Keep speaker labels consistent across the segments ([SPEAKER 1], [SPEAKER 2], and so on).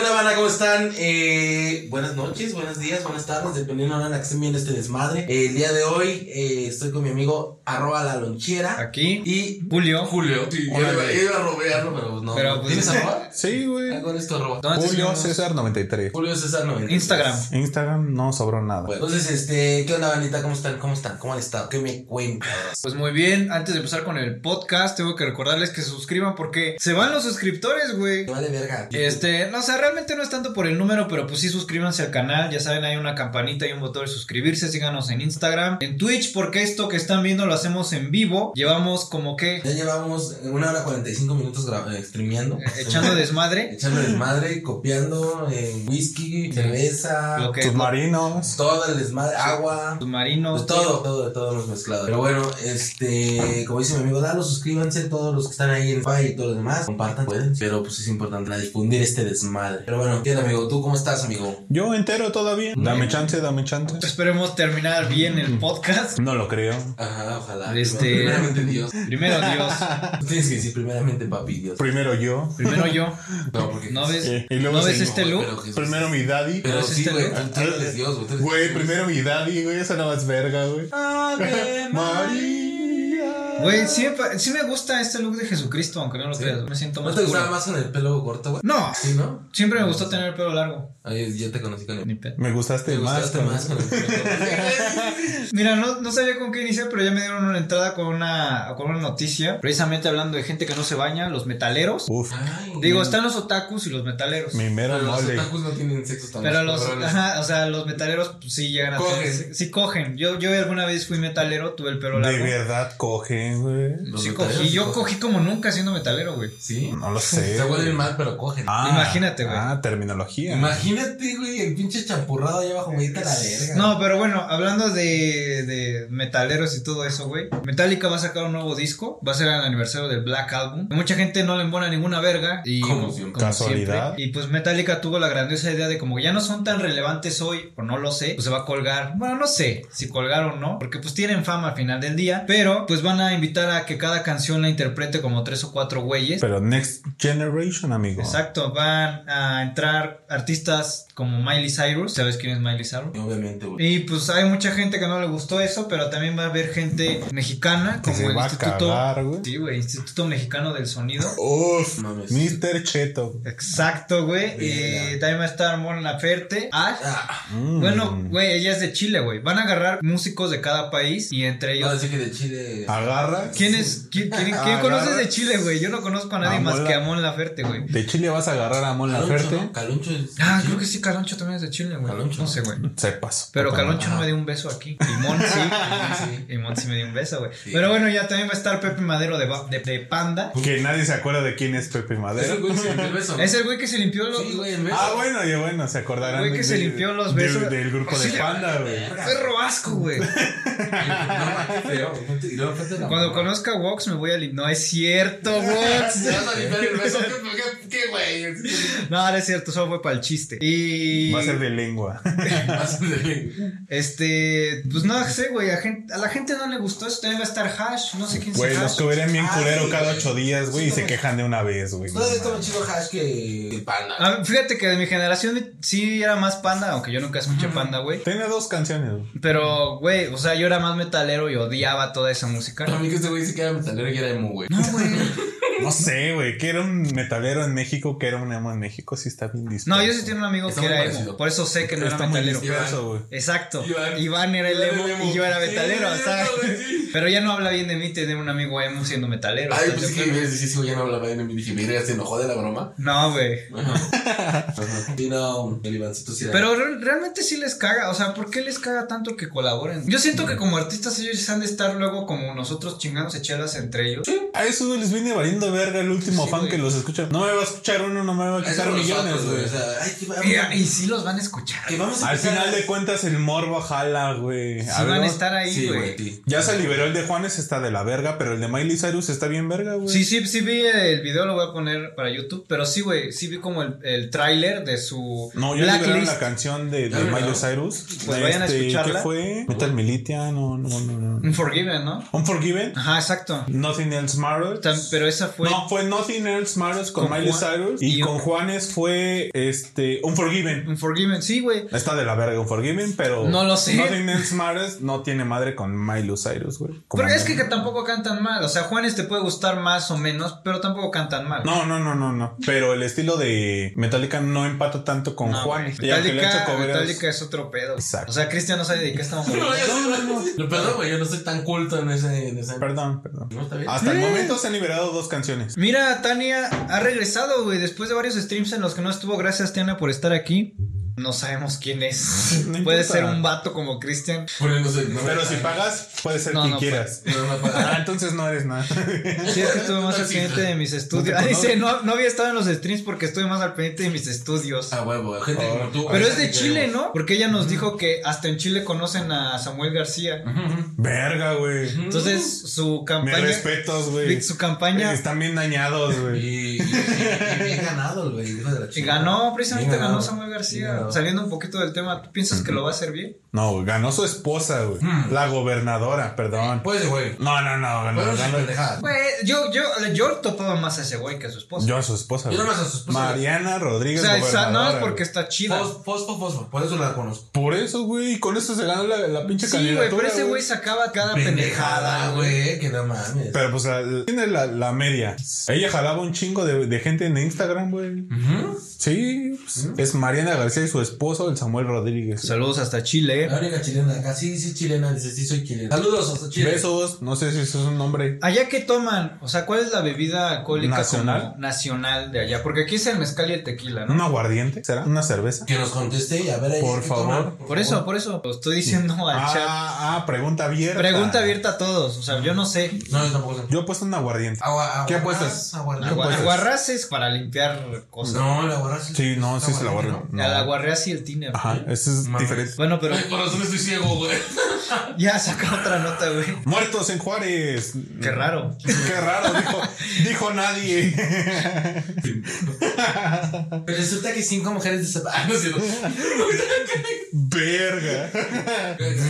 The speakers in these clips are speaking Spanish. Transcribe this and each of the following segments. [SPEAKER 1] banda? ¿Cómo están? Eh, buenas noches, buenos días, buenas tardes, dependiendo de la hora en la que estén viendo este desmadre. Eh, el día de hoy eh, estoy con mi amigo arroba la lonchera
[SPEAKER 2] Aquí,
[SPEAKER 1] y
[SPEAKER 2] Julio.
[SPEAKER 1] Julio. Sí, yo
[SPEAKER 2] Hola,
[SPEAKER 1] iba,
[SPEAKER 2] güey.
[SPEAKER 1] yo iba a robearlo, pero pues no.
[SPEAKER 2] Pero, pues,
[SPEAKER 1] ¿Tienes arroba?
[SPEAKER 3] Sí,
[SPEAKER 1] Ah,
[SPEAKER 3] güey.
[SPEAKER 1] ¿Cuál es tu arroba?
[SPEAKER 2] ¿Dónde
[SPEAKER 3] Julio
[SPEAKER 2] te seguimos?
[SPEAKER 3] César 93.
[SPEAKER 1] Julio César 90.
[SPEAKER 2] Instagram.
[SPEAKER 3] Instagram no sobró nada.
[SPEAKER 1] Bueno, entonces, este, ¿qué onda, bandita? ¿Cómo están? ¿Cómo están? ¿Cómo han estado? ¿Qué me cuentan?
[SPEAKER 2] Pues muy bien, antes de empezar con el podcast, tengo que recordarles que se suscriban porque se van los suscriptores, güey.
[SPEAKER 1] Me Vale verga.
[SPEAKER 2] Este, no, o sea, realmente no es tanto por el número, pero pues sí suscríbanse al canal, ya saben, hay una campanita y un botón de suscribirse, síganos en Instagram, en Twitch, porque esto que están viendo lo hacemos en vivo, llevamos como que
[SPEAKER 1] Ya llevamos una hora 45 minutos gra- eh, streameando.
[SPEAKER 2] eh, echando desmadre,
[SPEAKER 1] Echando desmadre, copiando eh, whisky, cerveza,
[SPEAKER 2] lo que es
[SPEAKER 3] Submarinos.
[SPEAKER 1] todo el desmadre, agua, de
[SPEAKER 2] submarinos,
[SPEAKER 1] todo, todo, de todo hemos mezclado. Pero bueno, este, como dice mi amigo Dalo, suscríbanse todos los que están ahí en Spotify y todo lo demás, compartan, pueden, pero pues es importante la difundir este desmadre. Pero bueno, ¿qué onda, amigo? ¿Tú cómo estás, amigo?
[SPEAKER 3] Yo entero todavía. Dame chance, dame chance.
[SPEAKER 2] esperemos terminar bien el podcast.
[SPEAKER 3] No lo creo.
[SPEAKER 1] Ajá, ojalá.
[SPEAKER 2] Este-
[SPEAKER 1] Primeramente Dios.
[SPEAKER 2] Primero Dios,
[SPEAKER 1] Tú tienes que decir primeramente papi Dios.
[SPEAKER 3] Primero yo.
[SPEAKER 2] primero yo,
[SPEAKER 1] No, porque
[SPEAKER 2] ¿no ves?
[SPEAKER 3] Eh, y luego
[SPEAKER 2] ¿No ves
[SPEAKER 3] seguimos.
[SPEAKER 2] este look?
[SPEAKER 1] Pero Jesús-
[SPEAKER 3] Primero mi daddy.
[SPEAKER 1] Pero
[SPEAKER 2] ¿No es
[SPEAKER 1] sí,
[SPEAKER 2] este
[SPEAKER 1] güey,
[SPEAKER 2] look?
[SPEAKER 1] tú eres Dios, güey, tú eres
[SPEAKER 3] Güey,
[SPEAKER 1] Jesús.
[SPEAKER 3] primero mi daddy, güey. Esa no más verga, güey.
[SPEAKER 1] Ah, Ave
[SPEAKER 3] María.
[SPEAKER 2] Güey, sí, me pa- sí me gusta este look de Jesucristo, aunque no lo
[SPEAKER 1] Sí.
[SPEAKER 2] creas, me siento
[SPEAKER 1] ¿No
[SPEAKER 2] más
[SPEAKER 1] te
[SPEAKER 2] puro.
[SPEAKER 1] gustaba más con el pelo corto, güey?
[SPEAKER 2] No,
[SPEAKER 1] Sí, ¿no?
[SPEAKER 2] siempre me gustó tener el pelo largo.
[SPEAKER 1] Ay, yo te conocí con el
[SPEAKER 2] Ni pedo.
[SPEAKER 3] Me gustaste
[SPEAKER 1] Te
[SPEAKER 3] más.
[SPEAKER 1] gustaste
[SPEAKER 3] con-
[SPEAKER 1] más con el pelo corto.
[SPEAKER 2] Mira, no, no sabía con qué iniciar, pero ya me dieron una entrada con una, con una noticia. Precisamente hablando de gente que no se baña, los metaleros.
[SPEAKER 3] Uf,
[SPEAKER 1] Ay,
[SPEAKER 2] Digo, están los otakus y los metaleros.
[SPEAKER 3] mi mero
[SPEAKER 1] Ah, Pero los
[SPEAKER 3] mole.
[SPEAKER 1] otakus no tienen sexo tan
[SPEAKER 2] Pero los,
[SPEAKER 1] cabrones.
[SPEAKER 2] ajá, o sea, los metaleros pues, sí llegan a
[SPEAKER 1] Cogen.
[SPEAKER 2] tener- sí cogen. Yo, yo alguna vez fui metalero, tuve el pelo
[SPEAKER 3] De
[SPEAKER 2] largo.
[SPEAKER 3] verdad cogen, güey.
[SPEAKER 1] Los
[SPEAKER 2] Sí
[SPEAKER 1] metaleros
[SPEAKER 2] cogí,
[SPEAKER 1] sí
[SPEAKER 2] yo
[SPEAKER 1] cogen.
[SPEAKER 2] cogí como nunca siendo metalero, güey.
[SPEAKER 1] ¿Sí? Pues,
[SPEAKER 3] No lo sé.
[SPEAKER 1] Se
[SPEAKER 3] güey.
[SPEAKER 1] huelen mal, pero cogen.
[SPEAKER 3] Ah,
[SPEAKER 2] Imagínate, güey.
[SPEAKER 3] Ah, terminología.
[SPEAKER 1] Imagínate, güey, el pinche champurrado allá abajo, güey, está la verga.
[SPEAKER 2] No, pero bueno, hablando de, de metaleros y todo eso, güey. Metallica va a sacar un nuevo disco. Va a ser el aniversario del Black Album. Mucha gente no le embona ninguna verga. Y
[SPEAKER 1] Como siempre.
[SPEAKER 3] Casualidad.
[SPEAKER 2] siempre. Y pues Metallica tuvo la grandiosa idea de como ya no son tan relevantes hoy, o no lo sé, pues se va a colgar. Bueno, no sé si colgar o no, porque pues tienen fama al final del día. Pero pues van a invitar a que cada canción la interprete como tres o cuatro güeyes.
[SPEAKER 3] Pero Next Generation, amigo.
[SPEAKER 2] Exacto, van a entrar artistas como Miley Cyrus. ¿Sabes quién es Miley Cyrus?
[SPEAKER 1] Obviamente, güey.
[SPEAKER 2] Y pues hay mucha gente que no le gustó eso, pero también va a haber gente mexicana,
[SPEAKER 3] Que
[SPEAKER 2] como
[SPEAKER 3] se
[SPEAKER 2] el
[SPEAKER 3] va a
[SPEAKER 2] Instituto.
[SPEAKER 3] cagar, güey.
[SPEAKER 2] sí, güey, Instituto Mexicano del Sonido.
[SPEAKER 3] Uf,
[SPEAKER 1] Mames.
[SPEAKER 3] Mr. Cheto.
[SPEAKER 2] Exacto, güey.
[SPEAKER 1] Verga.
[SPEAKER 2] Y también va a estar Mon Laferte. Ash.
[SPEAKER 1] Ah,
[SPEAKER 3] Mm.
[SPEAKER 2] Bueno, güey, ella es de Chile, güey. Van a agarrar músicos de cada país y entre
[SPEAKER 1] no,
[SPEAKER 2] ellos.
[SPEAKER 1] así que de Chile.
[SPEAKER 3] Agarra.
[SPEAKER 2] ¿Quién es? ¿Quién, quién- quién
[SPEAKER 3] Agarra.
[SPEAKER 2] conoces de Chile, güey? Yo no conozco a nadie
[SPEAKER 3] A
[SPEAKER 2] más
[SPEAKER 3] Mon
[SPEAKER 2] que a
[SPEAKER 3] La-
[SPEAKER 2] Mon Laferte, güey.
[SPEAKER 3] De Chile vas a agarrar a Mon
[SPEAKER 1] Caloncho,
[SPEAKER 3] Laferte.
[SPEAKER 1] ¿no? Caloncho es.
[SPEAKER 2] Ah,
[SPEAKER 1] sí.
[SPEAKER 2] creo que sí, Caloncho también es de Chile, güey.
[SPEAKER 1] Caloncho.
[SPEAKER 2] No sé, güey.
[SPEAKER 3] Sepas.
[SPEAKER 2] Pero
[SPEAKER 3] Puta
[SPEAKER 2] Caloncho no me dio un beso aquí. Y Mon sí.
[SPEAKER 1] Sí, sí.
[SPEAKER 2] Y Mon sí me dio un beso, güey.
[SPEAKER 1] Sí.
[SPEAKER 2] Pero bueno, ya también va a estar Pepe Madero de, ba- de, de Panda.
[SPEAKER 3] madre. Que nadie se acuerda de quién es Pepe
[SPEAKER 1] Ese
[SPEAKER 3] Madero.
[SPEAKER 1] güey se metió el beso.
[SPEAKER 2] Es el güey que se limpió los.
[SPEAKER 1] Sí, güey, el beso.
[SPEAKER 3] Ah, bueno, ya bueno, se acordarán.
[SPEAKER 2] Güey que
[SPEAKER 3] de-
[SPEAKER 2] se limpió los
[SPEAKER 3] de-
[SPEAKER 2] besos.
[SPEAKER 3] del grupo
[SPEAKER 2] Sí,
[SPEAKER 3] de Panda, güey.
[SPEAKER 2] Perro asco, güey.
[SPEAKER 1] No, qué feo. Y luego enfrente de la
[SPEAKER 2] Cuando
[SPEAKER 1] mamá.
[SPEAKER 2] conozca a Vox me voy a limpiar. No es cierto, Vox.
[SPEAKER 1] Te vas a limpiar el beso. ¿Qué- qué- ¿Qué, güey?
[SPEAKER 2] No, no es cierto, solo fue para el chiste. Y.
[SPEAKER 3] Va a ser de lengua.
[SPEAKER 1] Más de-
[SPEAKER 2] Este. Pues no sé, güey. A, gen- a la gente no le gustó eso. También va a estar Hash. No sé quién
[SPEAKER 3] Güey,
[SPEAKER 2] es
[SPEAKER 3] los
[SPEAKER 2] Hash.
[SPEAKER 3] cubren bien
[SPEAKER 1] Ah,
[SPEAKER 3] culero
[SPEAKER 1] sí,
[SPEAKER 3] cada
[SPEAKER 1] güey.
[SPEAKER 3] ocho días, güey, y
[SPEAKER 1] Sí,
[SPEAKER 3] se
[SPEAKER 1] no,
[SPEAKER 3] quejan de una vez, güey.
[SPEAKER 1] Todavía está más chido hash que el panda.
[SPEAKER 2] A ver, fíjate que de mi generación sí era más panda, aunque yo nunca escuché panda, güey.
[SPEAKER 3] Tiene dos canciones. güey.
[SPEAKER 2] Pero, güey, o sea, yo era más metalero y odiaba toda esa música.
[SPEAKER 1] A mí que este güey dice que era metalero y era emo, güey.
[SPEAKER 2] No, güey.
[SPEAKER 3] No sé, güey, que era un metalero en México, que era un emo en México, sí está bien distinto.
[SPEAKER 2] No, yo sí tenía un amigo
[SPEAKER 1] Está
[SPEAKER 2] que
[SPEAKER 1] muy
[SPEAKER 2] era
[SPEAKER 1] parecido.
[SPEAKER 2] emo. Por eso sé que no
[SPEAKER 3] Está
[SPEAKER 2] era
[SPEAKER 3] muy
[SPEAKER 2] metalero.
[SPEAKER 3] disperso, güey.
[SPEAKER 2] Exacto.
[SPEAKER 1] Iván.
[SPEAKER 2] Iván, era el
[SPEAKER 1] Iván
[SPEAKER 2] emo,
[SPEAKER 1] era emo.
[SPEAKER 2] y yo era
[SPEAKER 1] Sí,
[SPEAKER 2] metalero,
[SPEAKER 1] sí,
[SPEAKER 2] ¿sabes?
[SPEAKER 1] sí.
[SPEAKER 2] Pero ya no habla bien de mí tener un amigo emo siendo metalero.
[SPEAKER 1] Ay,
[SPEAKER 2] entonces,
[SPEAKER 1] pues que ibas a decir, güey, ya no hablaba de mí. Dije, mira, ya se enojó de la broma.
[SPEAKER 2] No, güey.
[SPEAKER 1] Ajá. Y no, el Ivancito sí era.
[SPEAKER 2] Pero re- realmente sí les caga, o sea, ¿por qué les caga tanto que colaboren? Yo siento que como artistas ellos han de estar luego como nosotros chingándose chelas entre ellos.
[SPEAKER 3] A eso güey, les viene valiendo verga el último
[SPEAKER 2] Sí,
[SPEAKER 3] fan
[SPEAKER 2] güey.
[SPEAKER 3] que los escucha. No me va a escuchar uno, no me va a
[SPEAKER 1] Ay, son
[SPEAKER 3] quitar
[SPEAKER 1] los
[SPEAKER 3] millones,
[SPEAKER 1] vatos,
[SPEAKER 3] güey.
[SPEAKER 1] O sea, ay, que vamos,
[SPEAKER 2] Mira, y sí los van a escuchar.
[SPEAKER 1] que vamos a
[SPEAKER 3] Al
[SPEAKER 1] empezar-
[SPEAKER 3] final de cuentas, el morbo jala, güey.
[SPEAKER 2] Sí
[SPEAKER 3] A ver,
[SPEAKER 2] van a
[SPEAKER 3] vamos-
[SPEAKER 2] estar ahí,
[SPEAKER 1] Sí,
[SPEAKER 2] güey.
[SPEAKER 1] güey, sí.
[SPEAKER 3] Ya se liberó el de Juanes, está de la verga, pero el de Miley Cyrus está bien verga, güey.
[SPEAKER 2] Sí, sí, sí vi el video, lo voy a poner para YouTube, pero sí, güey, sí vi como el, el tráiler de su
[SPEAKER 3] No, ya liberaron la canción de,
[SPEAKER 1] Ya
[SPEAKER 3] de
[SPEAKER 1] liberaron.
[SPEAKER 3] Miley Cyrus. Este,
[SPEAKER 2] Pues vayan a escucharla.
[SPEAKER 3] ¿Qué fue? Metal Militia, no, no, no. no.
[SPEAKER 2] Unforgiven, ¿no?
[SPEAKER 3] Unforgiven,
[SPEAKER 2] Ajá, exacto.
[SPEAKER 3] Nothing Else Matters.
[SPEAKER 2] Tam- Pero esa fue.
[SPEAKER 3] no, fue Nothing Else Matters con,
[SPEAKER 2] Con
[SPEAKER 3] Miley
[SPEAKER 2] Juan-
[SPEAKER 3] Cyrus. Y,
[SPEAKER 2] y-
[SPEAKER 3] con Juanes fue este Unforgiven.
[SPEAKER 2] Unforgiven, sí, güey.
[SPEAKER 3] Está de la verga Unforgiven, pero.
[SPEAKER 2] No lo sé.
[SPEAKER 3] Nothing Else Matters no tiene madre con Miley Cyrus, güey. Como-
[SPEAKER 2] Pero es que, que tampoco cantan mal. O sea, Juanes te puede gustar más o menos, pero tampoco cantan mal.
[SPEAKER 3] No, no, no, no, no. Pero el estilo de Metallica no empata tanto con
[SPEAKER 2] No,
[SPEAKER 3] Juanes.
[SPEAKER 2] güey.
[SPEAKER 3] Y aunque le ha hecho
[SPEAKER 2] Metallica,
[SPEAKER 3] coberas-
[SPEAKER 2] Metallica es otro pedo.
[SPEAKER 3] Exacto.
[SPEAKER 2] O sea, Cristian no sabe de qué estamos hablando.
[SPEAKER 1] No, yo soy- Lo perdón, güey, yo no soy tan culto en ese. En ese...
[SPEAKER 3] Perdón, perdón.
[SPEAKER 1] No, está bien.
[SPEAKER 3] Hasta el
[SPEAKER 2] Eh.
[SPEAKER 3] momento se han liberado dos canciones.
[SPEAKER 2] Mira, Tania ha regresado, güey, después de varios streams en los que no estuvo. Gracias, Tania, por estar aquí. No sabemos quién es.
[SPEAKER 3] No
[SPEAKER 2] Puede
[SPEAKER 3] importa.
[SPEAKER 2] ser un vato como Cristian.
[SPEAKER 1] Pero no soy- no me-
[SPEAKER 3] Pero si pagas, puede ser
[SPEAKER 2] No,
[SPEAKER 3] quien
[SPEAKER 2] no, pues.
[SPEAKER 3] quieras.
[SPEAKER 1] No, no,
[SPEAKER 3] Ah,
[SPEAKER 1] para-
[SPEAKER 3] entonces no eres nada.
[SPEAKER 2] Sí, es que estuve más al pendiente de mis estudios. Ah, dice, no, no había estado en los streams porque estuve más al pendiente de mis estudios.
[SPEAKER 1] Ah, huevo, gente como tú.
[SPEAKER 2] Pero es
[SPEAKER 1] ahorita
[SPEAKER 2] de
[SPEAKER 1] que
[SPEAKER 2] Chile,
[SPEAKER 1] queremos.
[SPEAKER 2] ¿no? Porque ella nos dijo que hasta en Chile conocen a Samuel García.
[SPEAKER 1] Ujú,
[SPEAKER 3] Verga, güey.
[SPEAKER 1] ujú.
[SPEAKER 2] Entonces, su
[SPEAKER 3] Me
[SPEAKER 2] campaña.
[SPEAKER 3] respetos, güey.
[SPEAKER 2] Su campaña.
[SPEAKER 3] Están bien dañados,
[SPEAKER 1] Y,
[SPEAKER 3] güey.
[SPEAKER 1] y, y- y bien ganado, el güey. hijo de la
[SPEAKER 2] Y
[SPEAKER 1] chingada.
[SPEAKER 2] eh, ganó, precisamente
[SPEAKER 1] Bien
[SPEAKER 2] ganó
[SPEAKER 1] ganado,
[SPEAKER 2] Samuel
[SPEAKER 1] bien
[SPEAKER 2] García.
[SPEAKER 1] ganado.
[SPEAKER 2] Saliendo un poquito del tema, ¿tú piensas que lo va a hacer bien?
[SPEAKER 3] No, ganó su esposa, güey.
[SPEAKER 2] Hmm.
[SPEAKER 1] Mm.
[SPEAKER 3] La gobernadora, perdón.
[SPEAKER 1] Pues, güey.
[SPEAKER 3] No, no, no, ganó.
[SPEAKER 2] pues,
[SPEAKER 1] Pero no
[SPEAKER 3] ganó-
[SPEAKER 1] se pendejada.
[SPEAKER 2] Güey, yo, yo, yo topaba más a ese güey que a su esposa.
[SPEAKER 3] Yo a su esposa.
[SPEAKER 1] Yo
[SPEAKER 3] güey.
[SPEAKER 1] nomás a su esposa.
[SPEAKER 3] Mariana
[SPEAKER 2] o
[SPEAKER 3] Rodríguez.
[SPEAKER 2] sea, esa- no es
[SPEAKER 3] gobernadora,
[SPEAKER 2] porque
[SPEAKER 3] güey.
[SPEAKER 2] está chida.
[SPEAKER 3] Pues,
[SPEAKER 1] Fos- Fosfo, fosfo. Por eso la conozco.
[SPEAKER 3] Por eso, güey. y Con eso se ganó la, la pinche
[SPEAKER 2] Sí,
[SPEAKER 3] candidatura.
[SPEAKER 2] güey, pero ese güey sacaba cada
[SPEAKER 1] Pendejada,
[SPEAKER 2] pendejada, güey.
[SPEAKER 1] güey. Que no mames.
[SPEAKER 3] Pero pues la- tiene la, la media. Ella jalaba un chingo de, de gente en Instagram, güey.
[SPEAKER 1] Ujú.
[SPEAKER 3] Sí, pues, es Mariana García y su esposo, el Samuel Rodríguez.
[SPEAKER 2] Saludos hasta Chile.
[SPEAKER 1] La única chilena acá. Sí, sí, chilena. Dice, sí, soy chilena. Saludos hasta Chile.
[SPEAKER 3] Besos, no sé si eso es un nombre.
[SPEAKER 2] ¿Allá qué toman? O sea, ¿cuál es la bebida alcohólica
[SPEAKER 3] ¿Nacional?
[SPEAKER 2] como nacional de allá? Porque aquí es el mezcal y el tequila, ¿no?
[SPEAKER 3] ¿Un aguardiente? ¿Será? ¿Una cerveza?
[SPEAKER 1] Que nos conteste y a ver ahí.
[SPEAKER 3] Por
[SPEAKER 1] qué
[SPEAKER 3] favor.
[SPEAKER 1] toman,
[SPEAKER 2] Por eso, por eso. Lo estoy diciendo al chat.
[SPEAKER 3] Ah, ah, pregunta abierta.
[SPEAKER 2] Pregunta abierta a todos. O sea, yo no sé.
[SPEAKER 1] No, yo tampoco sé.
[SPEAKER 3] Yo he puesto un
[SPEAKER 2] Ah,
[SPEAKER 3] aguardiente.
[SPEAKER 1] Agua, agua-
[SPEAKER 3] ¿Qué apuestas?
[SPEAKER 1] aguarrás,
[SPEAKER 3] ¿Qué
[SPEAKER 2] Agua-
[SPEAKER 3] apuestas?
[SPEAKER 2] Aguarrás es para limpiar cosas.
[SPEAKER 1] No, la aguarrás.
[SPEAKER 3] Sí, no, sí se la
[SPEAKER 1] aguarrás,
[SPEAKER 3] guardo.
[SPEAKER 1] ¿no?
[SPEAKER 2] El aguarrás y el tiner.
[SPEAKER 3] Ajá,
[SPEAKER 2] güey.
[SPEAKER 3] eso es
[SPEAKER 1] Mames.
[SPEAKER 3] diferente.
[SPEAKER 2] Bueno, pero
[SPEAKER 1] Ay, por razón estoy ciego, güey.
[SPEAKER 2] ya saca otra nota, güey.
[SPEAKER 3] Muertos en Juárez.
[SPEAKER 2] Qué raro.
[SPEAKER 3] Qué raro, dijo, dijo nadie.
[SPEAKER 1] Pero resulta que cinco mujeres desaparecen. Ah, no es cierto.
[SPEAKER 3] Verga.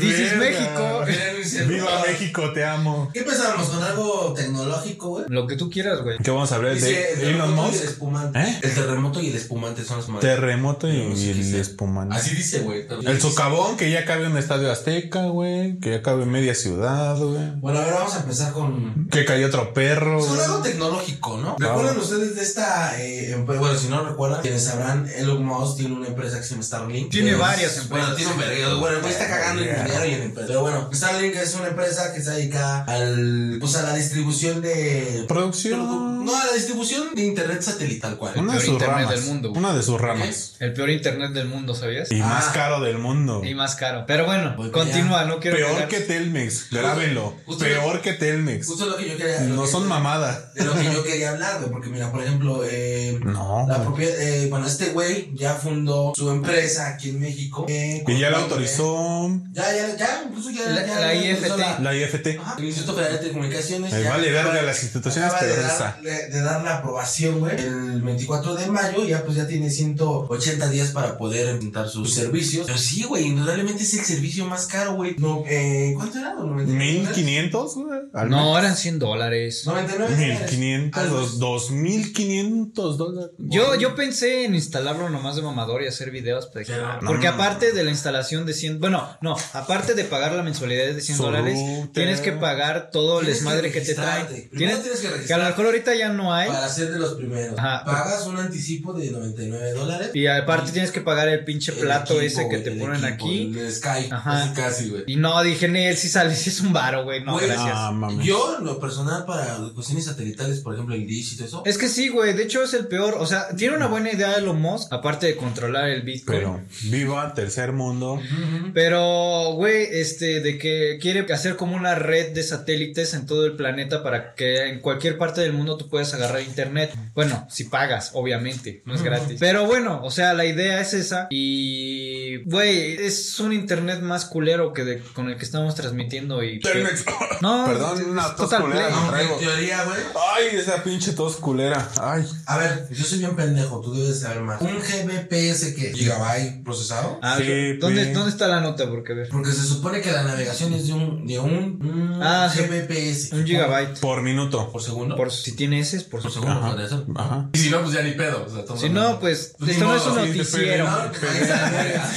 [SPEAKER 2] This is
[SPEAKER 3] Verga.
[SPEAKER 2] México.
[SPEAKER 1] Era, eh, no es cierto.
[SPEAKER 3] Viva México, te amo.
[SPEAKER 1] ¿Qué empezamos con algo tecnológico, güey?
[SPEAKER 2] Lo que tú quieras, güey.
[SPEAKER 3] ¿Qué vamos a hablar
[SPEAKER 1] Dice
[SPEAKER 3] de Elon
[SPEAKER 1] terremoto y el
[SPEAKER 3] Musk?
[SPEAKER 1] espumante.
[SPEAKER 3] ¿Eh?
[SPEAKER 1] El terremoto y el espumante son los más.
[SPEAKER 3] Terremoto y,
[SPEAKER 1] No sé
[SPEAKER 3] y
[SPEAKER 1] qué
[SPEAKER 3] el
[SPEAKER 1] sea.
[SPEAKER 3] espumante.
[SPEAKER 1] Así dice, güey. terremoto.
[SPEAKER 3] El socavón, que ya cabe un estadio azteca, güey. Que ya cabe media ciudad, güey.
[SPEAKER 1] Bueno, ahora vamos a empezar con.
[SPEAKER 3] Que cayó otro perro.
[SPEAKER 1] Con
[SPEAKER 3] güey.
[SPEAKER 1] algo tecnológico, ¿no?
[SPEAKER 3] Claro.
[SPEAKER 1] ¿Recuerdan ustedes de esta eh, empresa? Bueno, si no recuerdan, quienes sabrán, Elon Musk tiene una empresa que se llama Starlink.
[SPEAKER 2] Tiene
[SPEAKER 1] Es-
[SPEAKER 2] varias empresas.
[SPEAKER 1] Bueno, tiene un verguero. Bueno, pues está cagando en dinero y en empresas. Pero bueno, Starlink es una empresa que se dedica al. Pues a la distribución de.
[SPEAKER 3] Producción. Mm.
[SPEAKER 1] No, a la distribución de internet satelital, cual.
[SPEAKER 3] Una de
[SPEAKER 2] peor
[SPEAKER 3] sus
[SPEAKER 2] internet
[SPEAKER 3] ramas.
[SPEAKER 2] del mundo, güey.
[SPEAKER 3] Una de sus ramas.
[SPEAKER 2] El peor internet del mundo, ¿sabías?
[SPEAKER 3] Y más
[SPEAKER 1] Ah.
[SPEAKER 3] caro del mundo.
[SPEAKER 2] Y más caro. Pero bueno,
[SPEAKER 1] Voy para
[SPEAKER 2] continúa, no quiero
[SPEAKER 3] Peor
[SPEAKER 2] llegar-
[SPEAKER 3] que Telmex. Grábenlo.
[SPEAKER 1] Usted-
[SPEAKER 3] Peor que Telmex.
[SPEAKER 1] Justo lo que yo quería. lo
[SPEAKER 3] No
[SPEAKER 1] que-
[SPEAKER 3] son mamada.
[SPEAKER 1] De lo que yo quería hablar, güey. Porque mira, por ejemplo, eh,
[SPEAKER 3] No.
[SPEAKER 1] La
[SPEAKER 3] güey.
[SPEAKER 1] propia, eh, bueno, este güey ya fundó su empresa aquí en México. eh,
[SPEAKER 3] Y ya la
[SPEAKER 1] con-
[SPEAKER 3] autorizó
[SPEAKER 1] Ya, ya, ya, incluso ya.
[SPEAKER 2] La-
[SPEAKER 1] ya-
[SPEAKER 2] la
[SPEAKER 1] ya
[SPEAKER 2] IFT.
[SPEAKER 1] autorizó la-
[SPEAKER 3] la IFT.
[SPEAKER 1] Ajá, el Instituto Federal de Telecomunicaciones.
[SPEAKER 3] Me
[SPEAKER 1] ya
[SPEAKER 3] vale
[SPEAKER 1] acaba-
[SPEAKER 3] verga las instituciones,
[SPEAKER 1] acaba
[SPEAKER 3] pero
[SPEAKER 1] de
[SPEAKER 3] esa.
[SPEAKER 1] dar, le- de dar la aprobación, güey. El 24 de mayo ya pues ya tiene 180 días para poder presentar sus servicios. Pero sí, güey, indudablemente es el servicio más caro, güey. No, eh, ¿Cuánto era? ¿99?
[SPEAKER 3] 1500, güey. al
[SPEAKER 2] No, eran 100 dólares.
[SPEAKER 1] 99
[SPEAKER 3] 1500,
[SPEAKER 1] Al mes.
[SPEAKER 3] dos- 2500 dólares.
[SPEAKER 2] Yo, yo pensé en instalarlo nomás de mamador y hacer videos. pero dije,
[SPEAKER 1] Pero
[SPEAKER 2] "Ah".
[SPEAKER 3] no,
[SPEAKER 2] porque
[SPEAKER 3] no,
[SPEAKER 2] aparte de la instalación de 100, bueno, no, aparte de pagar la mensualidad de 100
[SPEAKER 3] Su
[SPEAKER 2] dólares,
[SPEAKER 3] router.
[SPEAKER 2] tienes que pagar todo el
[SPEAKER 1] Tienes que
[SPEAKER 2] desmadre que, te trae.
[SPEAKER 1] registrarte. Primero
[SPEAKER 2] Tienes,
[SPEAKER 1] tienes que
[SPEAKER 2] que a lo
[SPEAKER 1] registrarte.
[SPEAKER 2] mejor ahorita ya no hay.
[SPEAKER 1] Para ser de los primeros.
[SPEAKER 2] Ajá.
[SPEAKER 1] Pagas un anticipo de 99 dólares.
[SPEAKER 2] Y aparte tienes que pagar el pinche
[SPEAKER 1] El
[SPEAKER 2] plato
[SPEAKER 1] equipo,
[SPEAKER 2] ese que
[SPEAKER 1] güey,
[SPEAKER 2] te
[SPEAKER 1] el
[SPEAKER 2] ponen
[SPEAKER 1] equipo,
[SPEAKER 2] aquí.
[SPEAKER 1] El Sky,
[SPEAKER 2] Ajá.
[SPEAKER 1] casi, casi, güey.
[SPEAKER 2] Y no, dije, él si sale, si es un varo, güey. No,
[SPEAKER 1] Güey,
[SPEAKER 2] gracias.
[SPEAKER 3] Ah, mames.
[SPEAKER 1] Yo, en lo personal, para cuestiones satelitales, por ejemplo, el dish y todo eso.
[SPEAKER 2] Es que sí, güey. De hecho, es el peor. O sea, tiene una buena idea Elon Musk, aparte de controlar el Bitcoin.
[SPEAKER 3] Pero viva tercer mundo.
[SPEAKER 1] Ujú.
[SPEAKER 2] Pero, güey, este, de que quiere hacer como una red de satélites en todo el planeta para que en cualquier parte del mundo tú puedas agarrar internet. Bueno, si pagas, obviamente, no es gratis. Pero bueno, o sea, la idea es esa. Y, güey, es un internet más culero que de- con el que estamos transmitiendo. Y,
[SPEAKER 3] Telmex.
[SPEAKER 2] No, es
[SPEAKER 3] Perdón, una tos
[SPEAKER 2] total
[SPEAKER 3] culera.
[SPEAKER 2] play.
[SPEAKER 3] no
[SPEAKER 1] Aunque en
[SPEAKER 3] traigo.
[SPEAKER 1] teoría, güey.
[SPEAKER 3] Ay, esa pinche tos culera. Ay.
[SPEAKER 1] A ver, yo soy bien pendejo, tú debes saber más. ¿Un GBPS qué? ¿Gigabyte procesado?
[SPEAKER 2] Ah,
[SPEAKER 3] Sí,
[SPEAKER 2] ¿dónde,
[SPEAKER 3] güey.
[SPEAKER 2] ¿Dónde está la nota? Porque, a ver,
[SPEAKER 1] Porque se supone que la navegación es de un, de un, un
[SPEAKER 2] Ah, sí.
[SPEAKER 1] GBPS.
[SPEAKER 2] un gigabyte.
[SPEAKER 3] Por minuto.
[SPEAKER 1] ¿Por segundo?
[SPEAKER 2] Por, si tiene ese, es por
[SPEAKER 1] Por
[SPEAKER 2] su
[SPEAKER 1] segundo
[SPEAKER 3] Ajá.
[SPEAKER 1] podría ser.
[SPEAKER 3] Ajá.
[SPEAKER 1] Y si no, pues ya ni pedo. o sea, estamos
[SPEAKER 2] Si
[SPEAKER 1] hablando.
[SPEAKER 2] no, pues,
[SPEAKER 1] Pues
[SPEAKER 2] esto
[SPEAKER 1] ni
[SPEAKER 2] no es un
[SPEAKER 1] modo,
[SPEAKER 3] sí, te
[SPEAKER 2] noticiero.
[SPEAKER 3] pegan,
[SPEAKER 1] No, ahí está, verga.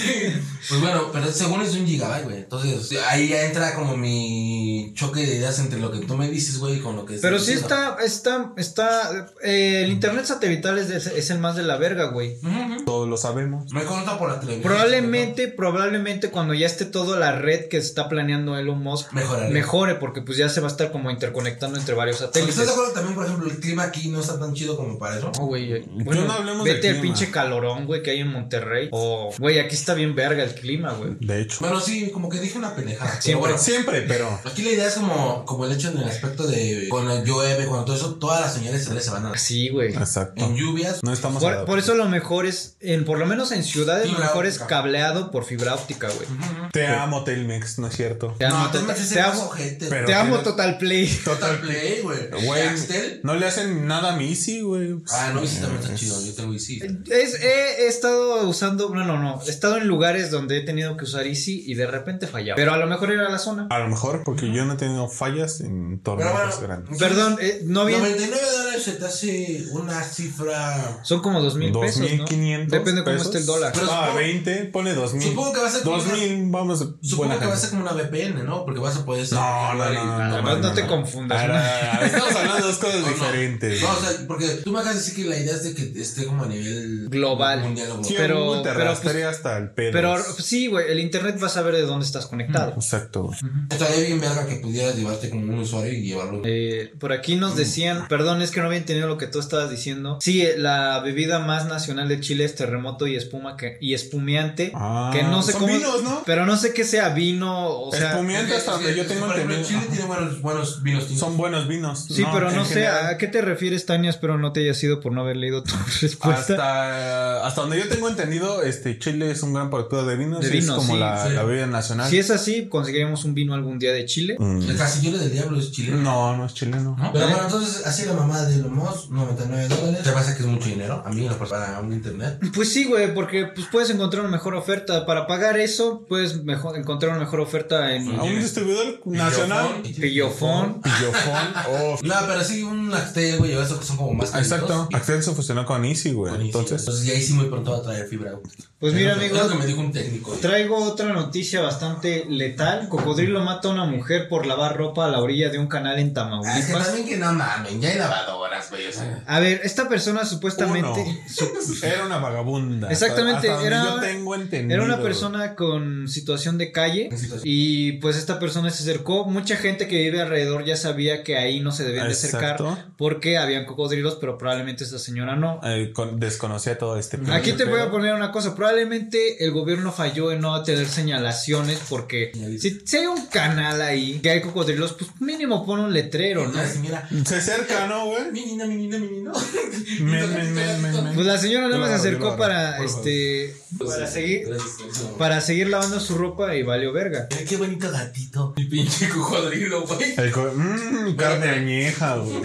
[SPEAKER 1] Pues bueno, pero según es un gigabyte, güey. Entonces, ahí ya entra como mi choque de ideas entre lo que tú me dices, güey, y con lo que...
[SPEAKER 2] Pero
[SPEAKER 1] estoy
[SPEAKER 2] sí
[SPEAKER 1] diciendo.
[SPEAKER 2] está, está, está, eh, el internet satelital es, de- es el más de la verga, güey.
[SPEAKER 1] Ujú, ujú.
[SPEAKER 3] Todos lo sabemos.
[SPEAKER 1] Me conta por la televisión.
[SPEAKER 2] Probablemente, probablemente cuando ya esté toda la red que está planeando Elon Musk
[SPEAKER 1] Mejoraría.
[SPEAKER 2] mejore, porque pues ya se va a estar como interconectando entre varios
[SPEAKER 3] Pues,
[SPEAKER 1] Porque ¿Estás de
[SPEAKER 2] satélites.
[SPEAKER 1] acuerdo también, por ejemplo, el clima aquí no está tan chido como para eso?
[SPEAKER 2] No, güey, eh,
[SPEAKER 3] Yo
[SPEAKER 2] bueno,
[SPEAKER 3] no hablemos del
[SPEAKER 2] vete al
[SPEAKER 3] clima.
[SPEAKER 2] pinche calorón, güey, que hay en Monterrey. O, güey, aquí está bien verga el clima, güey.
[SPEAKER 3] De hecho.
[SPEAKER 1] Bueno, sí, como que dije una pendejada. pero
[SPEAKER 2] Siempre.
[SPEAKER 1] bueno,
[SPEAKER 3] Siempre, pero.
[SPEAKER 1] Aquí la idea es como, como el hecho en el aspecto de cuando llueve, cuando todo eso, todas las señales celulares se van a...
[SPEAKER 2] Así, güey.
[SPEAKER 3] Exacto.
[SPEAKER 1] En lluvias,
[SPEAKER 3] No estamos
[SPEAKER 2] Por,
[SPEAKER 3] adaptados.
[SPEAKER 2] por eso lo mejor es, en, por lo menos en ciudades, lo
[SPEAKER 1] Fibra
[SPEAKER 2] mejor es
[SPEAKER 1] óptica.
[SPEAKER 2] cableado por fibra óptica, güey.
[SPEAKER 3] Te amo, Telmex, no es cierto.
[SPEAKER 2] Te amo,
[SPEAKER 1] no, te
[SPEAKER 2] tota-
[SPEAKER 1] metes
[SPEAKER 2] te
[SPEAKER 1] en
[SPEAKER 2] amo-
[SPEAKER 1] más ojete.
[SPEAKER 3] Pero-
[SPEAKER 2] te amo
[SPEAKER 3] tienes-
[SPEAKER 2] Total Play.
[SPEAKER 1] Total Play, güey.
[SPEAKER 3] Güey,
[SPEAKER 1] Axtel.
[SPEAKER 3] no le hacen nada a mi Easy, güey.
[SPEAKER 1] Ah, no, ese también está chido, yo tengo Easy.
[SPEAKER 2] Es- he, he estado usando, no, no, no, he estado en lugares donde he tenido que usar Easy y de repente fallaba. Pero a lo mejor era la zona.
[SPEAKER 3] A lo mejor porque yo no he tenido fallas en
[SPEAKER 1] Pero
[SPEAKER 3] torneos
[SPEAKER 1] bueno,
[SPEAKER 3] grandes.
[SPEAKER 2] Perdón, eh, no había...
[SPEAKER 1] 99 dólares se te hace una cifra...
[SPEAKER 2] Son como dos mil pesos, ¿no?
[SPEAKER 3] 2500
[SPEAKER 2] Depende cómo
[SPEAKER 3] pesos.
[SPEAKER 2] esté el dólar.
[SPEAKER 1] Pero
[SPEAKER 3] Ah,
[SPEAKER 1] supongo-
[SPEAKER 3] 20, pone 2000.
[SPEAKER 1] Supongo que va a ser como
[SPEAKER 3] 2000, vamos.
[SPEAKER 1] Supongo
[SPEAKER 3] buena
[SPEAKER 1] que va a
[SPEAKER 3] gente.
[SPEAKER 1] ser como una VPN, ¿no? Porque vas a poder...
[SPEAKER 3] No, no, no.
[SPEAKER 1] no.
[SPEAKER 2] Además, Ah, no te confundas,
[SPEAKER 3] Ahora, Estamos hablando de dos
[SPEAKER 1] No,
[SPEAKER 3] cosas
[SPEAKER 1] no.
[SPEAKER 3] diferentes.
[SPEAKER 1] No, o sea, porque tú me acabas de decir que la idea es de que esté como a nivel
[SPEAKER 2] Global.
[SPEAKER 1] mundial o
[SPEAKER 3] Sí,
[SPEAKER 1] global.
[SPEAKER 2] pero-
[SPEAKER 3] Google te
[SPEAKER 2] pero, pues-
[SPEAKER 3] rastrea hasta el pedo.
[SPEAKER 2] Pero pues, sí, güey, el internet va a saber de dónde estás conectado.
[SPEAKER 3] Exacto, güey.
[SPEAKER 1] Estaría bien verga que pudieras llevarte como un usuario y llevarlo.
[SPEAKER 2] Eh, por aquí nos decían, perdón, es que no había entendido lo que tú estabas diciendo. Sí, eh, la bebida más nacional de Chile es terremoto y espuma que, y espumeante,
[SPEAKER 3] Ah,
[SPEAKER 2] que no sé
[SPEAKER 3] son
[SPEAKER 2] cómo,
[SPEAKER 3] vinos, ¿no?
[SPEAKER 2] pero no sé qué sea vino, o sea,
[SPEAKER 3] Espumeante
[SPEAKER 1] Ok,
[SPEAKER 3] hasta
[SPEAKER 1] es
[SPEAKER 3] donde
[SPEAKER 1] que,
[SPEAKER 3] yo tengo
[SPEAKER 1] por ejemplo,
[SPEAKER 3] entendido.
[SPEAKER 1] Chile tiene buenos, buenos vinos tintos.
[SPEAKER 3] Son buenos vinos.
[SPEAKER 2] sí, pero
[SPEAKER 3] en
[SPEAKER 2] no sé
[SPEAKER 3] general.
[SPEAKER 2] a qué te refieres, Tania. Espero no te haya sido por no haber leído tu respuesta.
[SPEAKER 3] Hasta, hasta donde yo tengo entendido, este Chile es un gran productor de vinos.
[SPEAKER 2] De
[SPEAKER 3] y
[SPEAKER 2] vinos,
[SPEAKER 3] es como
[SPEAKER 2] sí,
[SPEAKER 3] la,
[SPEAKER 1] sí.
[SPEAKER 3] la bebida nacional.
[SPEAKER 2] Si es así, conseguiremos un vino algún día de Chile.
[SPEAKER 3] Mm.
[SPEAKER 1] El casillero del diablo es chileno.
[SPEAKER 3] No, no es chileno.
[SPEAKER 1] ¿no? Pero bueno, entonces, así la mamada de Lomos, 99 dólares. ¿Te pasa que es mucho dinero? A mí, para un internet.
[SPEAKER 3] Mm.
[SPEAKER 2] Pues sí, güey, porque pues, puedes encontrar una mejor oferta. Para pagar eso, puedes mejor, encontrar una mejor oferta en
[SPEAKER 3] A un distribuidor nacional.
[SPEAKER 2] Pillofón.
[SPEAKER 3] Pillofón. oh,
[SPEAKER 1] No, pero sí, un Axtel, güey, o esos que son como más. caritos.
[SPEAKER 3] Exacto. Axel se fusionó con Easy, güey.
[SPEAKER 1] Buenísimo.
[SPEAKER 3] Entonces,
[SPEAKER 1] Entonces, ya ahí sí muy pronto va a traer fibra. güey.
[SPEAKER 2] Pues mira,
[SPEAKER 1] Es lo que-
[SPEAKER 2] amigos,
[SPEAKER 1] Es lo que me dijo un técnico. güey.
[SPEAKER 2] Traigo otra noticia bastante letal. Cocodrilo mata a una mujer por lavar ropa a la orilla de un canal en
[SPEAKER 1] Ah, Es que
[SPEAKER 2] Tamaulipas.
[SPEAKER 1] también que no mamen, ya hay lavadoras, güey. O sea,
[SPEAKER 2] A ver, esta persona supuestamente su-
[SPEAKER 3] era una vagabunda.
[SPEAKER 2] Exactamente,
[SPEAKER 3] Hasta donde
[SPEAKER 2] era-
[SPEAKER 3] yo tengo entendido.
[SPEAKER 2] era una persona con situación de calle
[SPEAKER 1] en situación-
[SPEAKER 2] y pues esta persona se acercó. Mucha gente que vive alrededor ya sabía que ahí no se debían de acercar
[SPEAKER 3] Exacto.
[SPEAKER 2] porque habían cocodrilos, pero probablemente esta señora no.
[SPEAKER 3] Eh, con- desconocía todo este pedo.
[SPEAKER 2] Aquí te voy a
[SPEAKER 3] Pero-
[SPEAKER 2] poner una cosa, probablemente el gobierno falló en no tener señalaciones porque si, si hay un canal ahí que hay cocodrilos, pues mínimo pon un letrero, ¿no?
[SPEAKER 1] Ya, sí, mira.
[SPEAKER 3] Se acerca, ¿no, güey?
[SPEAKER 1] Mi niña, mi niña, mi niña.
[SPEAKER 3] Men, men, men, men, men.
[SPEAKER 2] Pues la señora nada más se
[SPEAKER 3] Claro,
[SPEAKER 2] acercó
[SPEAKER 3] claro,
[SPEAKER 2] para
[SPEAKER 1] por favor.
[SPEAKER 2] este para seguir
[SPEAKER 1] pues, Gracias,
[SPEAKER 2] para seguir lavando su ropa y valió verga.
[SPEAKER 1] Mira qué bonito gatito. Mi pinche cocodrilo, güey.
[SPEAKER 3] El co- Mm, carne añeja, güey.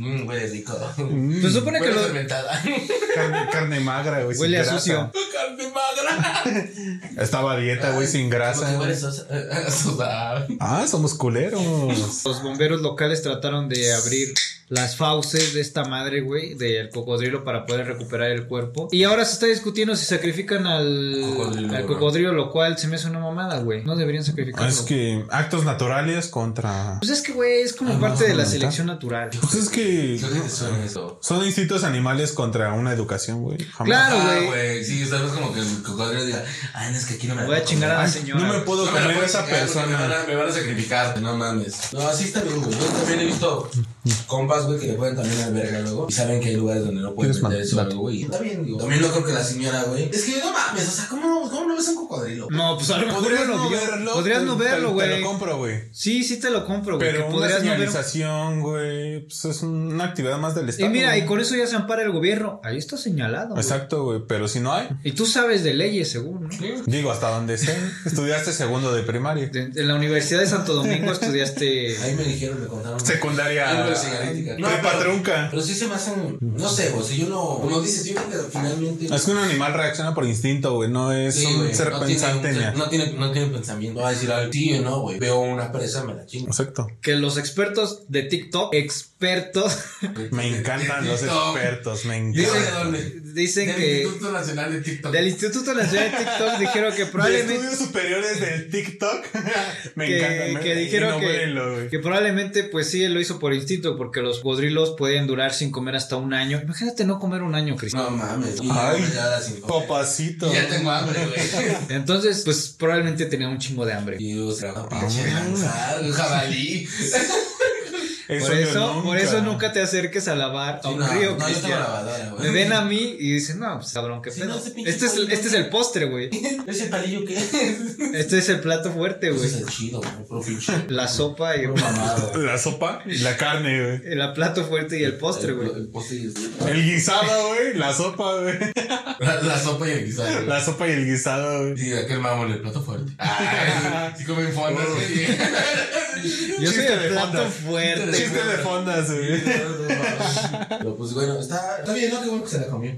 [SPEAKER 1] Mmm, huele rico.
[SPEAKER 3] Mm,
[SPEAKER 2] Se supone que
[SPEAKER 1] Huele
[SPEAKER 2] lo
[SPEAKER 1] fermentada.
[SPEAKER 3] carne, carne magra, güey. sin
[SPEAKER 2] huele a
[SPEAKER 3] grasa.
[SPEAKER 2] sucio.
[SPEAKER 1] Carne magra.
[SPEAKER 3] Estaba a dieta, güey, sin grasa.
[SPEAKER 1] Como que huele sos- eh, sudado.
[SPEAKER 3] Ah, somos culeros.
[SPEAKER 2] Los bomberos locales trataron de abrir las fauces de esta madre, güey, del cocodrilo para poder recuperar el cuerpo. Y ahora se está discutiendo si sacrifican al
[SPEAKER 1] Cocodrilo,
[SPEAKER 2] al
[SPEAKER 1] ¿no?
[SPEAKER 2] cocodrilo, lo cual se me hace una mamada, güey. No deberían sacrificarlo.
[SPEAKER 3] Ah, Es que actos naturales contra.
[SPEAKER 2] Pues es que, güey, es como
[SPEAKER 3] Ah,
[SPEAKER 2] parte de la
[SPEAKER 3] ¿neta?
[SPEAKER 2] selección natural.
[SPEAKER 3] Pues es que.
[SPEAKER 1] Creo que te suena eso.
[SPEAKER 3] Son instintos animales contra una educación, güey. Jamás.
[SPEAKER 2] Claro,
[SPEAKER 1] Ah,
[SPEAKER 2] güey.
[SPEAKER 1] güey. Sí, tal vez como que el cocodrilo diga, ay, no, es que aquí no me
[SPEAKER 2] Voy a chingar a la
[SPEAKER 3] Ay,
[SPEAKER 2] señora.
[SPEAKER 3] no me puedo
[SPEAKER 1] No me la
[SPEAKER 3] comer a
[SPEAKER 1] puedo
[SPEAKER 3] esa
[SPEAKER 1] sacar porque Me van,
[SPEAKER 3] persona.
[SPEAKER 1] a, me van a sacrificar, no mames. No, así está bien, güey. Yo también he visto compas, güey, que le pueden también al verga luego. Y saben que hay lugares donde no pueden
[SPEAKER 3] Tienes
[SPEAKER 1] meter eso, o
[SPEAKER 3] mandato.
[SPEAKER 1] algo, güey. Está bien, digo. También no creo que la señora, güey. Es que no mames, o sea, ¿cómo, cómo no ves a un cocodrilo?
[SPEAKER 2] No, pues a lo mejor
[SPEAKER 3] Podrías
[SPEAKER 2] no
[SPEAKER 3] no
[SPEAKER 2] vio.
[SPEAKER 3] verlo.
[SPEAKER 2] Podrías
[SPEAKER 3] te-
[SPEAKER 2] no
[SPEAKER 3] te-
[SPEAKER 2] verlo,
[SPEAKER 3] Te
[SPEAKER 2] güey.
[SPEAKER 3] lo compro, güey.
[SPEAKER 2] Sí, sí te lo compro, güey.
[SPEAKER 3] Pero
[SPEAKER 2] que
[SPEAKER 3] una
[SPEAKER 2] podrías no ver-
[SPEAKER 3] señalización, güey. Pues es una actividad más del
[SPEAKER 2] Y
[SPEAKER 3] Estado.
[SPEAKER 2] mira, y
[SPEAKER 3] güey.
[SPEAKER 2] con eso ya se ampara el gobierno. Ahí está señalado. güey.
[SPEAKER 3] Exacto, güey. Pero si no hay,
[SPEAKER 2] Y tú sabes de leyes, según, ¿no?
[SPEAKER 3] Digo, hasta donde sé. Estudiaste segundo de primaria.
[SPEAKER 2] De- En la Universidad de Santo Domingo estudiaste.
[SPEAKER 1] Ahí me dijeron, me contaron.
[SPEAKER 3] Secundaria.
[SPEAKER 1] Algo de cigarrítica. No,
[SPEAKER 3] Prepa
[SPEAKER 1] pero-
[SPEAKER 3] trunca.
[SPEAKER 1] Pero sí se me hacen. No sé, güey. Si yo no. Como dices, yo creo que finalmente.
[SPEAKER 3] Es que un animal reacciona por instinto, güey. No es
[SPEAKER 1] Sí,
[SPEAKER 3] un
[SPEAKER 1] güey,
[SPEAKER 3] ser
[SPEAKER 1] no
[SPEAKER 3] pensante ni
[SPEAKER 1] tiene,
[SPEAKER 3] a-
[SPEAKER 1] no, tiene, no tiene pensamiento. Va a decir algo. Sí o no, güey. Veo una presa, me la chingo.
[SPEAKER 3] Exacto.
[SPEAKER 2] Que los expertos de TikTok, expertos,
[SPEAKER 3] Me encantan los
[SPEAKER 1] TikTok.
[SPEAKER 3] expertos, me
[SPEAKER 1] Dice
[SPEAKER 3] encantan.
[SPEAKER 1] de dónde.
[SPEAKER 2] dicen
[SPEAKER 1] Del
[SPEAKER 2] que.
[SPEAKER 1] Instituto Nacional de TikTok.
[SPEAKER 2] Del Instituto Nacional de TikTok dijeron que
[SPEAKER 3] De
[SPEAKER 2] probablemente.
[SPEAKER 3] estudios superiores del TikTok. me
[SPEAKER 2] que,
[SPEAKER 3] encantan. me-
[SPEAKER 2] que
[SPEAKER 3] y no
[SPEAKER 2] dijeron
[SPEAKER 3] vuelo,
[SPEAKER 2] que,
[SPEAKER 3] güey.
[SPEAKER 2] que probablemente pues sí él lo hizo por instinto porque los cocodrilos pueden durar sin comer hasta un año imagínate no comer un año Cristian
[SPEAKER 1] No mames. Y
[SPEAKER 3] Ay,
[SPEAKER 1] ya da sin comer.
[SPEAKER 3] Papacito.
[SPEAKER 1] Y Ya tengo hambre, güey.
[SPEAKER 2] entonces pues probablemente tenía un chingo de hambre
[SPEAKER 1] Y o sea, una pinche lanzada, un jabalí.
[SPEAKER 3] Eso
[SPEAKER 2] por
[SPEAKER 3] yo
[SPEAKER 2] eso por eso nunca te acerques a lavar a
[SPEAKER 1] Sí,
[SPEAKER 2] un
[SPEAKER 1] no,
[SPEAKER 2] río
[SPEAKER 1] no, yo tengo
[SPEAKER 2] Cristian
[SPEAKER 1] lavadora,
[SPEAKER 2] me
[SPEAKER 1] güey.
[SPEAKER 2] ven a mí y dicen no pues cabrón qué
[SPEAKER 1] Sí,
[SPEAKER 2] pedo
[SPEAKER 1] no, ese pinche
[SPEAKER 2] este es
[SPEAKER 1] pollo.
[SPEAKER 2] este es el postre güey
[SPEAKER 1] ¿Ese palillo qué es? Ese
[SPEAKER 2] este es el plato fuerte güey
[SPEAKER 1] es el chido, güey. Puro pinche.
[SPEAKER 2] la sopa y
[SPEAKER 1] Puro mamado.
[SPEAKER 3] La sopa y la carne, güey.
[SPEAKER 2] el plato fuerte y el postre güey
[SPEAKER 1] El, el postre y el-
[SPEAKER 3] El guisado, güey. La sopa, güey.
[SPEAKER 1] La, la sopa y el guisado. güey.
[SPEAKER 3] La sopa y el guisado, güey.
[SPEAKER 1] Sí, aquel mamón, el plato fuerte. Ay, sí comen fondas,
[SPEAKER 3] Oh.
[SPEAKER 1] güey.
[SPEAKER 2] yo soy
[SPEAKER 3] chiste de
[SPEAKER 2] el plato
[SPEAKER 3] fondas.
[SPEAKER 2] fuerte
[SPEAKER 1] Chiste
[SPEAKER 3] Chiste de fondas, güey.
[SPEAKER 1] Pero pues bueno, está, está bien, ¿no? Qué bueno que se la comió.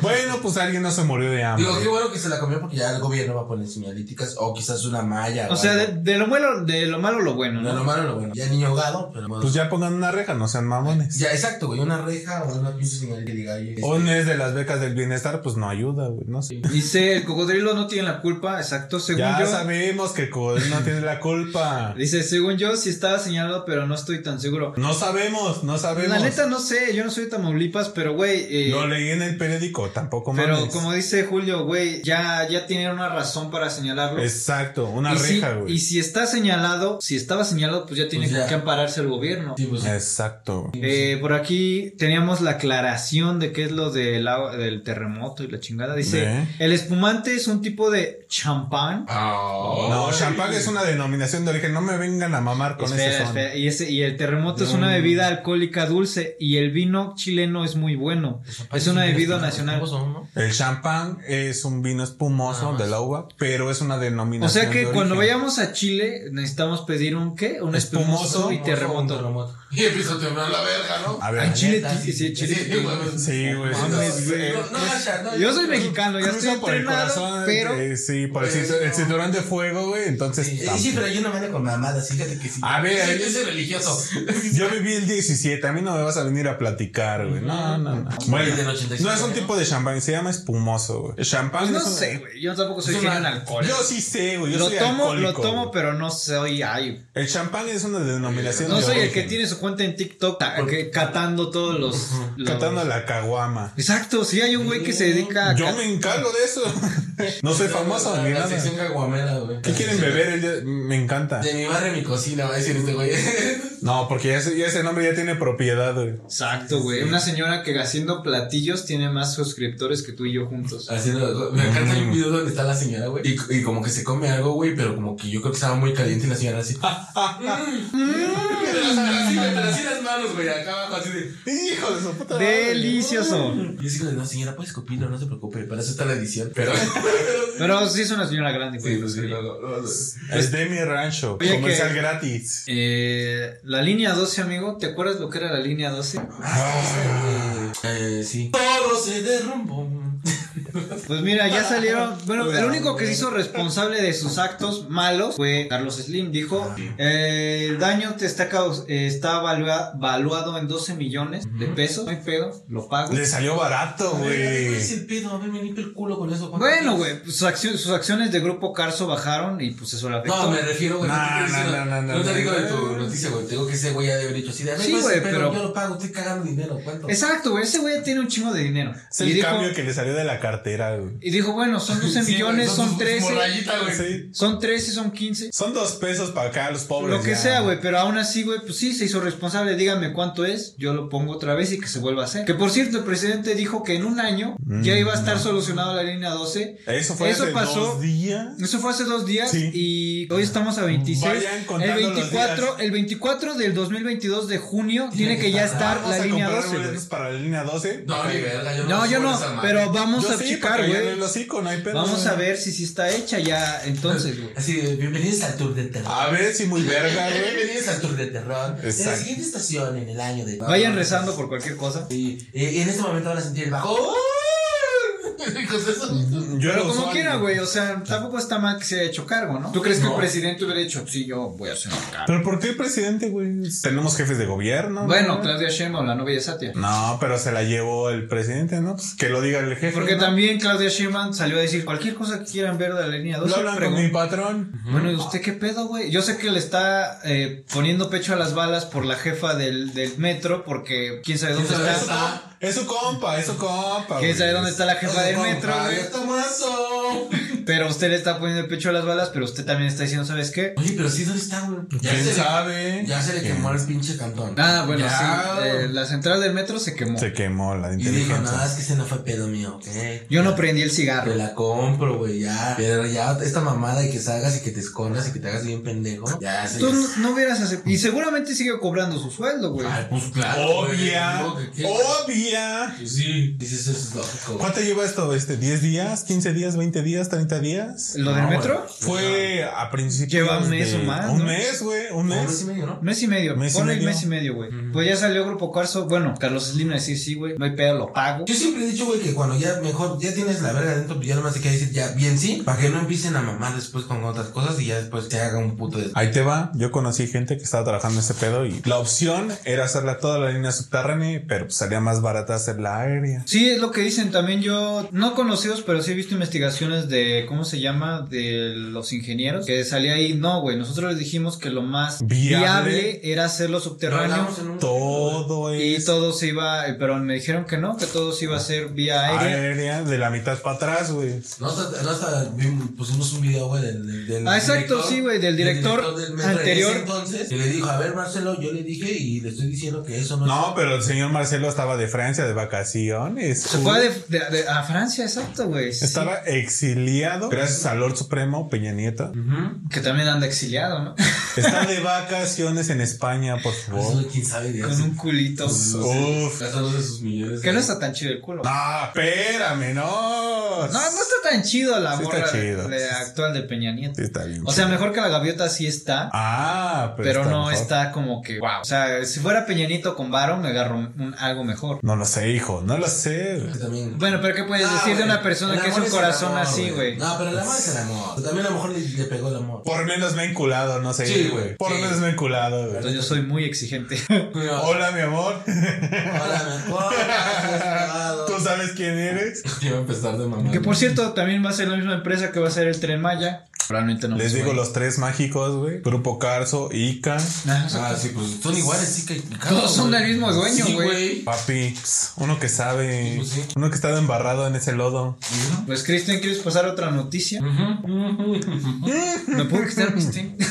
[SPEAKER 3] Bueno, pues alguien no se murió de hambre.
[SPEAKER 1] Digo, qué bueno que se la comió porque ya el gobierno va a poner señalíticas o quizás una malla.
[SPEAKER 2] o sea de, de lo bueno de lo malo lo bueno
[SPEAKER 1] No,
[SPEAKER 2] no
[SPEAKER 1] lo malo, lo bueno. Ya niño ahogado, pero bueno.
[SPEAKER 3] Pues ya pongan una reja, no sean mamones.
[SPEAKER 1] Ya, exacto, güey. Una reja o una pinche señal que diga, oye,
[SPEAKER 3] O no es de las becas del bienestar, pues no ayuda, güey. No sé.
[SPEAKER 2] Dice, el cocodrilo no tiene la culpa, exacto, según
[SPEAKER 3] Ya
[SPEAKER 2] yo.
[SPEAKER 3] sabemos que Codel no tiene la culpa.
[SPEAKER 2] Dice, según yo sí estaba señalado, pero no estoy tan seguro.
[SPEAKER 3] No sabemos, no sabemos.
[SPEAKER 2] La neta no sé, yo no soy de Tamaulipas, pero güey, eh,
[SPEAKER 3] Lo leí en el periódico, tampoco
[SPEAKER 2] pero
[SPEAKER 3] mames.
[SPEAKER 2] como dice Julio, güey, ya, ya tienen una razón para señalarlo.
[SPEAKER 3] Exacto, una
[SPEAKER 2] y,
[SPEAKER 3] reja,
[SPEAKER 2] si,
[SPEAKER 3] güey.
[SPEAKER 2] y si está señalado, si estaba señalado, pues ya tiene
[SPEAKER 1] Pues ya.
[SPEAKER 2] que ampararse el gobierno.
[SPEAKER 1] sí, pues,
[SPEAKER 3] Exacto. güey.
[SPEAKER 2] Eh, por aquí teníamos la aclaración de qué es lo del, agua- del terremoto y la chingada. Dice,
[SPEAKER 3] Ve.
[SPEAKER 2] el espumante es un tipo de champán
[SPEAKER 1] Ah,
[SPEAKER 3] No,
[SPEAKER 1] ay.
[SPEAKER 3] champán es una denominación de origen. No me vengan a mamar Ah, con
[SPEAKER 2] Espera,
[SPEAKER 3] ese son.
[SPEAKER 2] espera, Y, ese, y el terremoto es una
[SPEAKER 3] Mm.
[SPEAKER 2] bebida alcohólica dulce y el vino chileno es muy bueno. Es una bebida nacional.
[SPEAKER 3] El champán es un vino espumoso
[SPEAKER 1] Nada más.
[SPEAKER 3] de la uva, pero es una
[SPEAKER 2] O
[SPEAKER 3] denominación.
[SPEAKER 2] sea que
[SPEAKER 3] de
[SPEAKER 2] cuando
[SPEAKER 3] origen.
[SPEAKER 2] vayamos a Chile necesitamos pedir un qué? Un espumoso,
[SPEAKER 3] Espumoso,
[SPEAKER 2] y terremoto.
[SPEAKER 1] Y empieza a temblar la verga, ¿no?
[SPEAKER 3] A ver,
[SPEAKER 2] Ay, Chile,
[SPEAKER 1] Neta,
[SPEAKER 2] sí, sí, Chile.
[SPEAKER 1] Sí, güey.
[SPEAKER 3] Pues Sí, eh, güey.
[SPEAKER 1] No,
[SPEAKER 3] mames, güey.
[SPEAKER 1] no, no, Asha, no,
[SPEAKER 2] Yo soy mexicano, ya estoy
[SPEAKER 3] Cruza por el
[SPEAKER 2] entrenado,
[SPEAKER 3] corazón,
[SPEAKER 2] pero
[SPEAKER 3] eh, sí, por el,
[SPEAKER 1] Pero-
[SPEAKER 3] cintu- el cinturón de fuego, güey. Entonces,
[SPEAKER 1] Sí,
[SPEAKER 3] tam-
[SPEAKER 1] sí, pero yo no me ando con mamadas, fíjate que sí.
[SPEAKER 3] A ver,
[SPEAKER 1] yo soy religioso.
[SPEAKER 3] yo viví el 17, a mí no me vas a venir a platicar, güey. No, no, no. Bueno,
[SPEAKER 1] del 85,
[SPEAKER 3] no es un
[SPEAKER 1] ¿no?
[SPEAKER 3] tipo de champán, se llama espumoso, güey. El Champán
[SPEAKER 2] pues no
[SPEAKER 3] es un-
[SPEAKER 2] sé, güey. Yo tampoco soy
[SPEAKER 1] Es una-
[SPEAKER 2] genio en alcohol.
[SPEAKER 3] Yo sí sé, güey. Yo
[SPEAKER 2] Lo
[SPEAKER 3] soy
[SPEAKER 2] tomo, lo
[SPEAKER 3] alcohólico,
[SPEAKER 2] tomo,
[SPEAKER 3] güey.
[SPEAKER 2] pero no soy ay.
[SPEAKER 3] El champán es una denominación.
[SPEAKER 2] No
[SPEAKER 3] de
[SPEAKER 2] soy el
[SPEAKER 3] origen.
[SPEAKER 2] que tiene su cuenta en TikTok ta-
[SPEAKER 1] Por-
[SPEAKER 2] que- catando todos los, los-
[SPEAKER 3] Ah, Catando la caguama.
[SPEAKER 2] Exacto, sí hay un güey que se dedica a
[SPEAKER 3] Yo
[SPEAKER 2] Ah, ca-
[SPEAKER 3] me encargo de eso. No soy famoso
[SPEAKER 1] La-
[SPEAKER 3] ni
[SPEAKER 1] la
[SPEAKER 3] nada.
[SPEAKER 1] sección caguamera, güey.
[SPEAKER 3] ¿Qué quieren beber? el día- Me encanta.
[SPEAKER 1] De mi barrio, mi cocina, va a decir este güey.
[SPEAKER 3] No, porque ya ese, ya ese nombre ya tiene propiedad, güey.
[SPEAKER 2] Exacto, güey. Una señora que haciendo platillos tiene más suscriptores que tú y yo juntos.
[SPEAKER 1] Haciendo, me encanta
[SPEAKER 3] Mm.
[SPEAKER 1] hay un video donde está la señora, güey. Y, y como que se come algo, güey, pero como que yo creo que estaba muy caliente y la señora así. Pero así, pero así, güey, pero así las manos, güey, acá abajo, así de.
[SPEAKER 3] Hijo de su puta madre.
[SPEAKER 2] Delicioso.
[SPEAKER 1] Y así como de, no, señora, puedes escupirlo, no se preocupe, para eso está la edición. Pero.
[SPEAKER 2] Pero sí es una señora grande, güey.
[SPEAKER 1] sí, pues sí, no, no, no, no.
[SPEAKER 3] Es de mi rancho.
[SPEAKER 2] Oye,
[SPEAKER 3] comercial
[SPEAKER 2] que-
[SPEAKER 3] gratis.
[SPEAKER 2] Eh, la línea 12, amigo. ¿Te acuerdas lo que era la línea 12?
[SPEAKER 1] Eh, sí. Todo se derrumbó.
[SPEAKER 2] Pues mira, ya salieron. Bueno, el único que se hizo responsable de sus actos malos fue Carlos Slim. Dijo: eh, El daño te está, caus- eh, está valua- valuado en 12 millones de pesos. No hay pedo, lo pago.
[SPEAKER 3] Le salió barato,
[SPEAKER 1] ¿Cuál
[SPEAKER 3] güey.
[SPEAKER 1] es el pedo? A ver, me limpio el culo con eso. ¿cuánto
[SPEAKER 2] Bueno,
[SPEAKER 1] quieres?
[SPEAKER 2] güey, pues, sus, accio- sus acciones de Grupo Carso bajaron y pues eso le afectó.
[SPEAKER 1] No, me refiero, güey.
[SPEAKER 3] No,
[SPEAKER 1] te estoy
[SPEAKER 3] no,
[SPEAKER 1] diciendo-
[SPEAKER 3] no, no,
[SPEAKER 1] No te
[SPEAKER 3] no,
[SPEAKER 1] digo
[SPEAKER 3] no.
[SPEAKER 1] de tu noticia, güey. Te digo que ese güey ya debe haber dicho así de. a ver,
[SPEAKER 2] Sí,
[SPEAKER 1] pues,
[SPEAKER 2] güey, pero-
[SPEAKER 1] Yo lo pago, estoy cagando dinero. ¿Cuánto?
[SPEAKER 2] Exacto, güey, ese güey tiene un chingo de dinero.
[SPEAKER 3] Es
[SPEAKER 2] y,
[SPEAKER 3] el
[SPEAKER 2] dijo,
[SPEAKER 3] cambio que le salió de la cartera, güey.
[SPEAKER 2] y dijo, bueno, son 12
[SPEAKER 1] Sí,
[SPEAKER 2] millones,
[SPEAKER 1] güey,
[SPEAKER 2] son
[SPEAKER 1] sus- sus
[SPEAKER 2] 13,
[SPEAKER 3] Ah,
[SPEAKER 1] morrayita, güey.
[SPEAKER 3] Sí.
[SPEAKER 2] son 13, son 15.
[SPEAKER 3] Son dos pesos para acá los pobres.
[SPEAKER 2] Lo que
[SPEAKER 3] ya.
[SPEAKER 2] sea, güey, pero aún así, güey, pues sí, se hizo responsable. Dígame cuánto es, yo lo pongo otra vez y que se vuelva a hacer. Que por cierto, el presidente dijo que en un año
[SPEAKER 3] Mm,
[SPEAKER 2] ya iba a estar solucionado la línea 12.
[SPEAKER 3] Eso fue
[SPEAKER 2] Eso
[SPEAKER 3] hace
[SPEAKER 2] pasó.
[SPEAKER 3] dos días.
[SPEAKER 2] Eso fue hace dos días
[SPEAKER 3] Sí.
[SPEAKER 2] y hoy estamos a 26.
[SPEAKER 3] Vayan
[SPEAKER 2] El
[SPEAKER 3] contando los
[SPEAKER 2] 24,
[SPEAKER 3] días. Ah,
[SPEAKER 2] el 24 del 2022 de junio
[SPEAKER 1] Tiene
[SPEAKER 2] tiene
[SPEAKER 1] que
[SPEAKER 2] que ya
[SPEAKER 1] estar.
[SPEAKER 2] estar
[SPEAKER 3] Vamos
[SPEAKER 2] la
[SPEAKER 3] a
[SPEAKER 2] línea
[SPEAKER 3] comprar
[SPEAKER 2] 12, güey.
[SPEAKER 3] boletos para la línea 12.
[SPEAKER 1] No, ni verga. Yo no,
[SPEAKER 2] No, yo
[SPEAKER 1] subo
[SPEAKER 2] no,
[SPEAKER 1] esa madre.
[SPEAKER 2] pero vamos
[SPEAKER 3] Yo
[SPEAKER 2] a
[SPEAKER 3] sí,
[SPEAKER 2] checar,
[SPEAKER 3] porque rayan
[SPEAKER 2] güey.
[SPEAKER 3] el hocico, no hay pedo.
[SPEAKER 2] Vamos
[SPEAKER 3] güey.
[SPEAKER 2] a ver si sí está hecha ya entonces, güey.
[SPEAKER 1] Así, de, bienvenidos al tour de terror.
[SPEAKER 3] A ver si muy verga, Ah, güey.
[SPEAKER 1] Bienvenidos al tour de terror. En la
[SPEAKER 3] Exacto.
[SPEAKER 1] siguiente estación, en el año de.
[SPEAKER 2] Vayan rezando
[SPEAKER 1] pues.
[SPEAKER 2] por cualquier cosa.
[SPEAKER 1] Sí. Y, y en este momento van a sentir el bajo. Hijos, eso-
[SPEAKER 3] Yo
[SPEAKER 2] Pero
[SPEAKER 3] lo
[SPEAKER 2] como
[SPEAKER 3] uso,
[SPEAKER 2] quiera,
[SPEAKER 3] algo.
[SPEAKER 2] güey, pues, o sea, tampoco está mal que se haya hecho cargo, ¿no? ¿Tú crees que
[SPEAKER 1] No.
[SPEAKER 2] el presidente hubiera dicho, sí, yo voy a hacer un cargo?
[SPEAKER 3] Pero ¿por qué presidente, güey? Tenemos jefes de gobierno.
[SPEAKER 2] Bueno,
[SPEAKER 3] ¿no?
[SPEAKER 2] Claudia Sheinbaum, la novia de Satia.
[SPEAKER 3] No, pero se la llevó el presidente, ¿no? Pues que lo diga el jefe.
[SPEAKER 2] Porque
[SPEAKER 3] ¿no?
[SPEAKER 2] también Claudia Sheinbaum salió a decir cualquier cosa que quieran ver de la línea 12.
[SPEAKER 3] Lo hablan con
[SPEAKER 2] pregunten".
[SPEAKER 3] mi patrón.
[SPEAKER 2] Bueno, ¿y usted qué pedo, güey? Yo sé que le está eh, poniendo pecho a las balas por la jefa del, del metro, porque quién sabe dónde
[SPEAKER 1] ¿Quién sabe
[SPEAKER 2] está.
[SPEAKER 3] Es su compa, es su compa.
[SPEAKER 2] Quién
[SPEAKER 3] güey.
[SPEAKER 2] sabe dónde está la
[SPEAKER 1] Pues,
[SPEAKER 2] jefa del
[SPEAKER 3] Es su
[SPEAKER 2] metro,
[SPEAKER 3] compa,
[SPEAKER 2] güey.
[SPEAKER 3] es tu-
[SPEAKER 1] Tomaso.
[SPEAKER 2] Pero usted le está poniendo el pecho a las balas, pero usted también está diciendo, ¿sabes qué?
[SPEAKER 1] Oye, pero sí, ¿dónde está, güey? Ya
[SPEAKER 3] ¿Quién
[SPEAKER 1] se le-
[SPEAKER 3] sabe?
[SPEAKER 1] Ya se le quemó el pinche cantón.
[SPEAKER 2] Ah, bueno,
[SPEAKER 1] Ya.
[SPEAKER 2] sí, eh, la central del metro se quemó.
[SPEAKER 3] Se quemó la
[SPEAKER 1] Y dijo, no,
[SPEAKER 3] inteligencia.
[SPEAKER 1] es que ese no fue pedo mío, ¿ok?
[SPEAKER 2] Yo no prendí el cigarro.
[SPEAKER 1] Te la compro, güey, ya. Pero ya esta mamada y que salgas y que te escondas y que te hagas bien pendejo. Ya, sí.
[SPEAKER 2] Tú no- no hubieras aceptado. Y seguramente sigue cobrando su sueldo, güey.
[SPEAKER 1] Ay, pues claro.
[SPEAKER 3] Obvia.
[SPEAKER 1] güey, digo que- que-
[SPEAKER 3] Obvia.
[SPEAKER 1] Pues sí. Dices, eso es lógico. güey.
[SPEAKER 3] ¿Cuánto lleva esto? Este, ¿10 días? ¿15 días? ¿20 días? ¿30 días?
[SPEAKER 2] ¿Lo del
[SPEAKER 1] No,
[SPEAKER 2] metro?
[SPEAKER 1] güey.
[SPEAKER 3] Fue a principios.
[SPEAKER 2] Lleva un mes
[SPEAKER 3] de-
[SPEAKER 2] o más,
[SPEAKER 3] Un
[SPEAKER 2] ¿no?
[SPEAKER 3] mes, güey. Un
[SPEAKER 1] No, mes
[SPEAKER 3] mes.
[SPEAKER 1] y medio, ¿no?
[SPEAKER 2] Mes y medio.
[SPEAKER 3] Mes y
[SPEAKER 2] Ponle
[SPEAKER 3] medio.
[SPEAKER 2] mes y medio, güey.
[SPEAKER 1] Ujú.
[SPEAKER 2] Pues ya salió Grupo Cuarzo. Bueno, Carlos Slim va a decir, sí, güey, no hay pedo, lo pago.
[SPEAKER 1] Yo siempre he dicho, güey, que cuando ya mejor, ya tienes la verga adentro, pues ya nomás te queda decir ya bien sí, para que no empiecen a mamar después con otras cosas y ya después te haga un puto de...
[SPEAKER 3] Ahí te va. Yo conocí gente que estaba trabajando ese pedo y la opción era hacerla toda la línea subterránea, pero pues salía más barata hacerla aérea.
[SPEAKER 2] Sí, es lo que dicen también yo, no conocidos, pero sí he visto investigaciones de, ¿cómo se llama? De los ingenieros, que salía ahí, no, güey, nosotros les dijimos que lo más
[SPEAKER 3] Viable.
[SPEAKER 2] viable, era hacerlo subterráneo.
[SPEAKER 1] Hablamos en un-
[SPEAKER 3] Todo
[SPEAKER 2] Y
[SPEAKER 3] es
[SPEAKER 2] todo se iba, eh, pero me dijeron que no, que todo se iba a hacer vía
[SPEAKER 3] Ah,
[SPEAKER 2] aérea.
[SPEAKER 3] aérea de la mitad para atrás, güey.
[SPEAKER 1] No, hasta, no, hasta vimos- pusimos un video, güey, del, del, del
[SPEAKER 2] Ah, exacto, sí, güey, del director
[SPEAKER 1] metro en
[SPEAKER 2] anterior.
[SPEAKER 1] ese entonces, y le dijo, a ver, Marcelo, yo le dije y le estoy diciendo que eso no,
[SPEAKER 3] No, pero el señor Marcelo estaba de Francia de vacaciones.
[SPEAKER 2] Se fue de- de- de- a Francia, exacto, güey. sí.
[SPEAKER 3] uh. Estaba exiliado gracias al Lord Supremo Peña Nieto.
[SPEAKER 1] es... Ujú.
[SPEAKER 2] Que también anda exiliado, ¿no?
[SPEAKER 3] Está de vacaciones en España, por favor.
[SPEAKER 1] Eso, quién sabe de
[SPEAKER 2] Oh. Con un culito.
[SPEAKER 3] Uf.
[SPEAKER 1] Las dos de sus millones.
[SPEAKER 2] Que no está tan chido el culo. No,
[SPEAKER 3] No, espérame,
[SPEAKER 2] no
[SPEAKER 3] no.
[SPEAKER 2] está tan chido la
[SPEAKER 3] Sí está
[SPEAKER 2] morra
[SPEAKER 3] chido.
[SPEAKER 2] de- actual de Peña Nieto.
[SPEAKER 3] Sí, está bien.
[SPEAKER 2] O sea,
[SPEAKER 3] chido.
[SPEAKER 2] mejor que la gaviota sí está.
[SPEAKER 3] Ah, pero,
[SPEAKER 2] Pero
[SPEAKER 3] está
[SPEAKER 2] no
[SPEAKER 3] mejor.
[SPEAKER 2] está como que, wow. O sea, si fuera Peñanito con Varo, me agarro un- algo mejor.
[SPEAKER 3] No lo sé, hijo, no lo sé.
[SPEAKER 1] Que también-
[SPEAKER 2] Bueno, pero ¿qué puedes
[SPEAKER 1] Ah,
[SPEAKER 2] decir de
[SPEAKER 1] güey,
[SPEAKER 2] una persona
[SPEAKER 1] el
[SPEAKER 2] que es
[SPEAKER 1] amor
[SPEAKER 2] un
[SPEAKER 1] el
[SPEAKER 2] corazón
[SPEAKER 1] amor,
[SPEAKER 2] así, güey?
[SPEAKER 1] No, pero el amor es el amor. Pero también a lo mejor le, le pegó el amor.
[SPEAKER 3] Por menos me he enculado, no sé,
[SPEAKER 1] Sí,
[SPEAKER 3] güey.
[SPEAKER 1] güey,
[SPEAKER 3] Por
[SPEAKER 1] sí.
[SPEAKER 3] menos me he enculado, güey.
[SPEAKER 2] Entonces yo soy muy exigente.
[SPEAKER 3] Hola, mi amor.
[SPEAKER 1] Hola, mi amor, has
[SPEAKER 3] ¿Tú
[SPEAKER 1] llegado.
[SPEAKER 3] sabes quién eres?
[SPEAKER 1] Iba a empezar de mamá.
[SPEAKER 2] que por cierto, también va a ser la misma empresa que va a ser el Tren Maya. Realmente no.
[SPEAKER 3] Les
[SPEAKER 2] me
[SPEAKER 3] digo
[SPEAKER 2] suena.
[SPEAKER 3] los tres mágicos, güey. Grupo Carso, Ica.
[SPEAKER 2] Ah, o sea,
[SPEAKER 1] Ah, sí, pues son iguales, sí que.
[SPEAKER 2] Todos son del mismo dueño,
[SPEAKER 1] Sí,
[SPEAKER 2] güey.
[SPEAKER 3] Papi, pss, uno que
[SPEAKER 1] Sí,
[SPEAKER 3] sabe.
[SPEAKER 1] pues sí.
[SPEAKER 3] Uno que está embarrado en ese lodo.
[SPEAKER 2] Pues, Kristen, ¿quieres pasar a otra noticia? ¿Me puedo quitar mis tenis?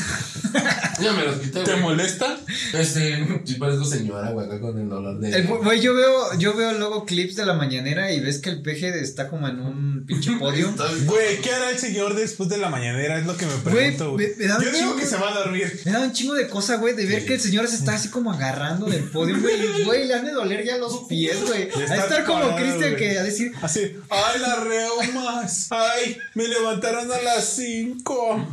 [SPEAKER 1] Ya me los quité, güey.
[SPEAKER 3] molesta?
[SPEAKER 1] Este, sí parezco señora, güey, acá con el dolor de.
[SPEAKER 2] El- Eh, Güey, yo veo, yo veo luego clips de la mañanera y ves que el peje está como en un pinche podio.
[SPEAKER 3] Güey, ¿qué hará el señor después de la mañanera? Es lo que me
[SPEAKER 2] Güey,
[SPEAKER 3] pregunto,
[SPEAKER 2] me-
[SPEAKER 3] güey.
[SPEAKER 2] me da un
[SPEAKER 3] Yo digo
[SPEAKER 2] chingo.
[SPEAKER 3] que se va a dormir.
[SPEAKER 2] Me da un chingo de cosa, güey, de ver que el señor se está así como agarrando del podio, güey. y, Güey, le han de doler ya los pies, güey.
[SPEAKER 3] De
[SPEAKER 2] A
[SPEAKER 3] estar
[SPEAKER 2] estar como
[SPEAKER 3] parado,
[SPEAKER 2] Cristian
[SPEAKER 3] güey.
[SPEAKER 2] que a decir,
[SPEAKER 3] Así, ay, las reumas. Ay, me levantaron a las 5.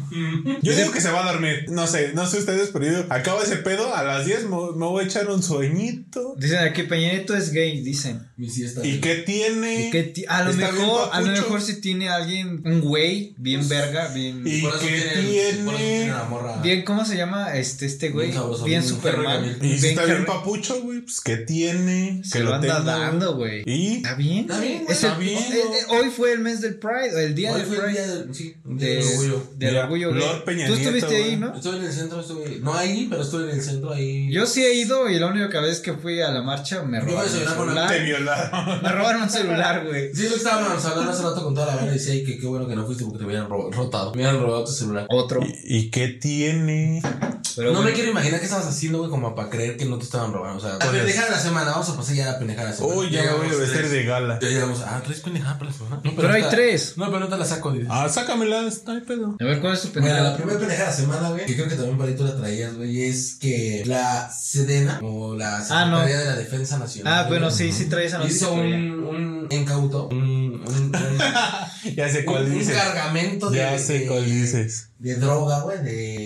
[SPEAKER 3] Yo digo que se va a dormir. No sé, no sé ustedes, pero yo acabo ese pedo. A las 10 me, me voy a echar un sueñito.
[SPEAKER 2] dicen aquí, Peña Nieto es gay, dicen.
[SPEAKER 1] Mi siesta.
[SPEAKER 3] ¿Y qué tiene?
[SPEAKER 2] Y que ti- a lo
[SPEAKER 3] Está bien
[SPEAKER 2] mejor, a lo
[SPEAKER 3] papucho. Pues,
[SPEAKER 2] mejor si tiene alguien, un güey, bien verga, bien.
[SPEAKER 3] Y-
[SPEAKER 1] Por eso
[SPEAKER 3] qué
[SPEAKER 1] tienen- Por eso tienen la morra.
[SPEAKER 2] Bien, ¿cómo se llama este, este güey?
[SPEAKER 1] Bien sabroso,
[SPEAKER 2] Bien
[SPEAKER 1] bien
[SPEAKER 2] Superman.
[SPEAKER 1] Henry
[SPEAKER 3] Y si está bien
[SPEAKER 2] Henry-
[SPEAKER 3] papucho, güey, pues ¿qué tiene?
[SPEAKER 2] Se
[SPEAKER 3] que
[SPEAKER 2] lo anda
[SPEAKER 3] tenga,
[SPEAKER 2] dando, güey.
[SPEAKER 3] Y
[SPEAKER 2] ¿Está bien?
[SPEAKER 1] Está bien, güey,
[SPEAKER 2] Es
[SPEAKER 1] está
[SPEAKER 2] el-
[SPEAKER 1] bien.
[SPEAKER 2] eh, eh, hoy fue el mes del Pride, o el día
[SPEAKER 1] Hoy
[SPEAKER 2] del
[SPEAKER 1] fue el día
[SPEAKER 2] Pride.
[SPEAKER 1] del. Sí, un día
[SPEAKER 2] De,
[SPEAKER 1] del orgullo.
[SPEAKER 2] del
[SPEAKER 3] Mira,
[SPEAKER 2] orgullo gay.
[SPEAKER 3] Lord Peña
[SPEAKER 2] Tú
[SPEAKER 3] Nieto,
[SPEAKER 2] estuviste ahí,
[SPEAKER 3] güey.
[SPEAKER 2] ¿no?
[SPEAKER 1] Estuve en el centro, estuve. No ahí, pero estuve en el centro ahí.
[SPEAKER 2] Yo sí he ido y la única vez que fui a la marcha me
[SPEAKER 1] Yo
[SPEAKER 2] robaron
[SPEAKER 1] me
[SPEAKER 2] el
[SPEAKER 1] desayunaba con
[SPEAKER 2] celular.
[SPEAKER 3] te violaron.
[SPEAKER 2] Me robaron un celular, güey.
[SPEAKER 1] Sí, lo estábamos hablando hace rato con toda la banda y decía "Ay, que qué bueno que no fuiste porque te hubieran ro- rotado. Me hubieran robado tu celular.
[SPEAKER 2] Otro.
[SPEAKER 3] ¿Y, y qué tiene?
[SPEAKER 2] Pero
[SPEAKER 1] no
[SPEAKER 2] bueno.
[SPEAKER 1] me quiero imaginar qué estabas haciendo, güey, como para creer que no te estaban robando. O sea, la
[SPEAKER 3] Pues-
[SPEAKER 1] pendejada de la semana, vamos a pasar ya a la pendejada de la semana.
[SPEAKER 3] Uy, ya me voy a
[SPEAKER 1] Llegamos
[SPEAKER 3] vestir
[SPEAKER 1] tres.
[SPEAKER 3] de gala.
[SPEAKER 1] Ya llegamos, ah, tres pendejadas para la semana. No,
[SPEAKER 2] Pero hay tres.
[SPEAKER 1] No, pero no te la saco, dice.
[SPEAKER 3] Ah, sácamela, no hay pedo.
[SPEAKER 2] A ver, ¿cuál es tu
[SPEAKER 1] Mira, la
[SPEAKER 2] pendejada?
[SPEAKER 1] primera pendeja de la semana, güey, que creo que también Palito la traías, güey, es que la Sedena, o la
[SPEAKER 2] Ah, no.
[SPEAKER 1] Secretaría de la Defensa Nacional.
[SPEAKER 2] Ah,
[SPEAKER 1] güey,
[SPEAKER 2] bueno, sí, sí trae esa noticia.
[SPEAKER 1] Hizo
[SPEAKER 2] por allá.
[SPEAKER 1] un, un incauto, un, un, un-
[SPEAKER 3] Ya sé cuál
[SPEAKER 1] un
[SPEAKER 3] dices.
[SPEAKER 1] cargamento de,
[SPEAKER 3] Ya sé cuál dices.
[SPEAKER 1] de droga, güey,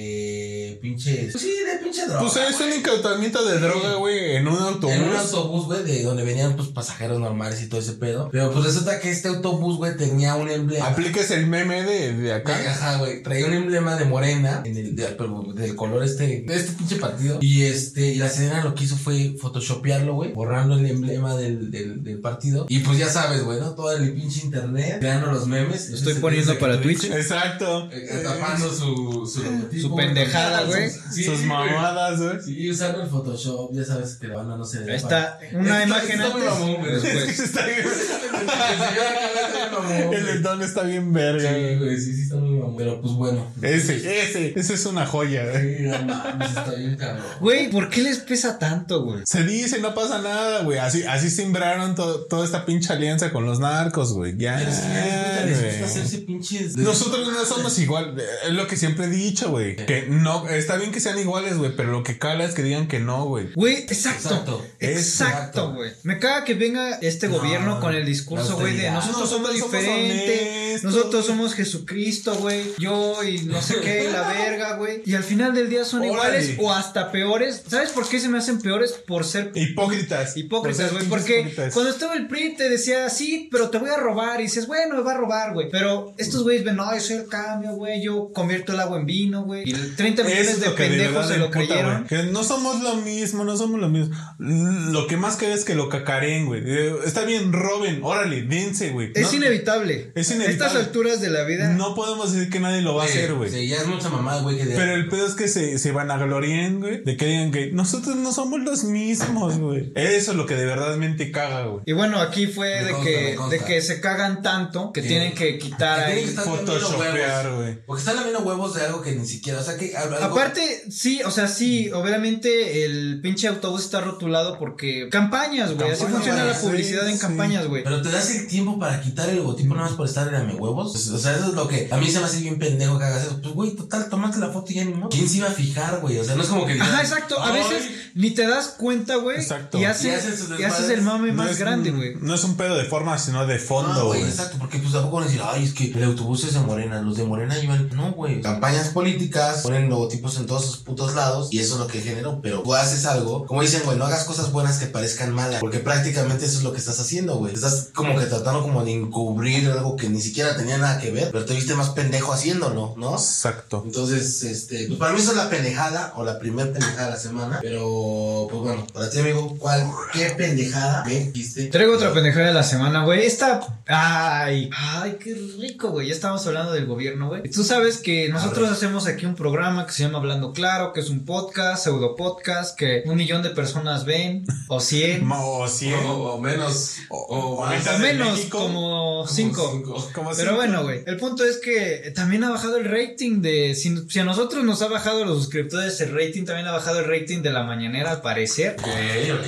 [SPEAKER 1] de pinche... Pues sí, de pinche droga.
[SPEAKER 3] Pues es un
[SPEAKER 1] güey.
[SPEAKER 3] incautamiento de droga, güey, en un autobús.
[SPEAKER 1] En un autobús, güey, de donde venían pues pasajeros normales y todo ese pedo. Pero pues resulta que este autobús, güey, tenía un
[SPEAKER 2] Ah,
[SPEAKER 1] emblema.
[SPEAKER 3] Apliques el meme de, de acá.
[SPEAKER 1] Ajá, güey. Traía un emblema de morena, en el, de- pero del color este, de este pinche partido. Y este, y la Sedena lo que hizo fue photoshopearlo, güey, borrando el emblema del, del, del partido. Y pues ya sabes, güey, ¿no? Todo el pinche internet, creando los memes. Este,
[SPEAKER 2] Estoy poniendo para Twitch.
[SPEAKER 3] Exacto.
[SPEAKER 1] Eh, tapando su, su logotipo,
[SPEAKER 2] Su pendejada, güey.
[SPEAKER 1] Sí,
[SPEAKER 3] Sus
[SPEAKER 1] güey.
[SPEAKER 3] mamadas, güey.
[SPEAKER 1] Sí, usando el Photoshop, ya sabes que la banda no se
[SPEAKER 2] Ahí está
[SPEAKER 1] Está-
[SPEAKER 2] una imagen
[SPEAKER 1] está muy
[SPEAKER 2] antes.
[SPEAKER 1] mamón, güey.
[SPEAKER 3] Es que
[SPEAKER 2] después.
[SPEAKER 3] se está bien. El
[SPEAKER 1] El
[SPEAKER 3] de Don está bien verga.
[SPEAKER 1] Sí, güey, sí, sí, está muy mamón. Pero pues bueno.
[SPEAKER 3] Ese, ese, ese es una joya, güey.
[SPEAKER 1] Sí, no mames, está bien cabrón.
[SPEAKER 2] Güey, ¿por qué les pesa tanto, güey?
[SPEAKER 3] Se dice, no pasa nada, güey. Así, así sembraron to- toda esta pinche alianza con los narcos, güey. Ya.
[SPEAKER 1] Pero es que ya les gusta- les gusta
[SPEAKER 3] güey.
[SPEAKER 1] hacerse pinches.
[SPEAKER 3] Nosotros no somos igual, es lo que siempre he dicho, güey. Que no, está bien que sean iguales, güey, pero lo que cala es que digan que no, güey.
[SPEAKER 2] Güey, exacto.
[SPEAKER 1] Exacto.
[SPEAKER 2] Exacto,
[SPEAKER 1] Exacto.
[SPEAKER 2] güey. Me caga que venga este
[SPEAKER 1] No,
[SPEAKER 2] gobierno con el
[SPEAKER 1] la
[SPEAKER 2] discurso, güey, de
[SPEAKER 1] austeridad.
[SPEAKER 2] nosotros somos
[SPEAKER 3] Nosotros somos
[SPEAKER 2] diferentes.
[SPEAKER 3] honestos.
[SPEAKER 2] Nosotros somos Jesucristo, güey. Yo y no sé qué, y la verga, güey. Y al final del día son
[SPEAKER 3] Órale.
[SPEAKER 2] iguales o hasta peores. ¿Sabes por qué se me hacen peores? Por ser
[SPEAKER 3] Hipócritas.
[SPEAKER 2] Hipócritas,
[SPEAKER 3] Eh, Por
[SPEAKER 2] güey,
[SPEAKER 3] ser
[SPEAKER 2] porque este
[SPEAKER 3] hipócritas.
[SPEAKER 2] cuando estaba el PRI te decía, sí, pero te voy a robar, y dices, bueno, me va a robar, güey, pero estos güeyes ven, no, yo soy el cambio, güey, yo convierto el agua en vino, güey, y 30
[SPEAKER 3] Eso
[SPEAKER 2] millones
[SPEAKER 3] es
[SPEAKER 2] de
[SPEAKER 3] lo que de
[SPEAKER 2] pendejos
[SPEAKER 3] verdad
[SPEAKER 2] se
[SPEAKER 3] me
[SPEAKER 2] lo
[SPEAKER 3] emputa,
[SPEAKER 2] creyeron.
[SPEAKER 3] güey. Que no somos lo mismo, no somos lo mismo. Lo que más que es que lo cacareen, güey. Eh, Está bien, roben, órale, dense, güey.
[SPEAKER 2] Es
[SPEAKER 3] No-
[SPEAKER 2] inevitable.
[SPEAKER 3] Es
[SPEAKER 2] A
[SPEAKER 3] inevitable.
[SPEAKER 2] estas alturas de la vida.
[SPEAKER 3] No podemos decir que nadie lo va a hacer, güey.
[SPEAKER 1] Sí, ya es mucha mamada, güey. que de-
[SPEAKER 3] Pero el pedo es que se, se vanaglorien, güey. De que digan que nosotros no somos los mismos, güey. Eso es lo que de verdad mente caga, güey.
[SPEAKER 2] Y bueno, aquí fue
[SPEAKER 1] Me
[SPEAKER 2] de,
[SPEAKER 1] consta,
[SPEAKER 2] que,
[SPEAKER 1] me consta.
[SPEAKER 2] de que se cagan tanto que
[SPEAKER 1] Sí.
[SPEAKER 2] tienen que quitar
[SPEAKER 1] Que
[SPEAKER 2] ahí.
[SPEAKER 1] tienen que estar
[SPEAKER 3] Photoshopear,
[SPEAKER 1] lamiendo huevos.
[SPEAKER 3] güey.
[SPEAKER 1] Porque están lamiendo huevos de algo que ni siquiera. O sea, que. algo-
[SPEAKER 2] Aparte, sí, o sea, sí, obviamente el pinche autobús está rotulado porque campañas, güey, así
[SPEAKER 1] Campañas,
[SPEAKER 2] funciona la
[SPEAKER 1] sí,
[SPEAKER 2] publicidad en
[SPEAKER 3] sí.
[SPEAKER 2] campañas, güey.
[SPEAKER 1] Pero te das el tiempo para quitar el logotipo nada más por estar en lame huevos. O sea, eso es lo que a mí se me hace bien pendejo que hagas eso. Pues, güey, total, tomaste la foto y ya ni modo. ¿Quién se iba a fijar, güey? O sea, no es como que.
[SPEAKER 2] Ajá, exacto. A
[SPEAKER 3] Ay.
[SPEAKER 2] veces ni te das cuenta, güey.
[SPEAKER 3] Exacto.
[SPEAKER 2] Y
[SPEAKER 3] Y
[SPEAKER 2] haces,
[SPEAKER 1] haces sus
[SPEAKER 2] y haces
[SPEAKER 1] desmadres.
[SPEAKER 2] el mame
[SPEAKER 3] No
[SPEAKER 2] más
[SPEAKER 3] es un-
[SPEAKER 2] grande, güey.
[SPEAKER 3] No es un pedo de forma, sino de
[SPEAKER 1] No,
[SPEAKER 2] Ah,
[SPEAKER 3] fondo,
[SPEAKER 1] güey,
[SPEAKER 3] güey.
[SPEAKER 1] exacto, porque pues tampoco van a decir, ay, es que el autobús es de Morena, los de Morena iban. No, güey. Campañas políticas, ponen logotipos en todos sus putos lados y eso es lo que generó. Pero tú haces algo, como dicen, güey, no hagas cosas buenas que parezcan malas, porque prácticamente eso es lo que estás haciendo, güey. Estás como que tratando como de encubrir algo que ni siquiera tenía nada que ver, pero te viste más pendejo haciéndolo, ¿no?
[SPEAKER 3] Exacto.
[SPEAKER 1] Entonces, este, pues para mí eso es la pendejada o la primera pendejada de la semana. Pero, pues bueno, para ti, amigo, ¿cuál, qué pendejada me dijiste?
[SPEAKER 2] Traigo otra pendejada de la semana, güey. Esta. Ay, ay, qué rico, güey. Ya estamos hablando del gobierno, güey. Tú sabes que nosotros
[SPEAKER 1] Arre.
[SPEAKER 2] hacemos aquí un programa que se llama Hablando Claro, que es un podcast, pseudo podcast, que un millón de personas ven, o cien,
[SPEAKER 3] Ma- O cien.
[SPEAKER 1] O, o menos. O, o más.
[SPEAKER 3] Ahorita- en
[SPEAKER 2] menos,
[SPEAKER 3] México,
[SPEAKER 2] como cinco.
[SPEAKER 3] Como
[SPEAKER 2] Pero
[SPEAKER 3] cinco.
[SPEAKER 2] bueno, güey, el punto es que también ha bajado el rating de. Si, si a nosotros nos ha bajado los suscriptores el rating, también ha bajado el rating de la mañanera al parecer.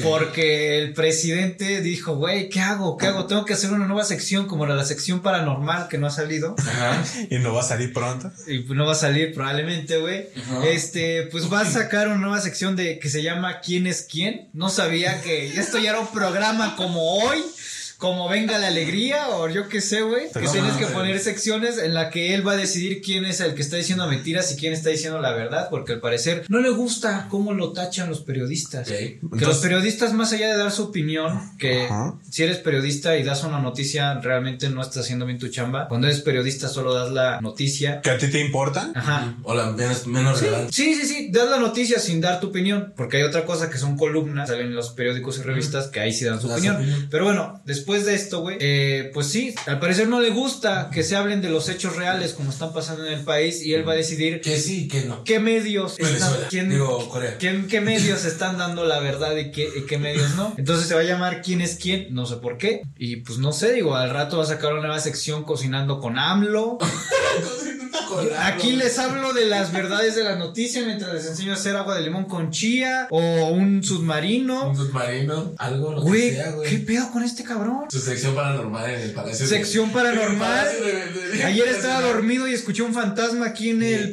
[SPEAKER 2] Porque el presidente dijo, güey, ¿qué hago? ¿Qué hago? Tengo que hacer una nueva sección como la, la sección paranormal que no ha salido.
[SPEAKER 1] Ajá.
[SPEAKER 3] Y no va a salir pronto.
[SPEAKER 2] Y pues no va a salir probablemente, güey.
[SPEAKER 1] Ajá.
[SPEAKER 2] Este, pues va a sacar una nueva sección de que se llama ¿Quién es quién? No sabía que esto ya era un programa como hoy. Como venga la alegría, o yo qué sé, güey. Que
[SPEAKER 3] No
[SPEAKER 2] tienes que
[SPEAKER 1] mames.
[SPEAKER 2] poner secciones en la que él va a decidir quién es el que está diciendo mentiras y quién está diciendo la verdad, porque al parecer no le gusta cómo lo tachan los
[SPEAKER 1] Ok.
[SPEAKER 2] periodistas. Que los
[SPEAKER 3] Entonces-
[SPEAKER 2] periodistas, más allá de dar su opinión, que
[SPEAKER 3] Ajá.
[SPEAKER 2] si eres periodista y das una noticia, realmente no estás haciendo bien tu chamba. Cuando eres periodista, solo das la noticia.
[SPEAKER 3] ¿Que a ti te importa?
[SPEAKER 2] Ajá.
[SPEAKER 1] O la menos, menos
[SPEAKER 2] Ah. Sí,
[SPEAKER 1] relevante.
[SPEAKER 2] sí, sí, sí, das la noticia sin dar tu opinión, porque hay otra cosa que son columnas, salen en los periódicos y revistas que ahí sí dan su
[SPEAKER 1] Das
[SPEAKER 2] opinión.
[SPEAKER 1] opinión.
[SPEAKER 2] Pero bueno, después de esto, güey, eh, pues sí, al parecer no le gusta que se hablen de los hechos reales como están pasando en el país y él va a decidir
[SPEAKER 1] Que sí, que no.
[SPEAKER 2] qué medios están-
[SPEAKER 1] Venezuela.
[SPEAKER 2] quién-
[SPEAKER 1] Digo, Corea.
[SPEAKER 2] ¿Quién- ¿Qué medios están dando la verdad y qué, y qué medios no? Entonces se va a llamar quién es quién, no sé por qué. Y pues no sé, digo, al rato va a sacar una nueva sección cocinando con AMLO.
[SPEAKER 1] chocolate.
[SPEAKER 2] Aquí les hablo de las verdades de la noticia mientras les enseño a hacer agua de limón con chía o un submarino.
[SPEAKER 1] Un submarino, algo, lo que
[SPEAKER 2] Güey,
[SPEAKER 1] sea, güey.
[SPEAKER 2] ¿qué pedo con este cabrón?
[SPEAKER 1] Su sección paranormal en el Palacio de-
[SPEAKER 2] Sección paranormal. Ayer estaba dormido y escuché un fantasma aquí en el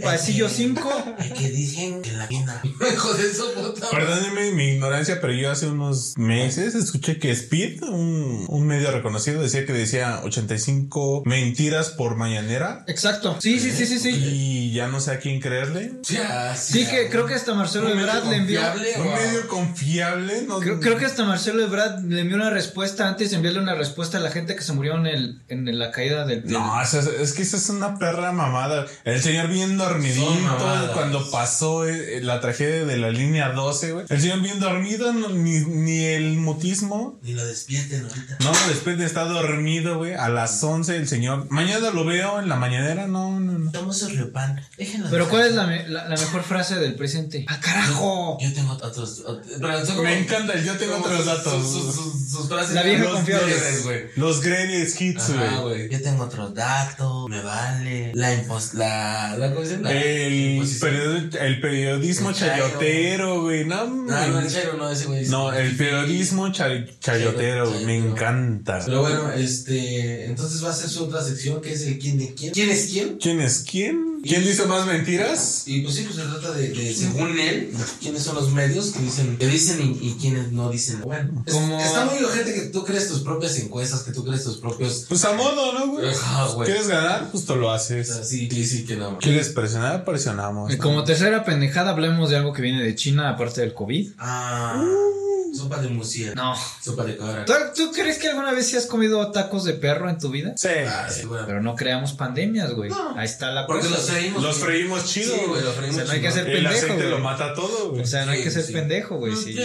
[SPEAKER 2] pasillo 5.
[SPEAKER 1] Ay, que dicen que la mina. Hijo de su puta.
[SPEAKER 3] Perdónenme mi ignorancia, pero yo hace unos meses escuché que Speed, un, un medio reconocido, decía que decía 85 mentiras por mañanera.
[SPEAKER 2] Exacto. Sí, sí, sí, sí, sí.
[SPEAKER 3] Y ya no sé a quién creerle.
[SPEAKER 1] Ya,
[SPEAKER 2] Sí, que creo que hasta Marcelo Ebrard le envió.
[SPEAKER 3] Un medio confiable. No,
[SPEAKER 2] Creo, creo que hasta Marcelo Ebrard le envió una respuesta antes de enviarle una respuesta a la gente que se murió en el en la caída del.
[SPEAKER 3] No, eso es, es que eso es una perra mamada. El señor bien
[SPEAKER 1] Son
[SPEAKER 3] dormidito
[SPEAKER 1] mamadas.
[SPEAKER 3] cuando pasó eh, la tragedia de la línea 12, güey. El señor bien dormido, no- ni, ni el mutismo.
[SPEAKER 1] Ni lo despierten ahorita.
[SPEAKER 3] No, después de estar dormido, güey, a las 11 el señor. Mañana lo veo en la mañanera, no, no, no.
[SPEAKER 1] Tomo su riopan. Déjenlo.
[SPEAKER 2] Pero ¿cuál es la, me- la- la mejor frase del presente? ¡Ah, carajo!
[SPEAKER 1] Yo tengo otros. ot- pero son como-
[SPEAKER 3] Me encanta, yo tengo
[SPEAKER 1] como
[SPEAKER 3] otros
[SPEAKER 1] sus-
[SPEAKER 3] datos.
[SPEAKER 1] Sus, sus- sus frases.
[SPEAKER 2] La vieja
[SPEAKER 1] Los-
[SPEAKER 2] confiable.
[SPEAKER 1] los- güey.
[SPEAKER 3] Los greatest hits,
[SPEAKER 1] Ajá,
[SPEAKER 3] güey.
[SPEAKER 1] güey. Yo tengo otros datos. Me vale. La impos. La. la ¿Cómo se llama? La
[SPEAKER 3] El,
[SPEAKER 1] imposición.
[SPEAKER 3] period- el periodismo
[SPEAKER 1] El chairo.
[SPEAKER 3] chayotero, güey. No,
[SPEAKER 1] No, Ah, no, en
[SPEAKER 3] mames.
[SPEAKER 1] serio, no, ese güey. es-
[SPEAKER 3] no, el periodismo chay- chayotero, güey, me
[SPEAKER 1] Chayotero.
[SPEAKER 3] encanta.
[SPEAKER 1] Pero bueno, este. Entonces va a ser su otra sección que es el quién de quién. ¿Quién es quién?
[SPEAKER 3] ¿Quién es quién? ¿Quién dice más mentiras?
[SPEAKER 1] Y pues sí, pues se trata de, de, según él, quiénes son los medios que dicen, que dicen y, y quiénes no dicen. Bueno, es-
[SPEAKER 2] Como-
[SPEAKER 1] está muy urgente que tú crees tus propias encuestas, que tú crees tus propios.
[SPEAKER 3] Pues a modo, ¿no, güey?
[SPEAKER 1] Ajá, güey.
[SPEAKER 3] ¿Quieres ganar? Pues tú lo
[SPEAKER 1] O sea,
[SPEAKER 3] haces.
[SPEAKER 1] Sí, sí, sí, que no.
[SPEAKER 3] ¿Quieres presionar? Presionamos.
[SPEAKER 2] Y
[SPEAKER 3] ¿no?
[SPEAKER 2] como tercera pendejada, hablemos de algo que viene de China, aparte del COVID.
[SPEAKER 1] Ah,
[SPEAKER 2] Uh.
[SPEAKER 1] sopa de musía,
[SPEAKER 2] No.
[SPEAKER 1] sopa de cabra.
[SPEAKER 2] ¿Tú, tú crees que alguna vez sí has comido tacos de perro en tu vida?
[SPEAKER 3] Sí.
[SPEAKER 1] Ah, sí, güey.
[SPEAKER 2] Pero no creamos pandemias, güey.
[SPEAKER 1] No.
[SPEAKER 2] Ahí está la
[SPEAKER 1] Porque
[SPEAKER 2] cosa.
[SPEAKER 1] los freímos.
[SPEAKER 3] Los
[SPEAKER 1] güey.
[SPEAKER 3] freímos chido,
[SPEAKER 1] Sí, güey,
[SPEAKER 3] güey.
[SPEAKER 1] los freímos.
[SPEAKER 2] O sea, no hay que
[SPEAKER 1] chido.
[SPEAKER 2] hacer-
[SPEAKER 3] El
[SPEAKER 2] pendejo,
[SPEAKER 3] aceite
[SPEAKER 2] güey. Pues,
[SPEAKER 3] lo mata todo, güey.
[SPEAKER 2] O sea, no hay que ser
[SPEAKER 1] Sí, sí.
[SPEAKER 2] pendejo, güey. Sí.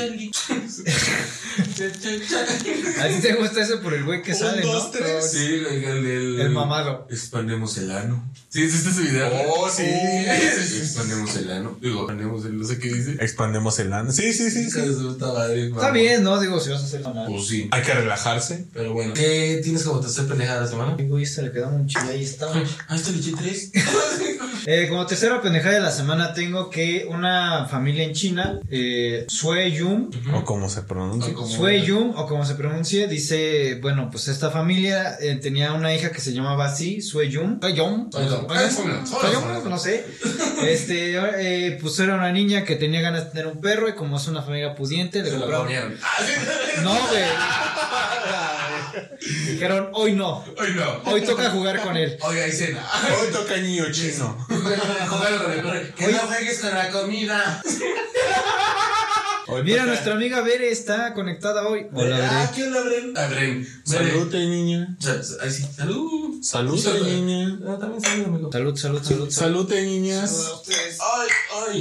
[SPEAKER 1] Sí,
[SPEAKER 2] A ti te gusta eso por el güey que
[SPEAKER 3] Un,
[SPEAKER 2] sale,
[SPEAKER 3] dos,
[SPEAKER 2] ¿no?
[SPEAKER 3] tres.
[SPEAKER 1] güey, el, el,
[SPEAKER 2] El mamado.
[SPEAKER 1] Expandemos el ano. Sí, ¿sí este es video.
[SPEAKER 3] Oh, sí.
[SPEAKER 1] Expandemos el ano. Digo, expandemos el. No sé qué dice.
[SPEAKER 3] Expandemos el ano. Sí, sí, sí,
[SPEAKER 1] Hija
[SPEAKER 3] sí.
[SPEAKER 1] de su puta madre,
[SPEAKER 2] Está
[SPEAKER 1] mamá.
[SPEAKER 2] bien, ¿no? Digo, si vas a hacer mamado.
[SPEAKER 1] Pues sí.
[SPEAKER 3] Hay que relajarse.
[SPEAKER 1] Pero bueno. ¿Qué tienes como tercer pendeja de la semana?
[SPEAKER 2] Digo, y esta le quedaba un chile, ahí está.
[SPEAKER 1] Ah, esta le eché tres.
[SPEAKER 2] Eh, como tercera pendejada de la semana tengo que una familia en China, eh, Sue Yum,
[SPEAKER 3] O como se pronuncia.
[SPEAKER 1] Como-
[SPEAKER 2] Sue Yum, o como se pronuncie, dice, bueno, pues esta familia eh, tenía una hija que se llamaba así, Sue Yum, Sue Yum,
[SPEAKER 1] Sue Yum.
[SPEAKER 2] Sue Yum, Sue Yum, no sé, este, eh, pues era una niña que tenía ganas de tener un perro y como es una familia pudiente, le
[SPEAKER 1] Se lo
[SPEAKER 2] compraron,
[SPEAKER 1] comieron. Ah, sí.
[SPEAKER 2] no, güey, dijeron, hoy no,
[SPEAKER 1] Hoy no.
[SPEAKER 2] hoy toca jugar con él.
[SPEAKER 1] Hoy hay cena.
[SPEAKER 3] Hoy toca niño chino.
[SPEAKER 1] Que no juegues con la comida.
[SPEAKER 3] Hoy
[SPEAKER 2] Mira,
[SPEAKER 3] toca-
[SPEAKER 2] nuestra amiga Bere está conectada hoy. Hola, Bere.
[SPEAKER 1] Ah, ¿quién la abren? Abren.
[SPEAKER 3] Salute, niña.
[SPEAKER 1] Ahí sí. Salud.
[SPEAKER 3] Salute, niña.
[SPEAKER 1] Ah, también salud, amigo.
[SPEAKER 2] Salud, salud, salud. salud.
[SPEAKER 3] Salute, niñas.
[SPEAKER 1] Ay, ay,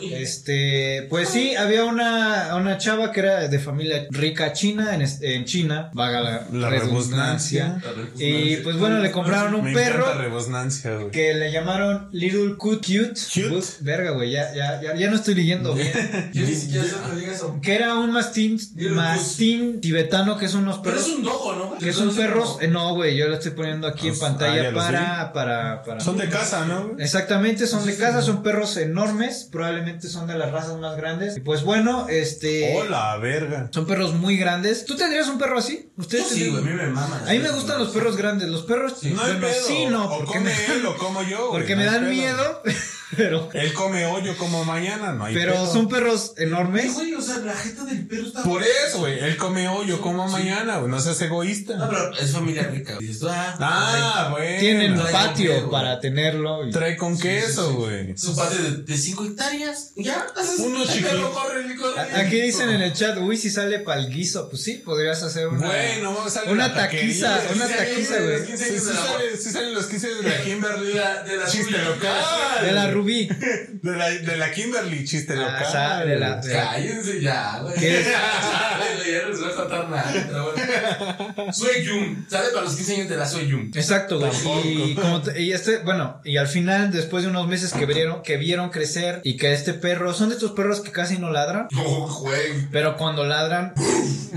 [SPEAKER 1] ay.
[SPEAKER 2] Este, pues sí, había una, una chava que era de familia rica china en, es- en China, vaga la,
[SPEAKER 3] La
[SPEAKER 2] redundancia.
[SPEAKER 3] rebusnancia.
[SPEAKER 2] Y pues bueno, le compraron un
[SPEAKER 3] Me
[SPEAKER 2] perro
[SPEAKER 3] encanta rebosnancia, güey.
[SPEAKER 2] que le llamaron Little Cute Cute.
[SPEAKER 3] Cute.
[SPEAKER 2] But- verga, güey, ya, ya, ya, ya no estoy leyendo bien.
[SPEAKER 1] Yo ni siquiera sé lo digas.
[SPEAKER 2] que era un mastín,
[SPEAKER 1] Little
[SPEAKER 2] mastín tibetano que son unos
[SPEAKER 1] Pero es
[SPEAKER 2] perros.
[SPEAKER 1] un dogo, ¿no?
[SPEAKER 2] Que son perros. eh, no, güey, yo lo estoy poniendo aquí en
[SPEAKER 3] Ah,
[SPEAKER 2] pantalla
[SPEAKER 3] ya los
[SPEAKER 2] para, para, para.
[SPEAKER 3] Son de casa, ¿no?
[SPEAKER 2] Eh,
[SPEAKER 3] güey?
[SPEAKER 2] Exactamente, son de casa, son perros enormes, probablemente son de las razas más grandes. Y pues bueno, este.
[SPEAKER 3] Hola, verga.
[SPEAKER 2] Son perros muy grandes. ¿Tú tendrías un perro así? Ustedes
[SPEAKER 1] Sí, güey,
[SPEAKER 2] tendrían-
[SPEAKER 1] a mí me maman.
[SPEAKER 2] A mí me gustan los perros grandes. Los perros.
[SPEAKER 1] Sí,
[SPEAKER 3] No hay
[SPEAKER 2] bueno,
[SPEAKER 3] pedo.
[SPEAKER 2] sí, no,
[SPEAKER 3] o
[SPEAKER 2] porque
[SPEAKER 3] come
[SPEAKER 2] me,
[SPEAKER 3] él o como yo. güey,
[SPEAKER 2] porque
[SPEAKER 3] no
[SPEAKER 2] me
[SPEAKER 3] hay
[SPEAKER 2] dan
[SPEAKER 3] pedo.
[SPEAKER 2] miedo. Pero,
[SPEAKER 3] Él come hoy, yo como mañana, no hay
[SPEAKER 2] pero
[SPEAKER 3] pedo.
[SPEAKER 2] son perros
[SPEAKER 1] Sí,
[SPEAKER 2] enormes.
[SPEAKER 1] güey, o sea, la jeta del perro está.
[SPEAKER 3] Por eso, güey. Él come hoy, yo como
[SPEAKER 1] Sí.
[SPEAKER 3] mañana, güey. No seas egoísta.
[SPEAKER 1] No, Ah, pero es familia rica. Dices, tú, ah,
[SPEAKER 3] ah, güey.
[SPEAKER 2] Tienen
[SPEAKER 1] trae
[SPEAKER 2] patio
[SPEAKER 1] conmigo,
[SPEAKER 2] para
[SPEAKER 1] güey.
[SPEAKER 2] tenerlo. y-
[SPEAKER 3] Trae con queso, güey.
[SPEAKER 1] ay, Su padre de- de 5 hectáreas. Ya.
[SPEAKER 3] Uno
[SPEAKER 1] El
[SPEAKER 3] chiquito.
[SPEAKER 1] perro corre, corre.
[SPEAKER 2] A- Aquí dicen en el chat, uy, si sale pa'l guiso. Pues sí, podrías hacer una.
[SPEAKER 3] Güey, no vamos a salir
[SPEAKER 2] una
[SPEAKER 3] a la
[SPEAKER 2] taquiza,
[SPEAKER 3] taquería,
[SPEAKER 2] una
[SPEAKER 3] sí salen
[SPEAKER 2] taquiza,
[SPEAKER 3] los
[SPEAKER 2] güey.
[SPEAKER 3] 15 años
[SPEAKER 1] Sí,
[SPEAKER 3] de
[SPEAKER 1] sí
[SPEAKER 3] la-
[SPEAKER 1] salen-
[SPEAKER 3] Sí salen los 15 de la Kimberly.
[SPEAKER 1] De la- de la
[SPEAKER 3] Chiste
[SPEAKER 1] suya.
[SPEAKER 3] local.
[SPEAKER 1] Ah,
[SPEAKER 2] de la Rubí.
[SPEAKER 3] De la, de la Kimberly, chiste
[SPEAKER 2] Ah,
[SPEAKER 3] local.
[SPEAKER 2] sabe, de la- de la-
[SPEAKER 1] Cállense ya, güey.
[SPEAKER 2] ¿Qué es?
[SPEAKER 1] Chale, güey, ya no les voy a contar nada. pero bueno. Soy Yum. Sale para los 15 años de la Soy Yum.
[SPEAKER 2] Exacto, güey.
[SPEAKER 3] Tampoco.
[SPEAKER 2] Y, como te- y este, bueno, y al final, después de unos meses que vieron, que vieron crecer y que este perro, son de estos perros que casi no ladran,
[SPEAKER 1] No, güey.
[SPEAKER 2] pero cuando ladran,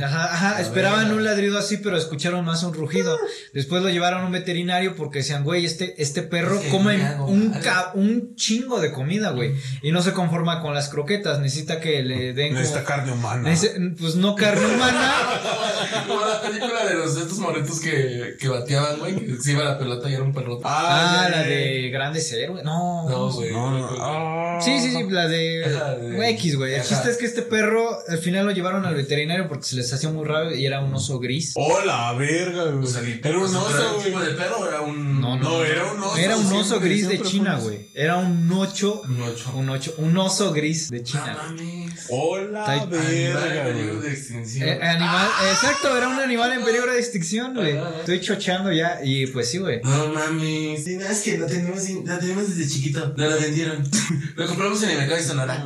[SPEAKER 2] ajá, ajá,
[SPEAKER 1] La
[SPEAKER 2] esperaban
[SPEAKER 1] verga.
[SPEAKER 2] un ladrido así, pero escucharon más un rugido. Después lo llevaron a un veterinario porque decían, güey, este, este perro
[SPEAKER 1] Este
[SPEAKER 2] come
[SPEAKER 1] me hago
[SPEAKER 2] un,
[SPEAKER 1] mal.
[SPEAKER 2] ca- un chingo de comida, güey, y no se conforma con las croquetas, necesita que le den como-
[SPEAKER 3] Necesita carne humana.
[SPEAKER 2] necesita- pues no carne humana.
[SPEAKER 1] Como la película de los, de estos morritos que, que bateaban, güey, que se iba la pelota y era un perrote.
[SPEAKER 2] Ah,
[SPEAKER 3] ya,
[SPEAKER 2] la
[SPEAKER 3] ya,
[SPEAKER 2] de grandes héroes. No,
[SPEAKER 1] No, güey.
[SPEAKER 3] No, no, ah.
[SPEAKER 2] Sí, sí, sí, la de
[SPEAKER 1] Esa de-
[SPEAKER 2] X, güey. El
[SPEAKER 1] Ajá.
[SPEAKER 2] chiste es que este perro al final lo llevaron al veterinario porque se les hacía muy raro y era un oso gris.
[SPEAKER 3] Hola, verga, güey.
[SPEAKER 1] O sea, el-
[SPEAKER 3] Era
[SPEAKER 1] o
[SPEAKER 3] un
[SPEAKER 1] sea, ¿era
[SPEAKER 3] oso,
[SPEAKER 1] un tipo
[SPEAKER 3] güey.
[SPEAKER 1] de perro o era un.
[SPEAKER 2] No,
[SPEAKER 3] No, era un oso.
[SPEAKER 2] Era un
[SPEAKER 3] siempre,
[SPEAKER 2] oso gris de
[SPEAKER 3] siempre
[SPEAKER 2] China,
[SPEAKER 3] fue un oso.
[SPEAKER 2] güey. Era un ocho,
[SPEAKER 1] Un ocho.
[SPEAKER 2] un ocho, un oso gris de
[SPEAKER 1] No
[SPEAKER 2] China.
[SPEAKER 1] mames.
[SPEAKER 3] Hola,
[SPEAKER 2] Está-
[SPEAKER 1] Animal en
[SPEAKER 3] Oh, verga,
[SPEAKER 1] peligro de
[SPEAKER 3] güey.
[SPEAKER 1] extinción.
[SPEAKER 2] Eh, animal, exacto, era un animal en peligro de extinción, güey. Estoy chochando ya y pues sí, güey.
[SPEAKER 1] No mames. Sí, no, es que la tenemos, la tenemos desde chiquito. No la vendieron. Lo compramos en el mercado de Sonora.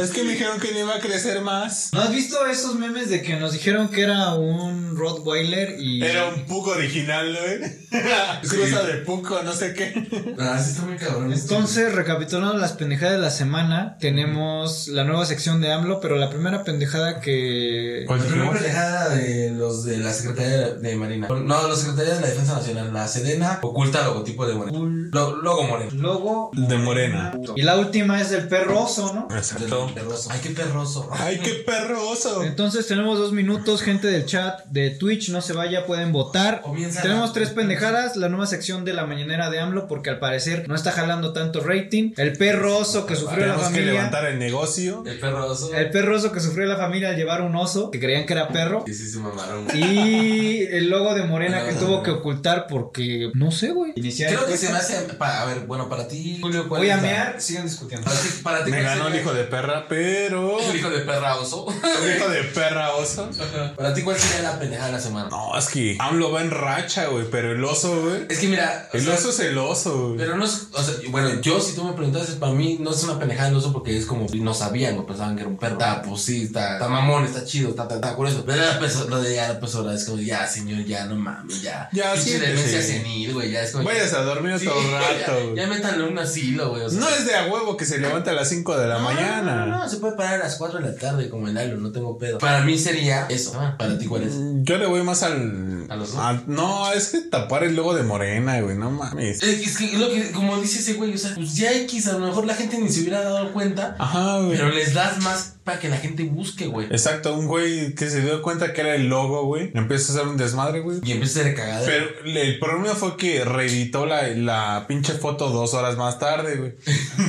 [SPEAKER 3] Es que me dijeron que no iba a crecer más.
[SPEAKER 2] ¿No has visto esos memes de que nos dijeron que era un Rottweiler y
[SPEAKER 3] Era un puco original, eh? güey. Cruza de puco, no sé qué.
[SPEAKER 1] Ah, sí, está muy cabrón.
[SPEAKER 2] Entonces, recapitulando las pendejadas de la semana, tenemos la nueva sección de AMLO, pero la primera pendejada que...
[SPEAKER 1] La primera pendejada de los de la Secretaría de Marina. No, la Secretaría de la Defensa Nacional. La Sedena oculta logotipo de Morena. Lo- logo Morena.
[SPEAKER 2] Logo.
[SPEAKER 3] De morena.
[SPEAKER 2] Y la última es del perro oso, ¿no?
[SPEAKER 1] Del perroso. Ay, qué perroso.
[SPEAKER 3] Ay, qué perro oso.
[SPEAKER 2] Entonces tenemos dos minutos, gente del chat de Twitch, no se vaya, pueden votar.
[SPEAKER 1] Comienza
[SPEAKER 2] tenemos
[SPEAKER 1] la-
[SPEAKER 2] tres pendejadas, la nueva sección de la mañanera de AMLO, porque al parecer no está jalando tanto rating. El perro oso que sufrió la
[SPEAKER 3] Tenemos que
[SPEAKER 2] familia.
[SPEAKER 3] levantar el negocio.
[SPEAKER 1] El perroso.
[SPEAKER 2] El perro oso que sufrió la familia al llevar un oso, que creían que era perro.
[SPEAKER 1] Sí, sí, se mamaron.
[SPEAKER 2] Y el logo de Morena que tuvo que ocultar porque no sé, güey. Iniciar
[SPEAKER 1] Creo que
[SPEAKER 3] pues
[SPEAKER 2] encuesta.
[SPEAKER 1] se me hace. pa- a ver, bueno, para ti, Julio, ¿cuál
[SPEAKER 2] Voy a
[SPEAKER 1] es la-
[SPEAKER 2] mear, siguen discutiendo.
[SPEAKER 1] Para ti, para ti,
[SPEAKER 3] Me
[SPEAKER 1] ¿cuál
[SPEAKER 3] ganó el
[SPEAKER 1] sería-
[SPEAKER 3] hijo de perra, pero.
[SPEAKER 1] El hijo de perra oso.
[SPEAKER 3] El hijo de perra oso.
[SPEAKER 1] Para ti, ¿cuál sería la pendejada de la semana?
[SPEAKER 3] No, es que AMLO va en racha, güey, pero el oso, güey.
[SPEAKER 1] Es que mira. o
[SPEAKER 3] El
[SPEAKER 1] sea,
[SPEAKER 3] oso es el oso, güey.
[SPEAKER 1] Pero no es, o sea, bueno, yo si tú me preguntas, para mí no es una pendejada el oso porque es como, no sabían, no pensaban que era un perro. Está, pues sí, está, está mamón, está chido, está, está, está curioso. Pero la persona, lo de ya la persona es como, ya señor, ya no mames, ya.
[SPEAKER 3] Ya,
[SPEAKER 1] Pinche
[SPEAKER 3] siéntese.
[SPEAKER 1] demencia senil, güey, ya es como.
[SPEAKER 3] Vayas a dormir
[SPEAKER 1] Sí,
[SPEAKER 3] otro rato,
[SPEAKER 1] Ya,
[SPEAKER 3] güey.
[SPEAKER 1] ya métanle un asilo, güey. o sea.
[SPEAKER 3] No es de a huevo que se levanta a las 5 de la
[SPEAKER 1] No, No, no,
[SPEAKER 3] mañana.
[SPEAKER 1] no, se puede parar a las 4 de la tarde como el Lalo, no tengo pedo. Para mí sería eso. Ah, Para ti, ¿cuál es?
[SPEAKER 3] Yo le voy más al.
[SPEAKER 1] ¿Al oso?
[SPEAKER 3] al- no, es que tapar el logo de Morena, güey, no mames.
[SPEAKER 1] Es que- es que lo que, como dice ese güey, o sea, pues ya X, a lo mejor la gente ni se hubiera dado cuenta,
[SPEAKER 3] Ajá, güey.
[SPEAKER 1] pero les das más para que la gente busque, güey.
[SPEAKER 3] Exacto, un güey que se dio cuenta que era el logo, güey. Empieza a hacer un desmadre, güey.
[SPEAKER 1] Y empieza a ser cagada.
[SPEAKER 3] Pero el problema fue que reeditó la, la pinche foto dos horas más tarde, güey.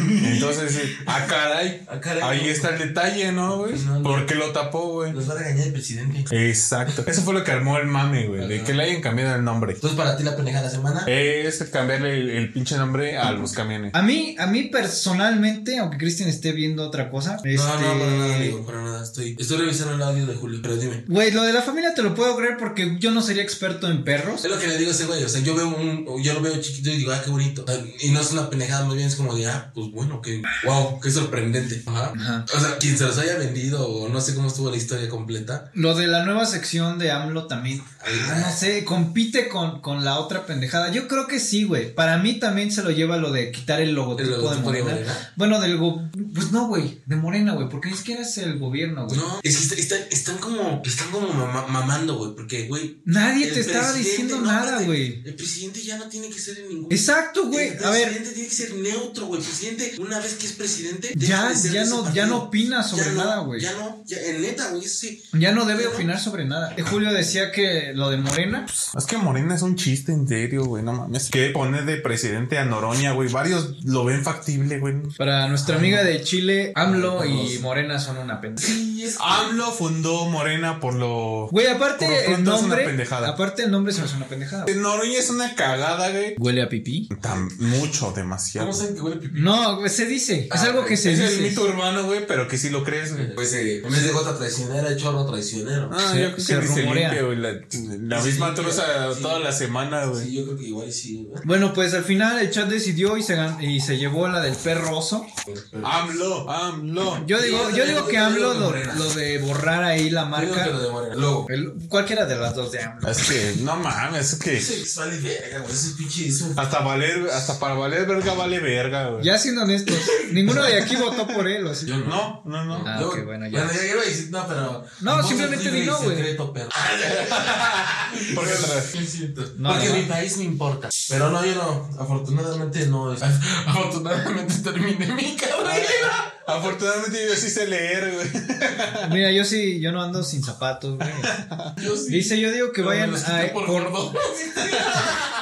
[SPEAKER 3] Entonces, sí, ah, caray.
[SPEAKER 1] Ah, caray.
[SPEAKER 3] Ahí está el detalle, ¿no, güey?
[SPEAKER 1] No, no.
[SPEAKER 3] ¿Por qué lo tapó, güey?
[SPEAKER 1] Nos va a regañar el presidente.
[SPEAKER 3] Exacto. Eso fue lo que armó el mame, güey. De
[SPEAKER 1] Ajá.
[SPEAKER 3] que le hayan cambiado el nombre.
[SPEAKER 1] Entonces, para ti, la pendeja de la semana.
[SPEAKER 3] Es cambiarle el, el pinche nombre a los camiones.
[SPEAKER 2] A mí, a mí personalmente, aunque Cristian esté viendo otra cosa, este...
[SPEAKER 1] No, no, para nada, amigo, para nada. Estoy, estoy revisando el audio de Julio, pero dime.
[SPEAKER 2] Güey, lo de la familia te lo puedo creer porque yo no sería experto en perros.
[SPEAKER 1] Es lo que le digo a ese güey, o sea, yo veo un, yo lo veo chiquito y digo, ah, qué bonito. O sea, Y no es una pendejada, más bien es como de, ah, pues bueno, que, wow, qué sorprendente. Ajá.
[SPEAKER 2] Ajá.
[SPEAKER 1] O sea, quien se los haya vendido o no sé cómo estuvo la historia completa.
[SPEAKER 2] Lo de la nueva sección de AMLO también. Ah, no sé, compite con, con la otra pendejada. Yo creo que sí, güey. Para mí también se lo lleva lo de quitar el logotipo,
[SPEAKER 1] El logotipo
[SPEAKER 2] de
[SPEAKER 1] de
[SPEAKER 2] Morena.
[SPEAKER 1] Morena.
[SPEAKER 2] Bueno, del go Pues no, güey. De Morena, güey. Porque ni siquiera es el gobierno, güey.
[SPEAKER 1] No, es que está- están, están como, están como mama- mamando, güey, porque, güey.
[SPEAKER 2] Nadie
[SPEAKER 1] el
[SPEAKER 2] te estaba
[SPEAKER 1] presidente-
[SPEAKER 2] diciendo
[SPEAKER 1] no,
[SPEAKER 2] nada,
[SPEAKER 1] espérate,
[SPEAKER 2] güey.
[SPEAKER 1] El presidente ya no tiene que ser en ningún.
[SPEAKER 2] Exacto, güey.
[SPEAKER 1] El
[SPEAKER 2] A ver,
[SPEAKER 1] presidente tiene que ser neutro, güey. El presidente, una vez que es presidente, deja
[SPEAKER 2] ya,
[SPEAKER 1] de ser
[SPEAKER 2] ya
[SPEAKER 1] de ese
[SPEAKER 2] no, ya no
[SPEAKER 1] partido.
[SPEAKER 2] opina sobre
[SPEAKER 1] Ya no,
[SPEAKER 2] nada, güey.
[SPEAKER 1] Ya no, ya, en neta, güey, eso sí.
[SPEAKER 2] Ya no debe opinar sobre nada. Eh, Julio decía que lo de Morena. pues,
[SPEAKER 3] Es que Morena es un chiste en serio, güey. No mames. Que pone de presidente a Noroña, güey. Varios lo ven factible, güey.
[SPEAKER 2] Para nuestra amiga de Chile, AMLO
[SPEAKER 1] Ay,
[SPEAKER 2] y
[SPEAKER 1] todos.
[SPEAKER 2] Morena son una pendeja.
[SPEAKER 1] Sí, es.
[SPEAKER 3] AMLO fundó Morena por lo.
[SPEAKER 2] Güey,
[SPEAKER 3] Por lo
[SPEAKER 2] aparte el
[SPEAKER 3] pronto es una
[SPEAKER 2] nombre.
[SPEAKER 3] pendejada.
[SPEAKER 2] Aparte el nombre se me hace una pendejada.
[SPEAKER 3] Noroña es una cagada, güey.
[SPEAKER 2] ¿Huele a pipí?
[SPEAKER 3] Tan, mucho, demasiado.
[SPEAKER 1] ¿Cómo saben que huele pipí?
[SPEAKER 2] No, güey, se dice. Es
[SPEAKER 1] Ah,
[SPEAKER 2] algo que se
[SPEAKER 3] es el
[SPEAKER 2] dice.
[SPEAKER 3] mito urbano, güey, pero que sí lo crees, güey.
[SPEAKER 1] Pues eh, en vez de gota traicionera, el chorro traicionero.
[SPEAKER 3] Ah,
[SPEAKER 2] Se-
[SPEAKER 3] yo creo que
[SPEAKER 2] se
[SPEAKER 3] ni se
[SPEAKER 2] rumorea.
[SPEAKER 3] limpia, güey. La, la
[SPEAKER 1] Sí,
[SPEAKER 3] misma
[SPEAKER 1] sí,
[SPEAKER 3] truza
[SPEAKER 1] sí.
[SPEAKER 3] toda la semana, güey.
[SPEAKER 1] sí, yo creo que igual sí, güey.
[SPEAKER 2] Bueno, pues al final el chat decidió y se, gan- y se llevó la del perro oso.
[SPEAKER 3] AMLO, AMLO.
[SPEAKER 2] Yo digo, yo digo que AMLO lo,
[SPEAKER 1] Morena.
[SPEAKER 2] lo de borrar ahí la
[SPEAKER 1] Yo digo que lo
[SPEAKER 2] marca.
[SPEAKER 1] de Morena. Luego.
[SPEAKER 3] Eh,
[SPEAKER 2] el- cualquiera de las dos de AMLO.
[SPEAKER 3] Es que, no mames, es que.
[SPEAKER 1] Sexual y verga, güey. Ese pinche es un.
[SPEAKER 3] Hasta valer, hasta para valer verga vale verga, güey.
[SPEAKER 2] Ya siendo honestos, ninguno de aquí votó por él. o sea.
[SPEAKER 1] Yo
[SPEAKER 3] No, no, no.
[SPEAKER 2] Ah,
[SPEAKER 1] Yo-
[SPEAKER 2] ok, bueno, ya.
[SPEAKER 1] ya iba a decir, no, pero.
[SPEAKER 2] No,
[SPEAKER 1] Vos
[SPEAKER 2] simplemente
[SPEAKER 1] libre
[SPEAKER 2] di
[SPEAKER 1] y
[SPEAKER 2] no, güey.
[SPEAKER 1] secreto, perro.
[SPEAKER 3] ¿Por qué otra vez?
[SPEAKER 1] Lo siento.
[SPEAKER 2] No,
[SPEAKER 1] Porque
[SPEAKER 2] no.
[SPEAKER 1] mi país me importa. Pero no, yo no. Afortunadamente no. es- Afortunadamente terminé mi carrera.
[SPEAKER 3] Afortunadamente yo sí sé leer, güey.
[SPEAKER 2] Mira, yo sí, yo no ando sin zapatos, güey.
[SPEAKER 1] Yo sí.
[SPEAKER 2] Dice, yo digo que
[SPEAKER 1] pero me
[SPEAKER 2] vayan
[SPEAKER 1] los quité
[SPEAKER 2] a-
[SPEAKER 1] por
[SPEAKER 2] por-
[SPEAKER 1] gordo.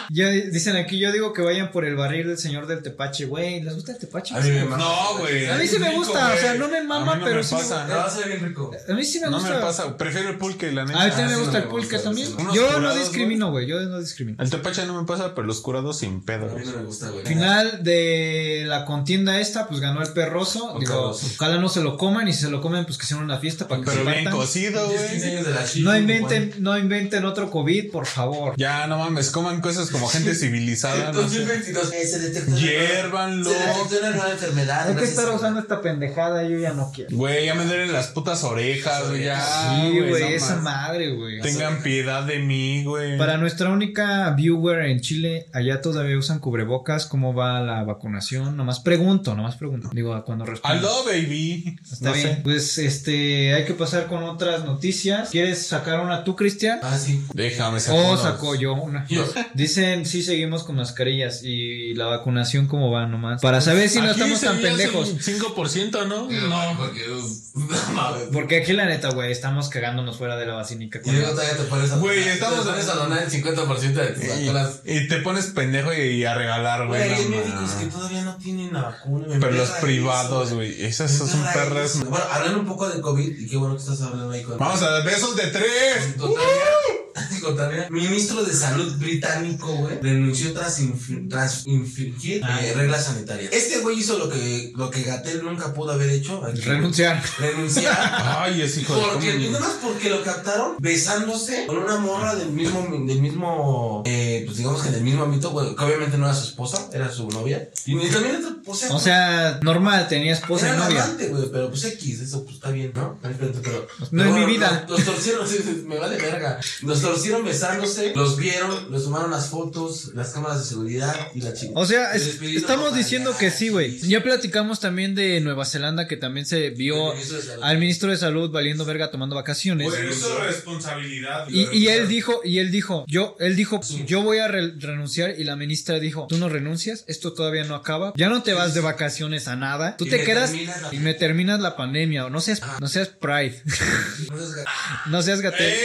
[SPEAKER 2] ya dicen aquí, yo digo que vayan por el barril del señor del tepache, güey. ¿Les gusta el tepache?
[SPEAKER 1] A mí me mama.
[SPEAKER 3] No, güey.
[SPEAKER 2] A mí sí me
[SPEAKER 3] Rico,
[SPEAKER 2] gusta,
[SPEAKER 3] güey.
[SPEAKER 2] o sea, no me mama,
[SPEAKER 3] A mí no
[SPEAKER 2] pero
[SPEAKER 3] me
[SPEAKER 2] sí me
[SPEAKER 3] pasa.
[SPEAKER 1] Ah, No, sabe bien rico.
[SPEAKER 2] A mí sí me
[SPEAKER 3] No
[SPEAKER 2] gusta.
[SPEAKER 3] me pasa. Prefiero el pulque, la
[SPEAKER 2] A mí
[SPEAKER 3] neta.
[SPEAKER 1] Ah,
[SPEAKER 2] también me
[SPEAKER 1] sí,
[SPEAKER 2] gusta
[SPEAKER 1] no
[SPEAKER 2] el
[SPEAKER 1] me
[SPEAKER 2] pulque
[SPEAKER 1] gusta,
[SPEAKER 2] también.
[SPEAKER 1] sí.
[SPEAKER 3] Unos
[SPEAKER 2] Yo no
[SPEAKER 3] curados,
[SPEAKER 2] discrimino, güey. Yo no discrimino.
[SPEAKER 3] El tepache no me pasa, pero los curados sin
[SPEAKER 1] A
[SPEAKER 3] pedo.
[SPEAKER 1] mí
[SPEAKER 3] güey.
[SPEAKER 1] no me gusta, güey.
[SPEAKER 2] Al final de la contienda esta, pues ganó el perroso.
[SPEAKER 1] El
[SPEAKER 2] Digo,
[SPEAKER 1] perroso.
[SPEAKER 2] ojalá no se lo coman y si se lo comen, pues que sea una fiesta para que se
[SPEAKER 3] Pero bien
[SPEAKER 2] partan.
[SPEAKER 3] cocido,
[SPEAKER 1] Pinches 15
[SPEAKER 3] güey.
[SPEAKER 1] años de la chica,
[SPEAKER 2] No
[SPEAKER 1] güey.
[SPEAKER 2] inventen, no inventen otro COVID, por favor.
[SPEAKER 3] Ya, no mames, coman cosas como gente civilizada. no sé.
[SPEAKER 1] 2022. Eh, se detectó una-
[SPEAKER 3] Hiérvanlo.
[SPEAKER 1] Se detectó una nueva enfermedad.
[SPEAKER 2] Hay que
[SPEAKER 1] gracias
[SPEAKER 2] estar
[SPEAKER 1] a-
[SPEAKER 2] usando esta pendejada, yo ya no quiero.
[SPEAKER 3] Güey, ya me duelen las putas orejas, güey. Ya,
[SPEAKER 2] Sí,
[SPEAKER 3] Ah, güey,
[SPEAKER 2] güey,
[SPEAKER 3] no
[SPEAKER 2] esa
[SPEAKER 3] más.
[SPEAKER 2] madre, güey.
[SPEAKER 3] Tengan piedad de mí, güey.
[SPEAKER 2] Para nuestra única viewer en Chile, allá todavía usan cubrebocas, ¿cómo va la vacunación? Nomás pregunto, nomás pregunto. Digo, cuando respondo.
[SPEAKER 3] Aló, baby.
[SPEAKER 2] Está
[SPEAKER 3] No sé.
[SPEAKER 2] bien. Pues este, hay que pasar con otras noticias. ¿Quieres sacar una tú, Cristian?
[SPEAKER 1] Ah, sí.
[SPEAKER 3] Déjame sacar.
[SPEAKER 2] O
[SPEAKER 3] unos-
[SPEAKER 2] Oh, saco yo una.
[SPEAKER 1] Yo.
[SPEAKER 2] Dicen, sí seguimos con mascarillas y la vacunación cómo va nomás. Para saber si no
[SPEAKER 3] Pues, Aquí
[SPEAKER 2] estamos tan
[SPEAKER 3] seguías
[SPEAKER 2] pendejos.
[SPEAKER 3] en 5%, ¿no?
[SPEAKER 1] No, porque es. No mames.
[SPEAKER 2] Porque aquí la neta, güey, estamos cagándonos fuera de la vacínica.
[SPEAKER 1] Y luego todavía te pones a
[SPEAKER 3] Güey, estamos-
[SPEAKER 1] te pones a donar el 50% de tus vacunas.
[SPEAKER 3] Y, y te pones pendejo y, y a regalar, güey.
[SPEAKER 1] Güey, hay
[SPEAKER 3] no
[SPEAKER 1] médicos
[SPEAKER 3] mames.
[SPEAKER 1] que todavía no tienen la vacuna. me
[SPEAKER 3] Pero
[SPEAKER 1] emperra
[SPEAKER 3] los
[SPEAKER 1] eso,
[SPEAKER 3] privados, güey. Esas
[SPEAKER 1] me
[SPEAKER 3] son
[SPEAKER 1] emperra
[SPEAKER 3] perras.
[SPEAKER 1] eso. Bueno, hablando un poco de COVID, y qué bueno que estás hablando ahí con.
[SPEAKER 3] Vamos a dar besos de tres.
[SPEAKER 1] Con Tania- con Tania. Ministro de Salud británico, güey, renunció tras, infi- tras infringir eh, reglas sanitarias. Este güey hizo lo que, lo que Gatel nunca pudo haber hecho. aquí.
[SPEAKER 2] Renunciar.
[SPEAKER 1] Renunciar.
[SPEAKER 3] Ay, es hijo de
[SPEAKER 1] Porque, pues
[SPEAKER 3] cómo-
[SPEAKER 1] nada más porque lo captaron besándose con una morra del mismo, del mismo, eh, pues digamos que del mismo ámbito, bueno, que obviamente no era su esposa, era su novia. Y ni- también, era- o sea,
[SPEAKER 2] O sea, normal, tenía esposa
[SPEAKER 1] era
[SPEAKER 2] y
[SPEAKER 1] la
[SPEAKER 2] novia.
[SPEAKER 1] amante, güey, pero pues X, eso pues está bien, ¿no? Ahí frente, pero-
[SPEAKER 2] No
[SPEAKER 1] pero
[SPEAKER 2] es mi
[SPEAKER 1] bueno,
[SPEAKER 2] vida.
[SPEAKER 1] Los, los torcieron, sí, sí, me vale verga. Los torcieron besándose, los vieron, les tomaron las fotos, las cámaras de seguridad y la chica.
[SPEAKER 2] O sea, es-
[SPEAKER 1] Les pidieron
[SPEAKER 2] estamos
[SPEAKER 1] papá,
[SPEAKER 2] diciendo
[SPEAKER 1] ya,
[SPEAKER 2] que sí, güey.
[SPEAKER 1] sí, sí.
[SPEAKER 2] Ya platicamos también de Nueva Zelanda que también se vio
[SPEAKER 1] El ministro de Salud.
[SPEAKER 2] al ministro de salud valiendo verga tomando vacaciones.
[SPEAKER 3] Güey, eso es responsabilidad.
[SPEAKER 2] Y, y él dijo, y él dijo, yo, él dijo, yo voy a re- renunciar y la ministra dijo, tú no renuncias, esto todavía no acaba, ya no te vas de vacaciones a nada, tú
[SPEAKER 1] Y
[SPEAKER 2] te
[SPEAKER 1] me
[SPEAKER 2] quedas
[SPEAKER 1] terminas Ah. la-
[SPEAKER 2] y me terminas la pandemia, o no seas, no seas pride,
[SPEAKER 1] Entonces,
[SPEAKER 2] no seas
[SPEAKER 3] ¡Eh!
[SPEAKER 2] gate.